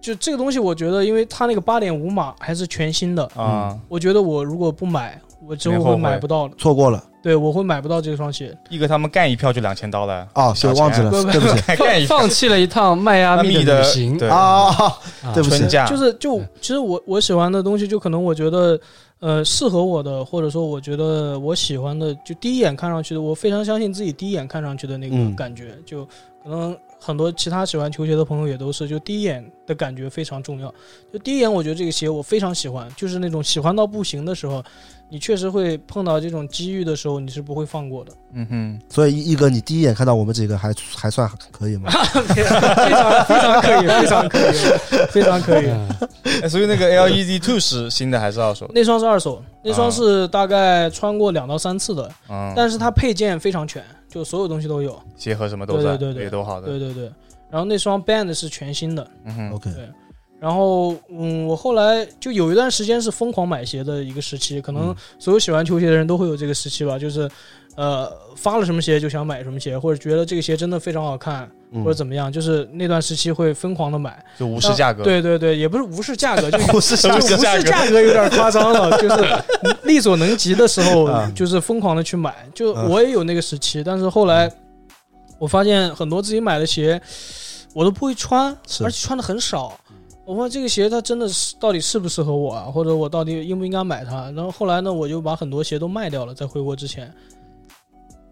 Speaker 4: 就这个东西，我觉得因为它那个八点五码还是全新的，
Speaker 2: 啊，
Speaker 4: 我觉得我如果不买，我之后
Speaker 2: 肯定后
Speaker 4: 会
Speaker 2: 悔
Speaker 4: 买不到的，
Speaker 1: 错过了
Speaker 4: 对我会买不到这双鞋。
Speaker 2: 一哥他们干一票就两千刀了
Speaker 1: 啊，对，
Speaker 2: 小钱
Speaker 1: 忘记了，对不起，
Speaker 2: 干干一票
Speaker 3: 放放弃了一趟迈阿密
Speaker 2: 密
Speaker 3: 的
Speaker 2: 的
Speaker 3: 旅行，
Speaker 2: 对
Speaker 1: 啊，
Speaker 3: 啊
Speaker 1: 对不起
Speaker 2: 春假
Speaker 4: 就是就其实我我喜欢的东西，就可能我觉得呃适合我的，或者说我觉得我喜欢的，就第一眼看上去的，我非常相信自己第一眼看上去的那个
Speaker 1: 嗯
Speaker 4: 感觉，就可能很多其他喜欢球鞋的朋友也都是，就第一眼的感觉非常重要。就第一眼，我觉得这个鞋我非常喜欢，就是那种喜欢到不行的时候，你确实会碰到这种机遇的时候，你是不会放过的。
Speaker 2: 嗯哼，
Speaker 1: 所以一哥，你第一眼看到我们几个还还算可 以吗？
Speaker 4: 非常非常可以，非常可以，非常可以。
Speaker 2: 哎，所以那个 LED Two 是新的还是二手？
Speaker 4: 那双是二手，那双是大概穿过两到三次的，
Speaker 2: 嗯，
Speaker 4: 但是它配件非常全，就所有东西都有。
Speaker 2: 鞋盒什么都
Speaker 4: 对
Speaker 2: 在，
Speaker 4: 对对对
Speaker 2: 也都好的。
Speaker 4: 对哦对对，然后那双 Band 是全新的，
Speaker 2: 嗯哼，
Speaker 1: OK，
Speaker 4: 对。然后，嗯，我后来就有一段时间是疯狂买鞋的一个时期，可能所有喜欢球鞋的人都会有这个时期吧，就是，呃，发了什么鞋就想买什么鞋，或者觉得这个鞋真的非常好看，
Speaker 1: 嗯
Speaker 4: 或者怎么样，就是那段时期会疯狂的买。
Speaker 2: 就无视价格。，
Speaker 4: 对对对，也不是无视价格，就
Speaker 1: 不是
Speaker 4: 就
Speaker 2: 无
Speaker 4: 无
Speaker 2: 视
Speaker 4: 视
Speaker 2: 价格
Speaker 4: 价格有点夸张了，就是力所能及的时候
Speaker 1: 啊，
Speaker 4: 就是疯狂的去买。就
Speaker 1: 嗯
Speaker 4: 我也有那个时期，但是后来我发现很多自己买的鞋，我都不会穿，
Speaker 1: 是
Speaker 4: 而且穿的很少。我问这个鞋它真的是到底适不适合我啊，或者我到底应不应该买它？然后后来呢，我就把很多鞋都卖掉了，在回国之前。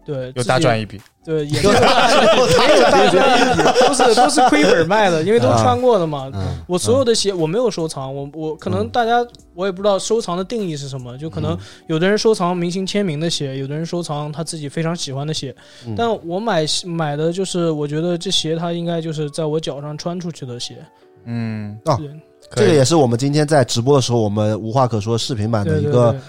Speaker 4: 对，
Speaker 2: 又大
Speaker 4: 自己
Speaker 2: 赚一笔。
Speaker 4: 对，也没有大赚一笔，都是都是亏本卖的，因为都
Speaker 1: 啊
Speaker 4: 穿过的嘛，
Speaker 1: 嗯，
Speaker 4: 我所有的鞋我没有收藏，我我可能
Speaker 1: 嗯
Speaker 4: 大家我也不知道收藏的定义是什么，就可能有的人收藏明星签名的鞋，有的人收藏他自己非常喜欢的鞋，
Speaker 1: 嗯
Speaker 4: 但我买买的就是我觉得这鞋它应该就是在我脚上穿出去的鞋，
Speaker 2: 嗯，
Speaker 1: 啊
Speaker 4: 对
Speaker 1: 这个
Speaker 2: 可以
Speaker 1: 也是我们今天在直播的时候，我们无话可说视频版的
Speaker 4: 对
Speaker 1: 一
Speaker 4: 对
Speaker 1: 个
Speaker 4: 对。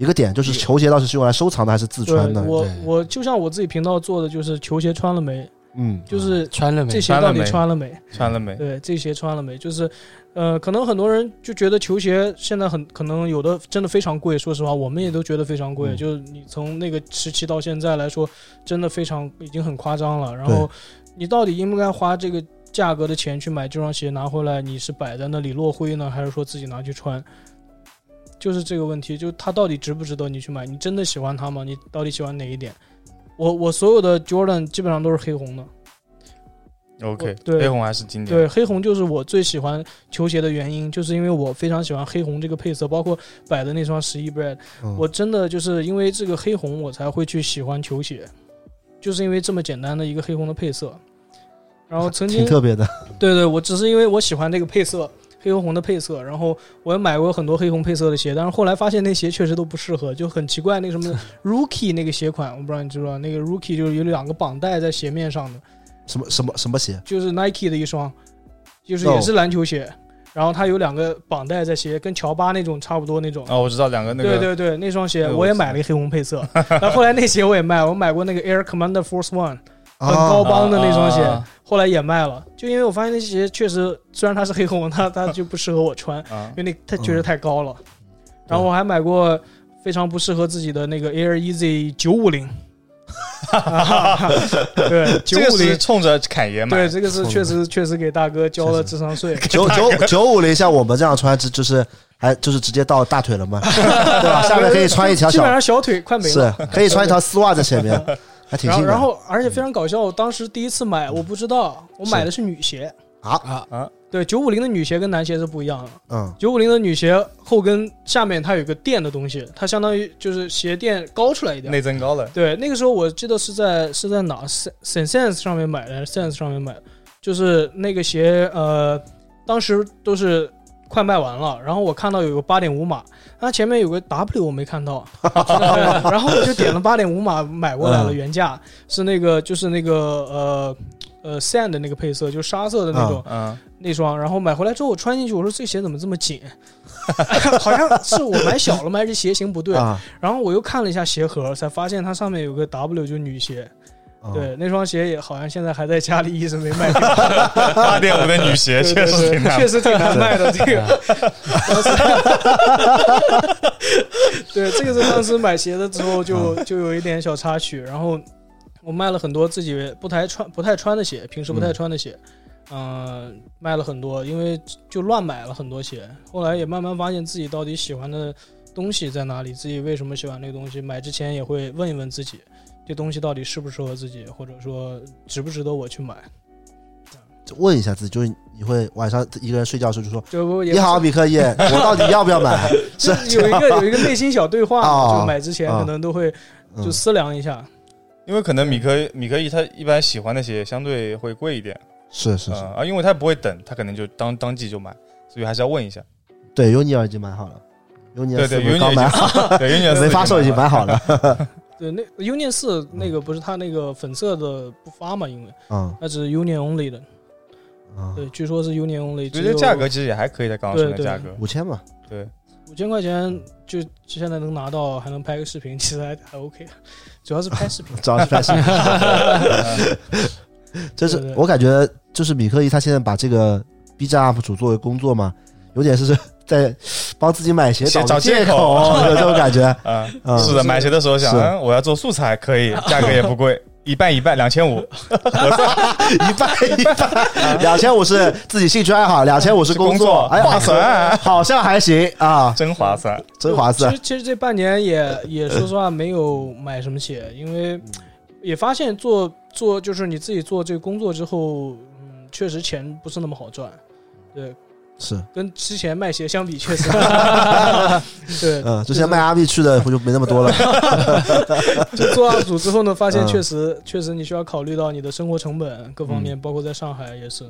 Speaker 1: 一个点，就是球鞋到底是用来收藏的还是自穿的
Speaker 4: 对，？我
Speaker 3: 对
Speaker 4: 我就像我自己频道做的，就是球鞋穿了没，
Speaker 1: 嗯，
Speaker 4: 就是
Speaker 3: 穿了没
Speaker 4: 这？鞋
Speaker 2: 穿了
Speaker 4: 到底
Speaker 2: 没
Speaker 4: 穿了没，
Speaker 2: 穿了没？
Speaker 4: 对，这鞋穿了没？就是，呃，可能很多人就觉得球鞋现在很可能有的真的非常贵。说实话，我们也都觉得非常贵。
Speaker 1: 嗯
Speaker 4: 就是你从那个时期到现在来说，真的非常已经很夸张了。然后你到底应不应该花这个价格的钱去买这双鞋，拿回来你是摆在那里落灰呢，还是说自己拿去穿？就是这个问题，就它到底值不值得你去买？你真的喜欢它吗？你到底喜欢哪一点？我我所有的 Jordan 基本上都是黑红的，
Speaker 2: OK，
Speaker 4: 对
Speaker 2: 黑红还是经典。
Speaker 4: 对，黑红就是我最喜欢球鞋的原因，就是因为我非常喜欢黑红这个配色，包括摆的那双十一 Bread，、
Speaker 1: 嗯
Speaker 4: 我真的就是因为这个黑红，我才会去喜欢球鞋，就是因为这么简单的一个黑红的配色。然后曾
Speaker 1: 挺
Speaker 4: 经，
Speaker 1: 特别的。
Speaker 4: 对对，我只是因为我喜欢这个配色，黑红红的配色，然后我也买过很多黑红配色的鞋，但是后来发现那鞋确实都不适合，就很奇怪，那个 什么 Rookie 那个鞋款，我不知道你知不知道，那个 Rookie 就是有两个绑带在鞋面上的。
Speaker 1: 什么什么什么鞋？
Speaker 4: 就是 Nike 的一双，就是
Speaker 1: 哦
Speaker 4: 也是篮球鞋，然后它有两个绑带在鞋，跟乔巴那种差不多那种。
Speaker 2: 哦，我知道两个那个。
Speaker 4: 对对对，那双鞋
Speaker 2: 那个我
Speaker 4: 我也
Speaker 2: 知道
Speaker 4: 买了一个黑红配 色，然后后来那鞋我也卖，我买过那个 Air Commander Force One，很高
Speaker 1: 啊，
Speaker 4: 帮的那双鞋，
Speaker 2: 啊啊啊
Speaker 4: 后来也卖了，就因为我发现那鞋确实，虽然它是黑红，它它就不适合我穿，
Speaker 2: 啊，
Speaker 4: 因为那它确实太高了。然后我还买过非常不适合自己的那个 Air Easy 九五零，对，九
Speaker 2: 这个
Speaker 4: 五
Speaker 2: 是
Speaker 4: 零
Speaker 2: 冲着侃爷买
Speaker 4: 对，
Speaker 2: 的。
Speaker 4: 这个是确实确实给大哥交了智 商税。
Speaker 1: 九九九五零，像我们这样穿，就就是还就是直接到大腿了 嘛，对吧？下面可以穿一条
Speaker 4: 基本
Speaker 1: 小，
Speaker 4: 上小腿快没了。
Speaker 1: 是可以穿一条丝袜在前面，还挺
Speaker 4: 然后
Speaker 1: 性
Speaker 4: 然
Speaker 1: 感
Speaker 4: 后而且非常搞笑，我当时第一次买，我不知道我买的是女鞋。
Speaker 1: 啊。
Speaker 3: 啊，
Speaker 4: 对，九五零的女鞋跟男鞋是不一样的。
Speaker 1: 嗯，
Speaker 4: 九五零的女鞋后跟下面它有个垫的东西，它相当于就是鞋垫高出来一点。
Speaker 2: 内增高了。
Speaker 4: 对，那个时候我记得是在是在哪 Sen- Sense 上面买的还是，Sense 上面买的，就是那个鞋，呃，当时都是快卖完了，然后我看到有个八点五码，它前面有个 W 我没看到，然后我就点了八点五码买过来了，
Speaker 1: 嗯
Speaker 4: 原价是那个就是那个呃呃 sand 的那个配色，就沙色的那种、
Speaker 2: 嗯，
Speaker 4: 那双，然后买回来之后我穿进去，我说这鞋怎么这么紧， 好像是我买小了吗？还是鞋型不对？
Speaker 1: 啊，
Speaker 4: 然后我又看了一下鞋盒，才发现它上面有个 W，就女鞋。
Speaker 1: 嗯
Speaker 4: 对，那双鞋也好像现在还在家里，一直没卖掉。
Speaker 2: 八点五的女鞋
Speaker 4: 啊对
Speaker 2: 确
Speaker 4: 对
Speaker 2: 实
Speaker 4: 对
Speaker 2: 挺难
Speaker 4: 确。实挺难卖的。这个， 当时对，这个是当时买鞋的之后就
Speaker 2: 嗯
Speaker 4: 就有一点小插曲。然后我卖了很多自己不太穿、不太穿的鞋，平时不太穿的鞋。嗯，卖了很多，因为就乱买了很多鞋。后来也慢慢发现自己到底喜欢的东西在哪里，自己为什么喜欢这个东西。买之前也会问一问自己，这东西到底适不适合自己，或者说值不值得我去买。
Speaker 1: 就问一下自己，就是你会晚上一个人睡觉的时候就说
Speaker 4: 就我：“也
Speaker 1: 你好，米克 叶，我到底要不要买
Speaker 4: 就是
Speaker 1: 啊
Speaker 4: 有一个有一个内心小对话嘛，
Speaker 1: 哦
Speaker 4: 就买之前可能都会？”
Speaker 1: 嗯
Speaker 4: 就思量一下，
Speaker 2: 因为可能米科米科一他一般喜欢的鞋相对会贵一点，
Speaker 1: 是是是，
Speaker 2: 嗯啊，因为他不会等，他可能就当当即就买，所以还是要 问一下。
Speaker 1: 对，有你耳机买好了，有你
Speaker 2: 对
Speaker 1: 四
Speaker 2: 对，有
Speaker 1: 不
Speaker 2: 你
Speaker 1: 刚买好，
Speaker 2: 对，有你
Speaker 1: 没发售已经买 好了。
Speaker 4: 对，那
Speaker 1: 嗯
Speaker 4: Union 四那个不是它那个粉色的不发嘛，因为
Speaker 1: 嗯
Speaker 4: 它只是 Union only 的，对，
Speaker 1: 嗯，
Speaker 4: 据说是 Union only，
Speaker 2: 所
Speaker 4: 只
Speaker 2: 以这
Speaker 4: 有
Speaker 2: 价格其实也还可以，在刚刚说的价格，
Speaker 1: 五千吧， 。
Speaker 2: 对，
Speaker 4: 五千块钱就现在能拿到，还能拍个视频， 其实还还 OK，主要是拍视频
Speaker 1: 主要是 拍视频。
Speaker 2: 啊
Speaker 1: 就
Speaker 4: 对
Speaker 1: 是
Speaker 4: 对
Speaker 1: 我感觉，就是米克一他现在把这个 B 站 UP 主作为工作嘛，有点是在帮自己买鞋
Speaker 2: 找
Speaker 1: 找
Speaker 2: 借
Speaker 1: 借
Speaker 2: 口
Speaker 1: 口， 有这种感觉。
Speaker 2: 啊，
Speaker 1: 嗯，
Speaker 2: 是的，买鞋的时候想，
Speaker 1: 是
Speaker 2: 嗯，我要做素材，可以，价格也不贵，一半一半，两千五，
Speaker 1: 一半一 半，两千五是自己兴趣爱好，两千五是
Speaker 2: 工
Speaker 1: 作，哎，
Speaker 2: 划算啊，
Speaker 1: 好像还行啊，
Speaker 2: 真划算。
Speaker 1: 真划
Speaker 4: 其
Speaker 1: 算
Speaker 4: 实。其实这半年也也说实话没有买什么鞋，因
Speaker 1: 嗯
Speaker 4: 为也发现做做就是你自己做这个工作之后，嗯，确实钱不是那么好赚，对，
Speaker 1: 是，
Speaker 4: 跟之前卖鞋相比，确实，对，
Speaker 1: 嗯，之前卖阿密去的就没那么多了。
Speaker 4: 就做 UP 主之后呢，发现
Speaker 1: 嗯嗯
Speaker 4: 确实、确实你需要考虑到你的生活成本各方面，包括在上海也是，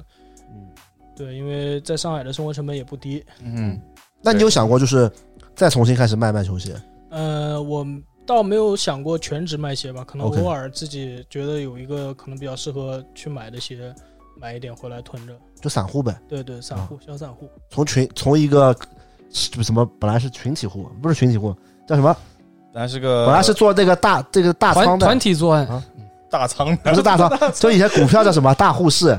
Speaker 4: 对，因为在上海的生活成本也不低。
Speaker 2: 嗯，
Speaker 1: 那你有想过就是再重新开始卖卖球鞋？
Speaker 4: 呃，我倒没有想过全职卖鞋吧，可能
Speaker 1: OK
Speaker 4: 偶尔自己觉得有一个可能比较适合去买的鞋，买一点回来囤着。
Speaker 1: 就散户呗，
Speaker 4: 对对，
Speaker 1: 啊
Speaker 4: 散户、小散户，
Speaker 1: 从群从一个什么本来是群体户，不是群体户，叫什么？
Speaker 2: 然后是个
Speaker 1: 本来是做这个大这个大仓
Speaker 3: 团
Speaker 1: 的，
Speaker 3: 团体作案
Speaker 1: 啊，
Speaker 2: 大仓
Speaker 1: 不是大仓，就以前股票叫什么大户市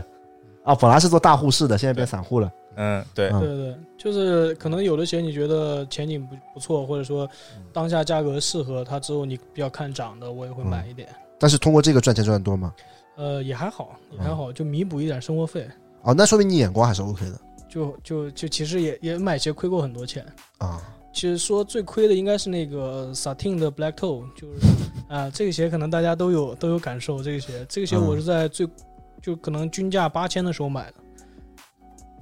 Speaker 1: 啊，本来是做大户市的，现在变散户了。
Speaker 2: 嗯，对，
Speaker 1: 嗯
Speaker 4: 对对，就是可能有的鞋你觉得前景不不错，或者说
Speaker 1: 嗯
Speaker 4: 当下价格适合它之后，你比较看涨的，我也会买一点。
Speaker 1: 但是通过这个赚钱赚得多吗？
Speaker 4: 呃，也还好，也还
Speaker 1: 嗯
Speaker 4: 好，就弥补一点生活费。
Speaker 1: 哦，那说明你眼光还是 OK 的
Speaker 4: 就就就其实也也买鞋亏过很多钱。
Speaker 1: 啊。
Speaker 4: 其实说最亏的应该是那个 Satin 的 Black Toe，就是 啊、这个鞋可能大家都有都有感受。这个鞋，这个鞋
Speaker 1: 嗯
Speaker 4: 我是在最、就可能均价八千的时候买的，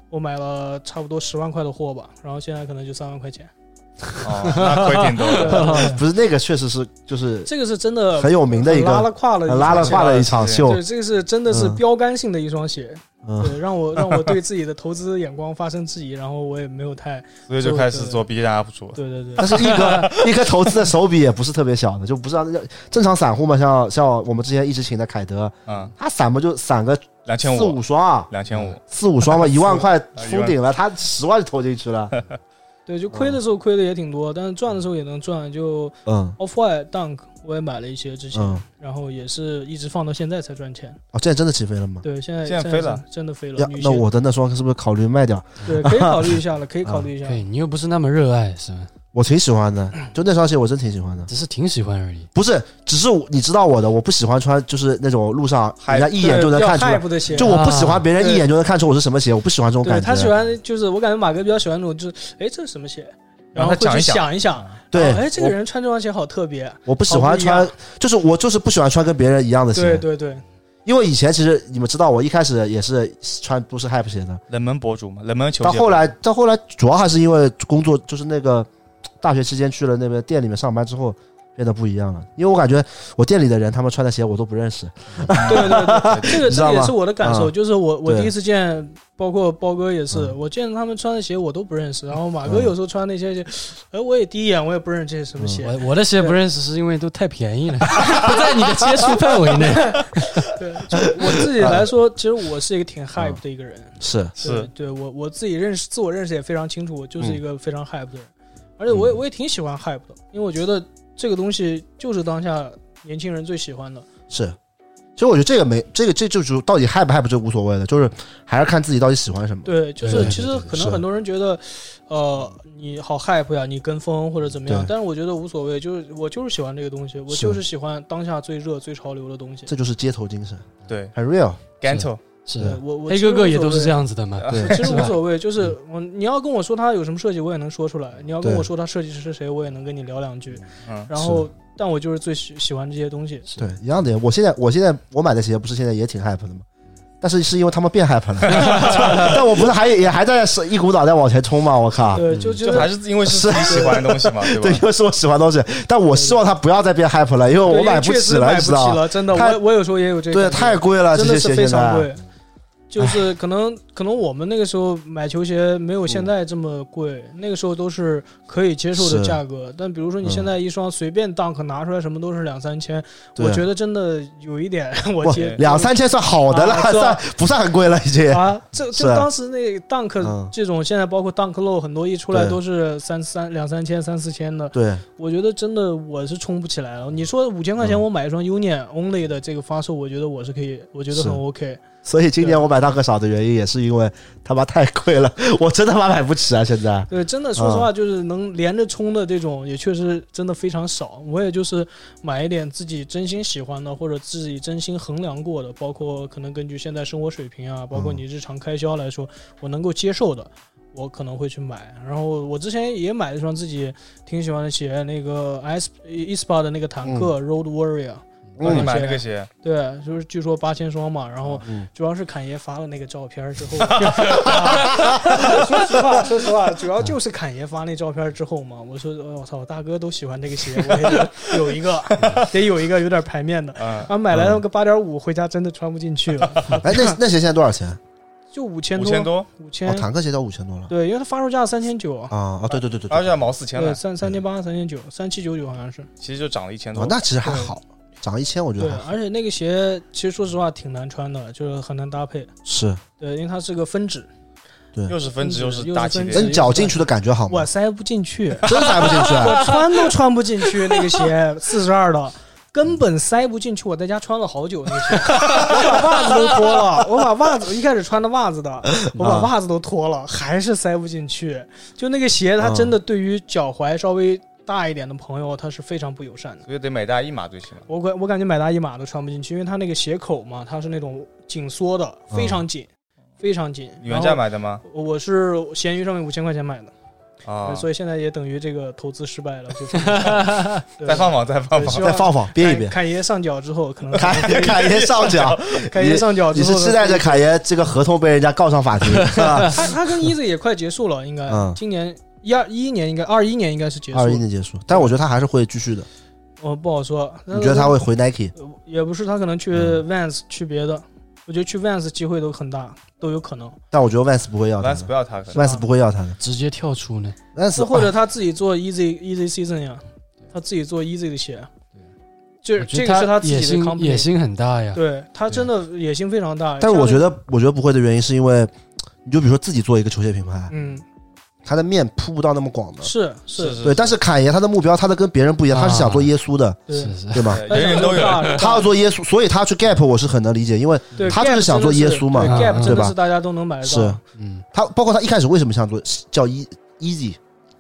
Speaker 4: 我买了差不多十万块的货吧，然后现在可能就三万块钱。
Speaker 2: 哦，那亏挺多 的。
Speaker 1: 不是那个确实是就是
Speaker 4: 这个是真的
Speaker 1: 很有名的一
Speaker 4: 拉
Speaker 1: 个
Speaker 4: 了胯了一双鞋，
Speaker 1: 拉了胯的一场秀
Speaker 4: 对，，这个是真的是
Speaker 1: 嗯
Speaker 4: 标杆性的一双鞋，
Speaker 1: 嗯，
Speaker 4: 对，让我让我对自己的投资眼光发生质疑，然后我也没有太
Speaker 2: 所以就开始做 B 站 UP 主了。
Speaker 4: 对对对，
Speaker 1: 但是一个一颗投资的手笔也不是特别小的，就不是让正常散户嘛，像像我们之前一直请的凯德，
Speaker 2: 嗯，
Speaker 1: 他散不就散个
Speaker 2: 两千
Speaker 1: 四
Speaker 2: 五
Speaker 1: 五，双啊，
Speaker 2: 两千五，
Speaker 1: 四五双吧，一万块
Speaker 2: 万
Speaker 1: 封顶了，他十万就投进去了，
Speaker 4: 对，就亏的时候亏的也挺多，但是赚的时候也能赚。就
Speaker 1: 嗯
Speaker 4: Off White Dunk 我也买了一些之前，
Speaker 1: 嗯，
Speaker 4: 然后也是一直放到现在才赚钱。
Speaker 1: 哦，这样真的起飞了吗？
Speaker 4: 对，现在
Speaker 2: 现在
Speaker 4: 在
Speaker 2: 飞了，
Speaker 4: 真的飞了。
Speaker 1: 呀，
Speaker 4: 女
Speaker 1: 那
Speaker 4: 性
Speaker 1: 我的那双是不是考虑卖掉？
Speaker 4: 对可以考虑一下了，可以考虑一
Speaker 1: 嗯
Speaker 4: 下。
Speaker 3: 对你又不是那么热爱，是吧？
Speaker 1: 我挺喜欢的，就那双鞋我真挺喜欢的。
Speaker 3: 只是挺喜欢而已。
Speaker 1: 不是，只是我你知道我的，我不喜欢穿就是那种路上人家一眼就能看出来，
Speaker 4: 来的鞋，
Speaker 1: 就我不喜欢别人
Speaker 4: 对
Speaker 1: 一眼就能看出我是什么鞋，我不喜欢这种
Speaker 4: 对
Speaker 1: 感
Speaker 4: 他喜
Speaker 1: 觉。
Speaker 4: 欢就是我感觉马哥比较喜欢那种就是哎这是什么鞋，
Speaker 2: 然
Speaker 4: 然
Speaker 2: 后
Speaker 4: 后
Speaker 2: 他
Speaker 4: 会
Speaker 2: 讲一
Speaker 4: 去
Speaker 2: 讲
Speaker 4: 想一想，
Speaker 1: 对，
Speaker 4: 哎这个
Speaker 1: 我
Speaker 4: 人哦穿这双鞋好特别。
Speaker 1: 我不喜欢
Speaker 4: 好
Speaker 1: 穿，就是我就是不喜欢穿跟别人一样的
Speaker 4: 对
Speaker 1: 鞋，
Speaker 4: 对对，
Speaker 1: 因为以前其实你们知道，我一开始也是穿都是 hype 鞋的，
Speaker 2: 冷门博主嘛，冷门球
Speaker 1: 到
Speaker 2: 鞋。
Speaker 1: 后来到后来主要还是因为工作，就是那个大学期间去了那边店里面上班之后。变得不一样了，因为我感觉我店里的人他们穿的鞋我都不认识，
Speaker 4: 对对对，这
Speaker 1: 你
Speaker 4: 个
Speaker 1: 知
Speaker 4: 这
Speaker 1: 道
Speaker 4: 个也
Speaker 1: 吗
Speaker 4: 是我的感受，
Speaker 1: 嗯
Speaker 4: 就是我我
Speaker 1: 对
Speaker 4: 第一次见，包括包哥也是，
Speaker 1: 嗯
Speaker 4: 我见他们穿的鞋我都不认识，然后马哥
Speaker 1: 嗯
Speaker 4: 有时候穿那 些鞋，哎，我也第一眼我也不认识这是什么鞋，
Speaker 1: 嗯
Speaker 3: 我我的鞋不认识，是因为都太便宜了， 不在你的接触范围内。
Speaker 4: 对，就我自己 来说，其实我是一个挺 hype 的一个人，
Speaker 1: 嗯是嗯
Speaker 2: 是
Speaker 4: 对，对我我自己认识自我认识也非常清楚，我就是一个非常 hype 的人，而且我也我也挺喜欢 hype 的，因为我觉得这个东西就是当下年轻人最喜欢的，
Speaker 1: 是，其实我觉得这个没这个这就是到底 hype 不 hype 这无所谓的，就是还是看自己到底喜欢什么。
Speaker 4: 对，就
Speaker 3: 对
Speaker 4: 是
Speaker 3: 对
Speaker 4: 其实
Speaker 3: 对
Speaker 4: 可
Speaker 1: 是
Speaker 4: 能很多人觉得，呃，你好 hype 呀，你跟风或者怎么样
Speaker 1: 对，
Speaker 4: 但是我觉得无所谓，就是我就是喜欢这个东西，我
Speaker 1: 是
Speaker 4: 就是喜欢当下最热最潮流的东西。
Speaker 1: 这就是街头精神，
Speaker 2: 对
Speaker 1: 很 real。
Speaker 2: ，Ganto
Speaker 3: 是
Speaker 4: 对
Speaker 3: 的，
Speaker 4: 我我
Speaker 3: 黑
Speaker 4: 其实
Speaker 3: 哥哥
Speaker 4: 无
Speaker 3: 也
Speaker 4: 所
Speaker 3: 都是
Speaker 4: 谓
Speaker 3: 这。样子的嘛。
Speaker 1: 对
Speaker 4: 其实
Speaker 3: 是
Speaker 4: 无
Speaker 3: 吧
Speaker 4: 所 谓，就是我你要跟我说他有什么设计，我也能说出来；你要跟
Speaker 1: 嗯对
Speaker 4: 我说他设计师是谁，我也能跟你聊两句。
Speaker 2: 嗯，
Speaker 4: 然后，但我就是最喜喜欢这些东西。
Speaker 1: 对，一样的。我现在我现在我买的鞋不是现在也挺 hype 的吗？但是是因为他们变 hype 了， 但我不是还也还在是一股脑在往前冲吗？我靠！
Speaker 4: 对，就觉
Speaker 2: 就还
Speaker 4: 得
Speaker 2: 是因为是自己喜欢的东西嘛，
Speaker 1: 对，
Speaker 2: 对
Speaker 1: 因
Speaker 2: 吧？
Speaker 1: 为是我喜欢的东西，但我希望它不要再变 hype 了，因为
Speaker 4: 对
Speaker 1: 我
Speaker 4: 因为
Speaker 1: 买
Speaker 4: 确
Speaker 1: 起
Speaker 4: 实
Speaker 1: 了，
Speaker 4: 买
Speaker 1: 你
Speaker 4: 不起
Speaker 1: 知道吗？
Speaker 4: 了，真的，
Speaker 1: 太
Speaker 4: 我我有时候也有这个
Speaker 1: 对，
Speaker 4: 感觉
Speaker 1: 太贵了，这
Speaker 4: 真
Speaker 1: 些
Speaker 4: 的是
Speaker 1: 鞋
Speaker 4: 非
Speaker 1: 现
Speaker 4: 常
Speaker 1: 在
Speaker 4: 贵。就是可能可能我们那个时候买球鞋
Speaker 1: 嗯
Speaker 4: 没有现在这么贵，那个时候都是可以接受的
Speaker 1: 是
Speaker 4: 价格。但比如说你
Speaker 1: 嗯
Speaker 4: 现在一双随便 dunk 拿出来什么都是两三千，
Speaker 1: 对
Speaker 4: 我觉得真的有一点 我
Speaker 1: 不
Speaker 4: 接
Speaker 1: 两三千算好的了，
Speaker 4: 啊是吧
Speaker 1: 算不算很贵了已经？
Speaker 4: 啊，这这
Speaker 1: 是
Speaker 4: 当时那个 dunk、
Speaker 1: 嗯
Speaker 4: 这种现在包括 dunk low 很多一出来
Speaker 1: 对
Speaker 4: 都是三三两三千三四千的，
Speaker 1: 对，
Speaker 4: 我觉得真的我是冲不起来了。你说五千块钱
Speaker 1: 嗯
Speaker 4: 我买一双 Union Only 的这个发售，我觉得我是可以，我觉得
Speaker 1: 是
Speaker 4: 很 OK。
Speaker 1: 所以今年我买大克少的原因也是因为他妈太贵了， 我真他妈买不起啊！现在
Speaker 4: 对，真的说实话，就是能连着冲的这种也确实真的非常少。我也就是买一点自己真心喜欢的，或者自己真心衡量过的，包括可能根据现在生活水平啊，包括你日常开销来说，我能够接受的。我可能会去买，然后我之前也买了一双自己挺喜欢的鞋，那个 S e s p a 的那个坦克 Road Warrior，、
Speaker 2: 帮你
Speaker 1: 嗯
Speaker 2: 买那个鞋，
Speaker 4: 对，就是据说八千双嘛，然后
Speaker 1: 嗯
Speaker 4: 主要是侃爷发了那个照片儿之 后，说实话，说实话，主要就是侃爷发那照片儿之后嘛，我说呃我操，我大哥都喜欢这个鞋，我也得有一 个，得有一个有点排面的。
Speaker 2: 嗯，
Speaker 4: 啊，买来了个八点五，回家真的穿不进去了，
Speaker 1: 哎，那那鞋现在多少钱？
Speaker 4: 就五千
Speaker 2: 五
Speaker 4: 多，
Speaker 2: 千多，
Speaker 4: 五
Speaker 1: 哦，
Speaker 4: 千，
Speaker 1: 坦克鞋到五千多了
Speaker 4: 对，因为它发售价三千九，
Speaker 2: 哦
Speaker 1: 啊啊！对对对对
Speaker 2: 而
Speaker 1: 对，
Speaker 2: 且毛四千
Speaker 4: 对，
Speaker 2: 了，
Speaker 4: 三三千八、三千九、三七九九好像是。
Speaker 2: 其实就涨了一千
Speaker 1: 哦
Speaker 2: 多，。
Speaker 1: 那其实还好，涨一千我觉
Speaker 4: 对
Speaker 1: 得还，好
Speaker 4: 而且那个鞋其实说实话挺难穿的，就是很难搭配。
Speaker 1: 是。
Speaker 4: 对，因为它是个分趾，
Speaker 2: 又是分支
Speaker 4: 又
Speaker 2: 又
Speaker 4: 是
Speaker 2: 是大气
Speaker 4: 分
Speaker 1: 那
Speaker 4: 支
Speaker 2: 垫，
Speaker 1: 你脚进去的感觉
Speaker 2: 哦
Speaker 1: 好
Speaker 4: 我
Speaker 1: 吗？
Speaker 4: 塞不进去。
Speaker 1: 真塞不进去啊，
Speaker 4: 我穿都穿不进去那个鞋， 四十二的，根本塞不进去。我在家穿了好久那 个鞋，我把袜子都脱了，我把袜子我一开始穿的袜子 的，我把袜子都脱了，还是塞不进去。就那个鞋，它真的对于脚踝稍微大一点的朋友，它是非常不友善的。
Speaker 2: 所以得买大一码最起码。
Speaker 4: 我感我感觉买大一码都穿不进去，因为它那个鞋口嘛，它是那种紧缩的，非常紧，非常紧。
Speaker 2: 你嗯原价
Speaker 4: 买？
Speaker 2: 买的吗？
Speaker 4: 我是闲鱼上面五千块钱买的，
Speaker 2: 啊，
Speaker 4: 哎所以现在也等于这个投资失败了。就是 对
Speaker 2: 再放放，再放
Speaker 4: 对希
Speaker 2: 放。
Speaker 4: 望
Speaker 1: 再哎放放，憋一
Speaker 4: 侃
Speaker 1: 憋。
Speaker 4: 侃爷上脚之后，可能
Speaker 1: 凯凯爷上脚，
Speaker 4: 侃爷上脚之
Speaker 1: 你
Speaker 4: 后
Speaker 1: 是
Speaker 4: 呢，
Speaker 1: 期待着凯爷这个合同被人家告上法庭？是吧
Speaker 4: 他他跟 Easy 也快结束了，应该
Speaker 1: 嗯
Speaker 4: 今年一二一一年应该二一年应该是结束
Speaker 1: 二一
Speaker 4: 了，
Speaker 1: 年结束，但我觉得他还是会继续的。
Speaker 4: 我不好说。
Speaker 1: 你觉得他会回 Nike？
Speaker 4: 呃？也不是，他可能去
Speaker 1: 嗯
Speaker 4: Vans 去别的，我觉得去 Vans 机会都很大，都有可能。
Speaker 1: 但我觉得 Vans 不会要他
Speaker 2: Vans
Speaker 1: 的
Speaker 2: 不要他，可能
Speaker 1: ，Vans 不会要他的。
Speaker 3: 直接跳出呢？
Speaker 1: Vans
Speaker 4: 或者他自己做 Easy Easy Season 呀，他自己做 Easy 的鞋，就是
Speaker 3: 我觉
Speaker 4: 这
Speaker 3: 得
Speaker 4: 个是他自
Speaker 3: 野
Speaker 4: 己的
Speaker 3: 心野
Speaker 4: company，
Speaker 3: 心很大呀。
Speaker 4: 对他真的野心非常大。
Speaker 1: 啊但是我觉
Speaker 4: 得，
Speaker 1: 得，我觉得不会的原因是因为，你就比如说自己做一个球鞋品牌，
Speaker 4: 嗯，
Speaker 1: 它的面铺不到那么广的。
Speaker 4: 是
Speaker 2: 是是，
Speaker 1: 对，啊但是侃爷他的目标，他的跟别人不一样，
Speaker 3: 啊
Speaker 1: 他是想做耶稣的，
Speaker 4: 对
Speaker 3: 是是，
Speaker 1: 对吗？
Speaker 2: 对人人都有。
Speaker 1: 他要做耶稣，所以他去 Gap 我是很能理解，因为
Speaker 4: 对，
Speaker 1: 他就是
Speaker 4: Gap
Speaker 1: 想做
Speaker 4: 真的是
Speaker 1: 耶稣嘛啊
Speaker 4: 对
Speaker 3: 嗯
Speaker 4: ，Gap
Speaker 3: 嗯
Speaker 4: 真的
Speaker 1: 对吧
Speaker 4: 是大家都能买得
Speaker 1: 是
Speaker 4: 到。
Speaker 3: 嗯
Speaker 1: 他，包括他一开始为什么想做叫 E Easy，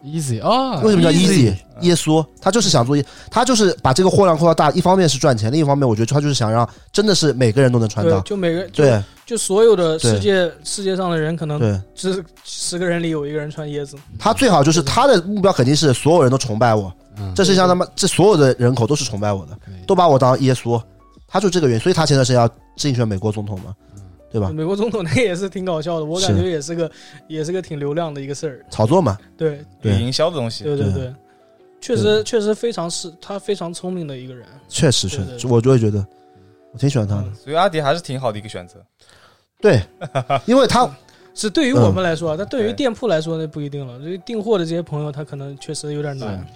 Speaker 3: ，easy 啊，
Speaker 1: 为什么
Speaker 4: E
Speaker 1: 叫
Speaker 3: easy？
Speaker 1: Easy 耶稣？他就是想做，他就是把这个货量扩到大，一方面是赚钱，另一方面我觉得他就是想让真的是每个人都能穿
Speaker 4: 对，
Speaker 1: 到。
Speaker 4: 就每个就嗯
Speaker 1: 对
Speaker 4: 就所有的世
Speaker 1: 对
Speaker 4: 界世界上的人，可能
Speaker 1: 对，
Speaker 4: 只十个人里有一个人穿椰子。
Speaker 1: 他最好就是他的目标肯定是所有人都崇拜我，
Speaker 3: 嗯
Speaker 1: 这世界上他妈这所有的人口都是崇拜我的，都把我当耶稣，他就这个原因，所以他前段时间要竞选美国总统嘛，
Speaker 4: 嗯
Speaker 1: 对吧？
Speaker 4: 美国总统那个也是挺搞笑的，我感
Speaker 1: 是
Speaker 4: 觉也是个也是个挺流量的一个事儿。
Speaker 1: 炒作嘛，
Speaker 4: 对
Speaker 2: 有
Speaker 1: 对
Speaker 2: 营销的东西，
Speaker 4: 对对
Speaker 1: 对
Speaker 4: 对，确实确实非常是他非常聪明的一个人。
Speaker 1: 确实
Speaker 4: 对
Speaker 1: 确
Speaker 4: 对
Speaker 1: 实，
Speaker 4: 对
Speaker 1: 我就会觉得我挺喜欢他的
Speaker 4: 嗯，
Speaker 2: 所以阿迪还是挺好的一个选择。
Speaker 1: 对，因为他
Speaker 4: 是对于
Speaker 1: 嗯
Speaker 4: 我们来说啊，但对于
Speaker 2: 对
Speaker 4: 店铺来说那不一定了。对于订货的这些朋友，他可能确实有点难，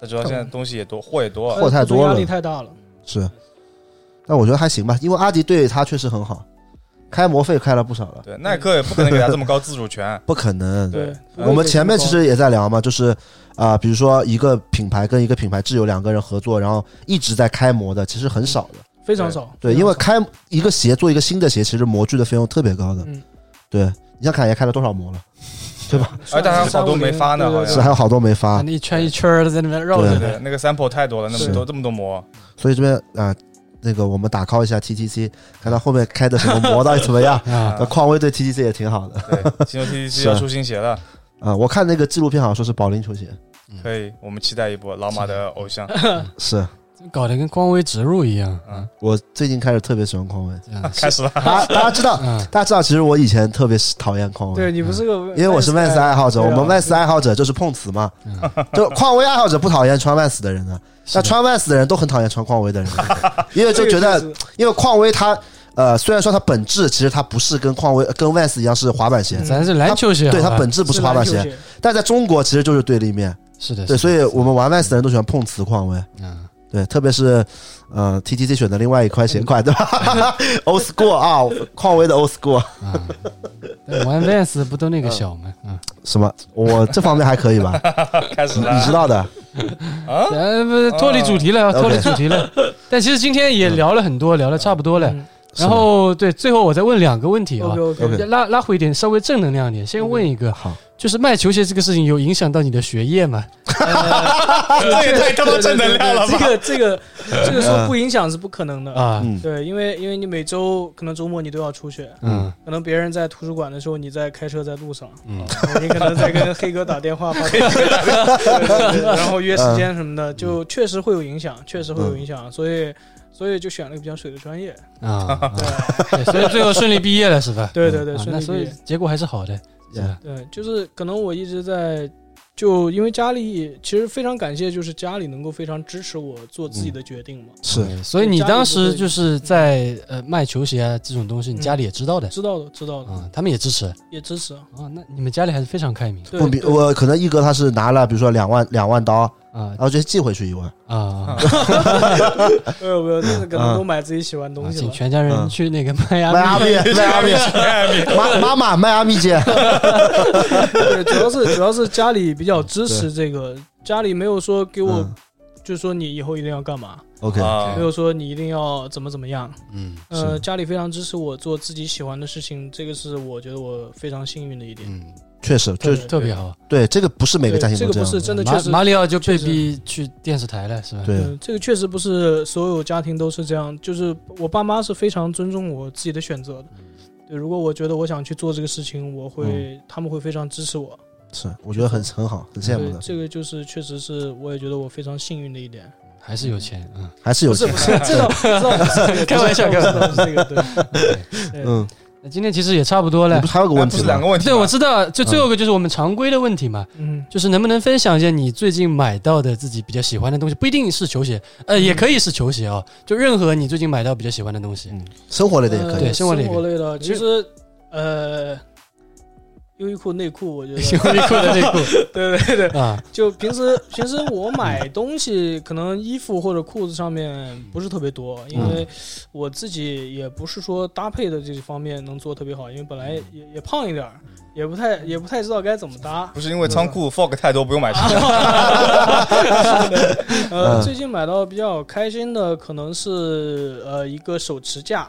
Speaker 2: 他主要现在东西也多，货也多
Speaker 1: 嗯，货太多了
Speaker 4: 压力太大了。
Speaker 1: 是，但我觉得还行吧，因为阿迪对他确实很好，开模费开了不少了，。
Speaker 2: 对，耐克也不可能给他这么高自主权
Speaker 1: 不可能。
Speaker 2: 对
Speaker 1: 我们前面其实也在聊嘛，就是啊、比如说一个品牌跟一个品牌挚友两个人合作，然后一直在开模的，其实很少的。
Speaker 4: 非常少。
Speaker 1: 对，
Speaker 2: 嗯
Speaker 1: 因为开一个鞋做一个新的鞋，其实模具的费用特别高的。
Speaker 4: 嗯
Speaker 1: 对，你像侃爷开了多少模了，
Speaker 2: 而且还有好多没发呢
Speaker 4: 对对对
Speaker 2: 好像
Speaker 1: 是还有好多没
Speaker 2: 哎
Speaker 1: 发，
Speaker 3: 一圈一圈的在那边绕
Speaker 2: 对
Speaker 3: 着
Speaker 2: 对，
Speaker 3: 呢。
Speaker 2: 那个 sample 太多了，那么
Speaker 1: 是
Speaker 2: 多这么多模，
Speaker 1: 所以这边啊、那个我们打 call 一下 TTC，看他后面开的什么模到底怎么 样。
Speaker 3: 啊，
Speaker 1: 那匡威对 TTC 也挺好的
Speaker 2: 对，新球 TTC 要
Speaker 1: 是
Speaker 2: 出新鞋了，
Speaker 1: 啊、我看那个纪录片好像说是保龄球鞋，
Speaker 2: 可以，我们期待一波老马的偶像。
Speaker 1: 是
Speaker 3: 搞得跟光辉植入一样
Speaker 2: 嗯
Speaker 3: 啊，
Speaker 1: 我最近开始特别喜欢匡威。
Speaker 3: 这样
Speaker 2: 开始了，
Speaker 1: 大家大家知道，
Speaker 3: 啊，
Speaker 1: 大家知道，其实我以前特别讨厌匡威，
Speaker 4: 对你不是个，
Speaker 1: 因为我是 Vans 爱好者，
Speaker 4: 对啊
Speaker 1: 我们 Vans 爱好者就是碰瓷嘛，就匡威爱好者不讨厌穿 Vans 的人啊的，
Speaker 3: 是
Speaker 1: 那
Speaker 3: 的
Speaker 1: 穿 Vans 啊的人都很讨厌穿匡威的人的，因为就觉
Speaker 4: 这
Speaker 1: 得，
Speaker 4: 个是
Speaker 1: 因为匡威他呃，虽然说它本质其实它不是跟匡威、跟 Vans 一样是滑板鞋，
Speaker 4: 嗯
Speaker 3: 咱是篮球鞋，
Speaker 1: 对
Speaker 3: 好
Speaker 1: 它
Speaker 3: 吧
Speaker 1: 本质不是滑板
Speaker 4: 是篮
Speaker 1: 鞋，
Speaker 4: 球鞋，
Speaker 1: 但在中国其实就是对立面。
Speaker 3: 是
Speaker 1: 对，
Speaker 3: 的，是的
Speaker 1: 所以我们玩 Vans 的人都喜欢碰瓷匡威。
Speaker 3: 嗯，
Speaker 1: 对，特别是呃 TTC 选的另外一款鞋款，对吧 ？Old School 啊，匡威的 Old School
Speaker 3: 啊，玩 Vans 不都那个小
Speaker 4: 啊
Speaker 3: 吗？嗯，
Speaker 1: 什么？我这方面还可以 吧？
Speaker 2: 开始
Speaker 1: 你
Speaker 2: 了
Speaker 1: 知。道的，
Speaker 4: 啊
Speaker 3: 呃，不是脱离主题了，
Speaker 1: 啊 OK
Speaker 3: 脱离主题 了。但其实今天也聊了很多，聊的差不多了。
Speaker 4: 嗯
Speaker 3: 然后对，最后我再问两个问题啊，
Speaker 4: OK
Speaker 1: OK
Speaker 4: OK，
Speaker 3: 拉拉回一点，稍微正能量一点。先问一个，
Speaker 1: 好，
Speaker 3: 就是卖球鞋这个事情有影响到你的学业吗？
Speaker 2: 这啊也太他妈正能量了吧！
Speaker 4: 这个这个这个说不影响是不可能的。
Speaker 3: 啊，
Speaker 1: 嗯，
Speaker 4: 对，因为因为你每周可能周末你都要出去，
Speaker 3: 嗯
Speaker 4: 可能别人在图书馆的时候，你在开车在路上，
Speaker 3: 嗯
Speaker 4: 你可能在跟黑哥打电话，发对对对然后约时间什么的，就确实会有影响，确实会有影响，所以所以就选了个比较水的专业。
Speaker 3: 啊，对所以最后顺利毕业了是吧？
Speaker 4: 嗯对对对
Speaker 3: 啊
Speaker 4: 顺利
Speaker 3: 那所
Speaker 4: 毕
Speaker 3: 以
Speaker 4: 业
Speaker 3: 结果还是好的，是吧？
Speaker 4: 对，就是可能我一直在，就因为家里其实非常感谢，就是家里能够非常支持我做自己的决定嘛。
Speaker 1: 是
Speaker 3: OK，所以你当时就是在呃卖球鞋啊这种东
Speaker 4: 嗯
Speaker 3: 西，你家里也知道的
Speaker 4: 知道的，知道的，
Speaker 3: 啊，他们也支持
Speaker 4: 也支持。
Speaker 3: 啊。那你们家里还是非常开明
Speaker 4: 对
Speaker 1: 不比
Speaker 4: 对嗯
Speaker 1: 我可能一哥他是拿了，比如说两万两万刀，
Speaker 3: 啊
Speaker 1: 然后就寄回去一万，
Speaker 3: 啊，
Speaker 4: 没有没有，就是可能都买自己喜欢的
Speaker 3: 啊
Speaker 4: 东西
Speaker 3: 请
Speaker 4: 了。
Speaker 3: 全家人去那个迈
Speaker 1: 迈阿
Speaker 3: 阿密
Speaker 1: 密，
Speaker 2: 啊
Speaker 1: 迈阿密，妈妈妈，迈阿密 姐，
Speaker 4: 对，主要是主要是家里比较支持这个，家里没有说给我，
Speaker 1: 嗯
Speaker 4: 就说你以后一定要干嘛，
Speaker 1: ，OK，
Speaker 2: 啊
Speaker 4: 没有说你一定要怎么怎么样。
Speaker 3: 嗯
Speaker 4: 呃，
Speaker 1: 是
Speaker 4: 家里非常支持我做自己喜欢的事情，这个是我觉得我非常幸运的一点。
Speaker 3: 嗯，
Speaker 1: 确实，就
Speaker 4: 对
Speaker 1: 是
Speaker 3: 特别好。
Speaker 1: 对这个不是每个家庭
Speaker 4: 对
Speaker 1: 都
Speaker 4: 这个
Speaker 1: 这
Speaker 4: 不
Speaker 1: 样
Speaker 4: 是
Speaker 1: 的，
Speaker 4: 真的，确
Speaker 3: 马
Speaker 4: 实
Speaker 3: 马里奥就被
Speaker 4: 确实
Speaker 3: 逼去电视台了是吧？
Speaker 1: 对，
Speaker 4: 嗯，这个确实不是所有家庭都是这样。就是我爸妈是非常尊重我自己的选择的。
Speaker 1: 嗯
Speaker 4: 对，如果我觉得我想去做这个事情，我会，他们会非常支持我。
Speaker 1: 是，我觉得很很好，很嗯羡
Speaker 4: 对
Speaker 1: 慕，的，
Speaker 4: 这个就是确实是，我也觉得我非常幸运的一点。
Speaker 3: 还是有钱啊。
Speaker 1: 还是有
Speaker 4: 不是
Speaker 1: 钱
Speaker 4: 不，是，这 倒这倒不是这个，
Speaker 3: 开玩笑
Speaker 4: 这倒不是这个，对，
Speaker 1: 嗯，
Speaker 3: 那今天其实也差不多
Speaker 1: 你
Speaker 3: 了
Speaker 1: 不。是还有个问
Speaker 2: 不
Speaker 1: 题
Speaker 2: 是两
Speaker 1: 吗
Speaker 2: 个？问题
Speaker 3: 对，
Speaker 2: 吗
Speaker 3: 我知道，就最后一个就是我们常规的问题嘛，
Speaker 4: 嗯，
Speaker 3: 就是能不能分享一下你最近买到的自己比较喜欢的东西，不一定是球鞋，呃，也可以是球鞋哦，就任何你最近买到比较喜欢的东西。
Speaker 1: 嗯，生活类的也可以
Speaker 3: 对，生活类的
Speaker 4: 呃生活类的，其实呃，优衣库内裤，我 觉得，
Speaker 3: 优衣库的内裤
Speaker 4: 对对对，
Speaker 3: 啊，
Speaker 4: 就平时平时我买东西，可能衣服或者裤子上面不是特别多，因
Speaker 3: 嗯
Speaker 4: 为我自己也不是说搭配的这方面能做特别好，因为本来也也胖一点儿，也不太也不太知道该怎么搭
Speaker 2: 不。是因为仓库 fog 太多，不用买车。
Speaker 4: 呃，
Speaker 1: 嗯
Speaker 4: 最近买到比较开心的可能是呃一个手持架，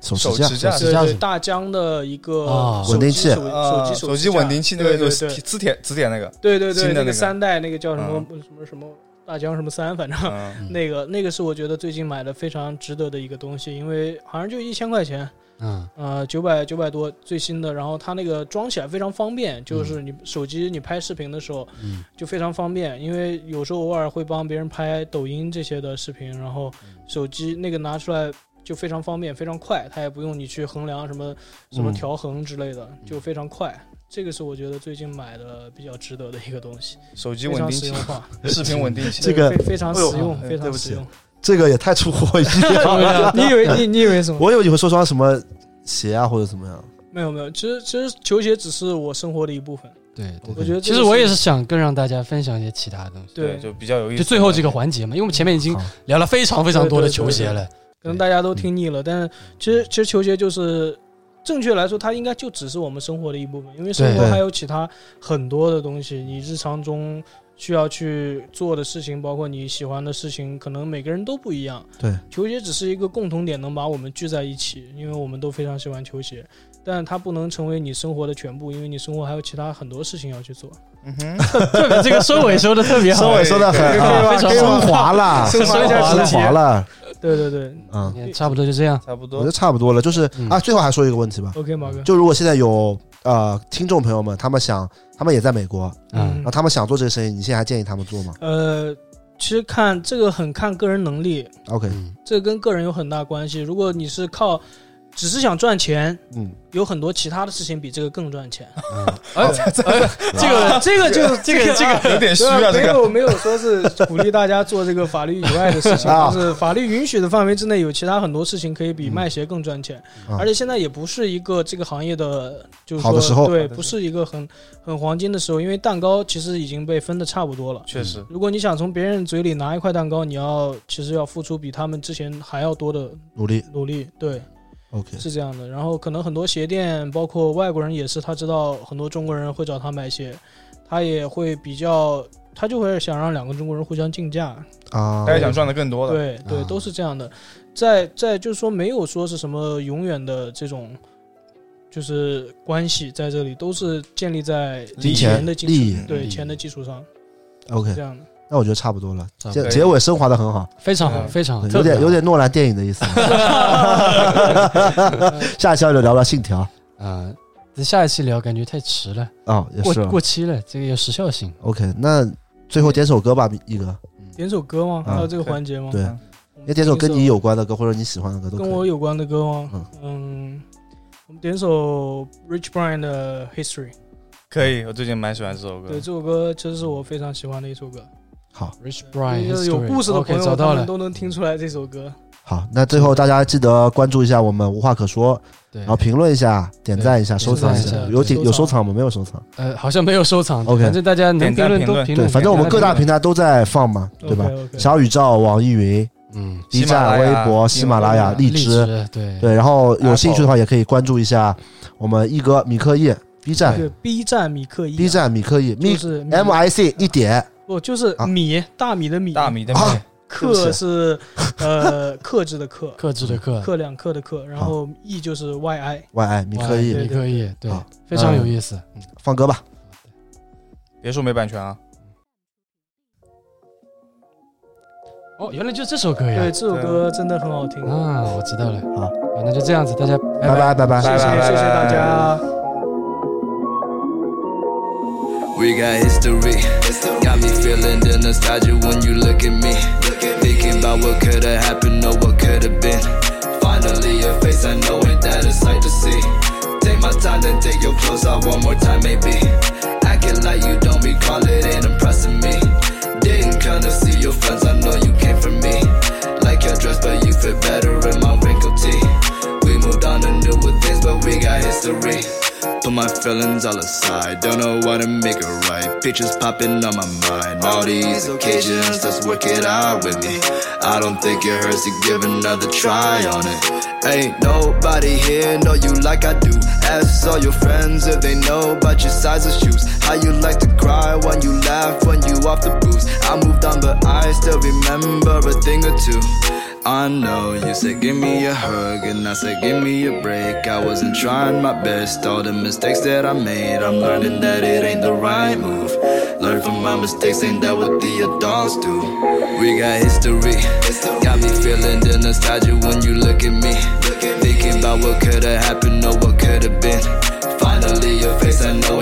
Speaker 1: 手
Speaker 2: 手
Speaker 1: 持
Speaker 2: 持
Speaker 1: 架
Speaker 2: 架，
Speaker 3: 啊手持
Speaker 4: 对
Speaker 3: 架
Speaker 4: 对
Speaker 3: 是，吗
Speaker 4: 大疆的一个
Speaker 3: 啊
Speaker 4: 手
Speaker 1: 稳定器
Speaker 4: 机手手
Speaker 2: 啊
Speaker 4: 机
Speaker 2: 手
Speaker 4: 机
Speaker 2: 机稳定器那个有
Speaker 4: 对对对
Speaker 2: 磁铁磁铁那个，
Speaker 4: 对对
Speaker 2: 新
Speaker 4: 对，
Speaker 2: 的那
Speaker 4: 那个
Speaker 2: 个啊
Speaker 4: 三代那个叫什么什么什么大疆什么三，反正
Speaker 2: 嗯，
Speaker 3: 嗯
Speaker 4: 那个那个是我觉得最近买的非常值得的一个东西，因为好像就一千块钱，
Speaker 3: 嗯
Speaker 4: 呃，九百九百多最新的，然后它那个装起来非常方便，
Speaker 1: 嗯
Speaker 4: 就是你手机你拍视频的时候
Speaker 3: 嗯
Speaker 4: 就非常方便，因为有时候偶尔会帮别人拍抖音这些的视频，然后
Speaker 1: 嗯
Speaker 4: 手机那个拿出来就非常方便，非常快，它也不用你去衡量什么什么
Speaker 1: 嗯
Speaker 4: 调衡之类的，就非常快。这个是我觉得最近买的比较值得的一个东西，
Speaker 2: 手机
Speaker 4: 非
Speaker 2: 稳
Speaker 4: 常
Speaker 2: 定
Speaker 4: 实
Speaker 2: 器
Speaker 4: 用， 化，
Speaker 2: 视频稳定器。
Speaker 1: 这个
Speaker 4: 对非非常
Speaker 1: 哎呦
Speaker 4: 实用，
Speaker 2: 哎
Speaker 4: 非
Speaker 2: 对
Speaker 4: 常
Speaker 2: 不
Speaker 4: 实
Speaker 2: 起
Speaker 4: 用。，
Speaker 1: 这个也太出乎我意料了
Speaker 4: 你以为你你以为什么？
Speaker 1: 我以为你会说双什么鞋啊或者怎么样，
Speaker 4: 没有没有，其实其实球鞋只是我生活的一部分。
Speaker 3: 对。对
Speaker 4: 我觉得这
Speaker 3: 其
Speaker 4: 个
Speaker 3: 实我也是想更让大家分享一些其他的东西，
Speaker 4: 对，
Speaker 2: 就比较有意思。
Speaker 3: 就最后这个环节嘛，因为我们前面已经
Speaker 1: 好
Speaker 3: 聊了非常非常多的球鞋了，
Speaker 4: 可能大家都听腻了，但是其实其实球鞋就是正确来说，它应该就只是我们生活的一部分，因为生活
Speaker 1: 对
Speaker 4: 还有其他很多的东西，你日常中需要去做的事情，包括你喜欢的事情，可能每个人都不一样。
Speaker 1: 对，
Speaker 4: 球鞋只是一个共同点，能把我们聚在一起，因为我们都非常喜欢球鞋，但它不能成为你生活的全部，因为你生活还有其他很多事情要去做。
Speaker 2: 嗯哼，
Speaker 3: 特别这个收尾收的特别
Speaker 1: 收
Speaker 3: 好，
Speaker 1: 尾收的很
Speaker 2: 对
Speaker 1: 啊
Speaker 3: 非常好
Speaker 1: 升华了，
Speaker 2: 升华一下
Speaker 1: 升
Speaker 2: 升
Speaker 1: 华
Speaker 2: 华
Speaker 1: 了，
Speaker 4: 对对对
Speaker 1: 嗯，
Speaker 3: 也差不多就这样，
Speaker 2: 差不
Speaker 1: 我觉得
Speaker 2: 多。
Speaker 1: 差不多了，就是
Speaker 3: 嗯
Speaker 1: 啊，最后还说一个问题吧，
Speaker 4: ，OK，马哥，
Speaker 1: 就如果现在有呃听众朋友们，他们想，他们也在美国，
Speaker 3: 嗯
Speaker 1: 然后他们想做这个生意，你现在还建议他们做吗
Speaker 4: 呃，其实看这个很看个人能力，
Speaker 1: ？OK，
Speaker 3: 嗯
Speaker 4: 这跟个人有很大关系。如果你是靠只是想赚钱，
Speaker 1: 嗯，
Speaker 4: 有很多其他的事情比这个更 赚钱。
Speaker 3: 哎，哎这个
Speaker 4: 这个就
Speaker 3: 这个这个
Speaker 2: 有点虚啊，
Speaker 4: 对
Speaker 2: 这
Speaker 4: 没
Speaker 2: 个
Speaker 4: 有没有说是鼓励大家做这个法律以外的事 情，
Speaker 1: 啊嗯
Speaker 4: 就是法律允许的范围之内，有其他很多事情可以比卖鞋更赚钱
Speaker 1: 嗯啊。
Speaker 4: 而且现在也不是一个这个行业的，就是
Speaker 1: 好的时
Speaker 4: 说
Speaker 1: 候
Speaker 4: 对，不是一个很很黄金的时候，因为蛋糕其实已经被分的差不多了。
Speaker 2: 确实，
Speaker 4: 如果你想从别人嘴里拿一块蛋糕，你要其实要付出比他们之前还要多的
Speaker 1: 努力
Speaker 4: 努力，对，
Speaker 1: ，OK，
Speaker 4: 是这样的。然后可能很多鞋店，包括外国人也是，他知道很多中国人会找他买鞋，他也会比较，他就会想让两个中国人互相竞价。
Speaker 1: 啊，
Speaker 2: 大家想赚的更多了，
Speaker 4: 对对
Speaker 1: 啊，
Speaker 4: 都是这样的。在在就是说，没有说是什么永远的这种。就是关系在这里都是建立在
Speaker 2: 金
Speaker 1: 钱
Speaker 4: 的基
Speaker 1: 利益
Speaker 4: 础，
Speaker 1: 利
Speaker 4: 对
Speaker 1: 益
Speaker 4: 钱的基础上，
Speaker 1: OK，
Speaker 4: 这样的。
Speaker 1: 那我觉得差不多了，
Speaker 3: 差不
Speaker 1: 结
Speaker 2: 多
Speaker 1: 结尾升华的很好，
Speaker 3: 非常好，非常好，
Speaker 1: 对嗯有点有点诺兰电影的意思。下一期要聊聊《信条》
Speaker 3: 啊。等下一期聊，感觉太迟了，
Speaker 1: 啊，也
Speaker 3: 过
Speaker 1: 是
Speaker 3: 过期了，这个有时效性。
Speaker 1: OK。那最后点首歌吧，一哥，
Speaker 4: 点首歌吗？
Speaker 1: 啊
Speaker 4: 还有这个环节吗？
Speaker 1: 对
Speaker 2: 嗯，
Speaker 1: 也点首跟你有关的歌或者你喜欢的歌都可
Speaker 4: 跟我
Speaker 1: 以。
Speaker 4: 有关的歌吗？嗯，我们点首 Rich Brian 的 History。
Speaker 2: 可以，我最近蛮喜欢这首歌
Speaker 4: 对，这，首歌其实是我非常喜欢的一首歌。
Speaker 1: 好
Speaker 3: Rich Brian
Speaker 4: 就是有故事的
Speaker 3: OK，
Speaker 4: 朋
Speaker 3: 找
Speaker 4: 友
Speaker 3: 到
Speaker 4: 他们
Speaker 3: 了，
Speaker 4: 都能听出来这首歌。
Speaker 1: 好，那最后大家记得关注一下我们无话可说，
Speaker 3: 对
Speaker 1: 然，后评论一下、点赞一下、
Speaker 3: 对
Speaker 1: 收藏
Speaker 3: 点赞一下
Speaker 1: 有
Speaker 4: 对
Speaker 1: 点有收
Speaker 4: 收藏
Speaker 1: 藏吗？没有收藏。
Speaker 3: 呃，好像没有收藏
Speaker 1: OK
Speaker 3: 反正大家能
Speaker 2: 点
Speaker 3: 评
Speaker 2: 赞
Speaker 3: 论
Speaker 2: 评
Speaker 3: 都
Speaker 2: 论
Speaker 3: 评
Speaker 1: 对，
Speaker 3: 论，
Speaker 1: 反正我们各大
Speaker 3: 评
Speaker 1: 平台都在放嘛，对吧？
Speaker 4: OK，OK
Speaker 1: 小宇宙、网易云、
Speaker 3: 嗯
Speaker 1: B
Speaker 2: 喜马
Speaker 1: 站、
Speaker 2: 拉雅
Speaker 1: 微博、喜马拉雅、
Speaker 2: 嗯
Speaker 1: 哎荔枝，
Speaker 3: 对
Speaker 1: 对，然后有
Speaker 2: Apple
Speaker 1: 兴趣的话也可以关注一下我们一哥米克业 B 站
Speaker 4: 对，B 站米克一啊
Speaker 1: B 站米克业
Speaker 4: 就
Speaker 1: 米
Speaker 4: 是米
Speaker 1: M I C 一点
Speaker 4: 不就是
Speaker 1: 啊
Speaker 4: 米大米的米，
Speaker 2: 大米的
Speaker 1: 啊
Speaker 2: 米，
Speaker 1: 对不
Speaker 4: 克是 呃克制的克，
Speaker 3: 克制的
Speaker 1: 嗯
Speaker 3: 克，
Speaker 4: 克两克的克，然后 E 就是 Y I。
Speaker 1: Y I 米克
Speaker 4: 哇
Speaker 1: 业
Speaker 3: 米克业，对
Speaker 1: 好，嗯
Speaker 3: 非常有意思。
Speaker 1: 放歌吧。
Speaker 2: 别说没版权啊，
Speaker 3: 哦，原来就这首歌呀
Speaker 4: 对，！这首歌真的很好听，
Speaker 3: 啊，我知道了。
Speaker 1: 好
Speaker 3: 啊，那就这样子，大家拜
Speaker 1: 拜拜拜拜。
Speaker 4: 谢谢
Speaker 2: 拜拜
Speaker 4: 谢谢大家。
Speaker 5: We got history. Got me feeling the nostalgia when you look at me. Thinking about what could have happened or what could have been. Finally, your face, I know it, that a sight to see. Take my time and take your clothes off one more time, maybe. Acting like you don't recall it, ain't impressing me. Didn't kind of see your friends, I know you came from me. Like your dress, but you fit better in my wrinkled tee. We moved on to newer things, but we got history. Put my feelings all aside, don't know why to make it right. Pictures popping on my mind. All these occasions, let's work it out with me. I don't think it hurts to give another try on it. Ain't nobody here know you like I do. Ask all your friends if they know about your size of shoes. How you like to cry when you laugh when you off the booze. I moved on, but I still remember a thing or two. I know you said give me a hug and I said give me a break. I wasn't trying my best. All the mistakes that I made, I'm learning that it ain't the right move. Learn from my mistakes, ain't that what the adults do? We got history. Got me feeling the nostalgia when you look at me. Thinking about what could have happened or what could have been. Finally, your face, I know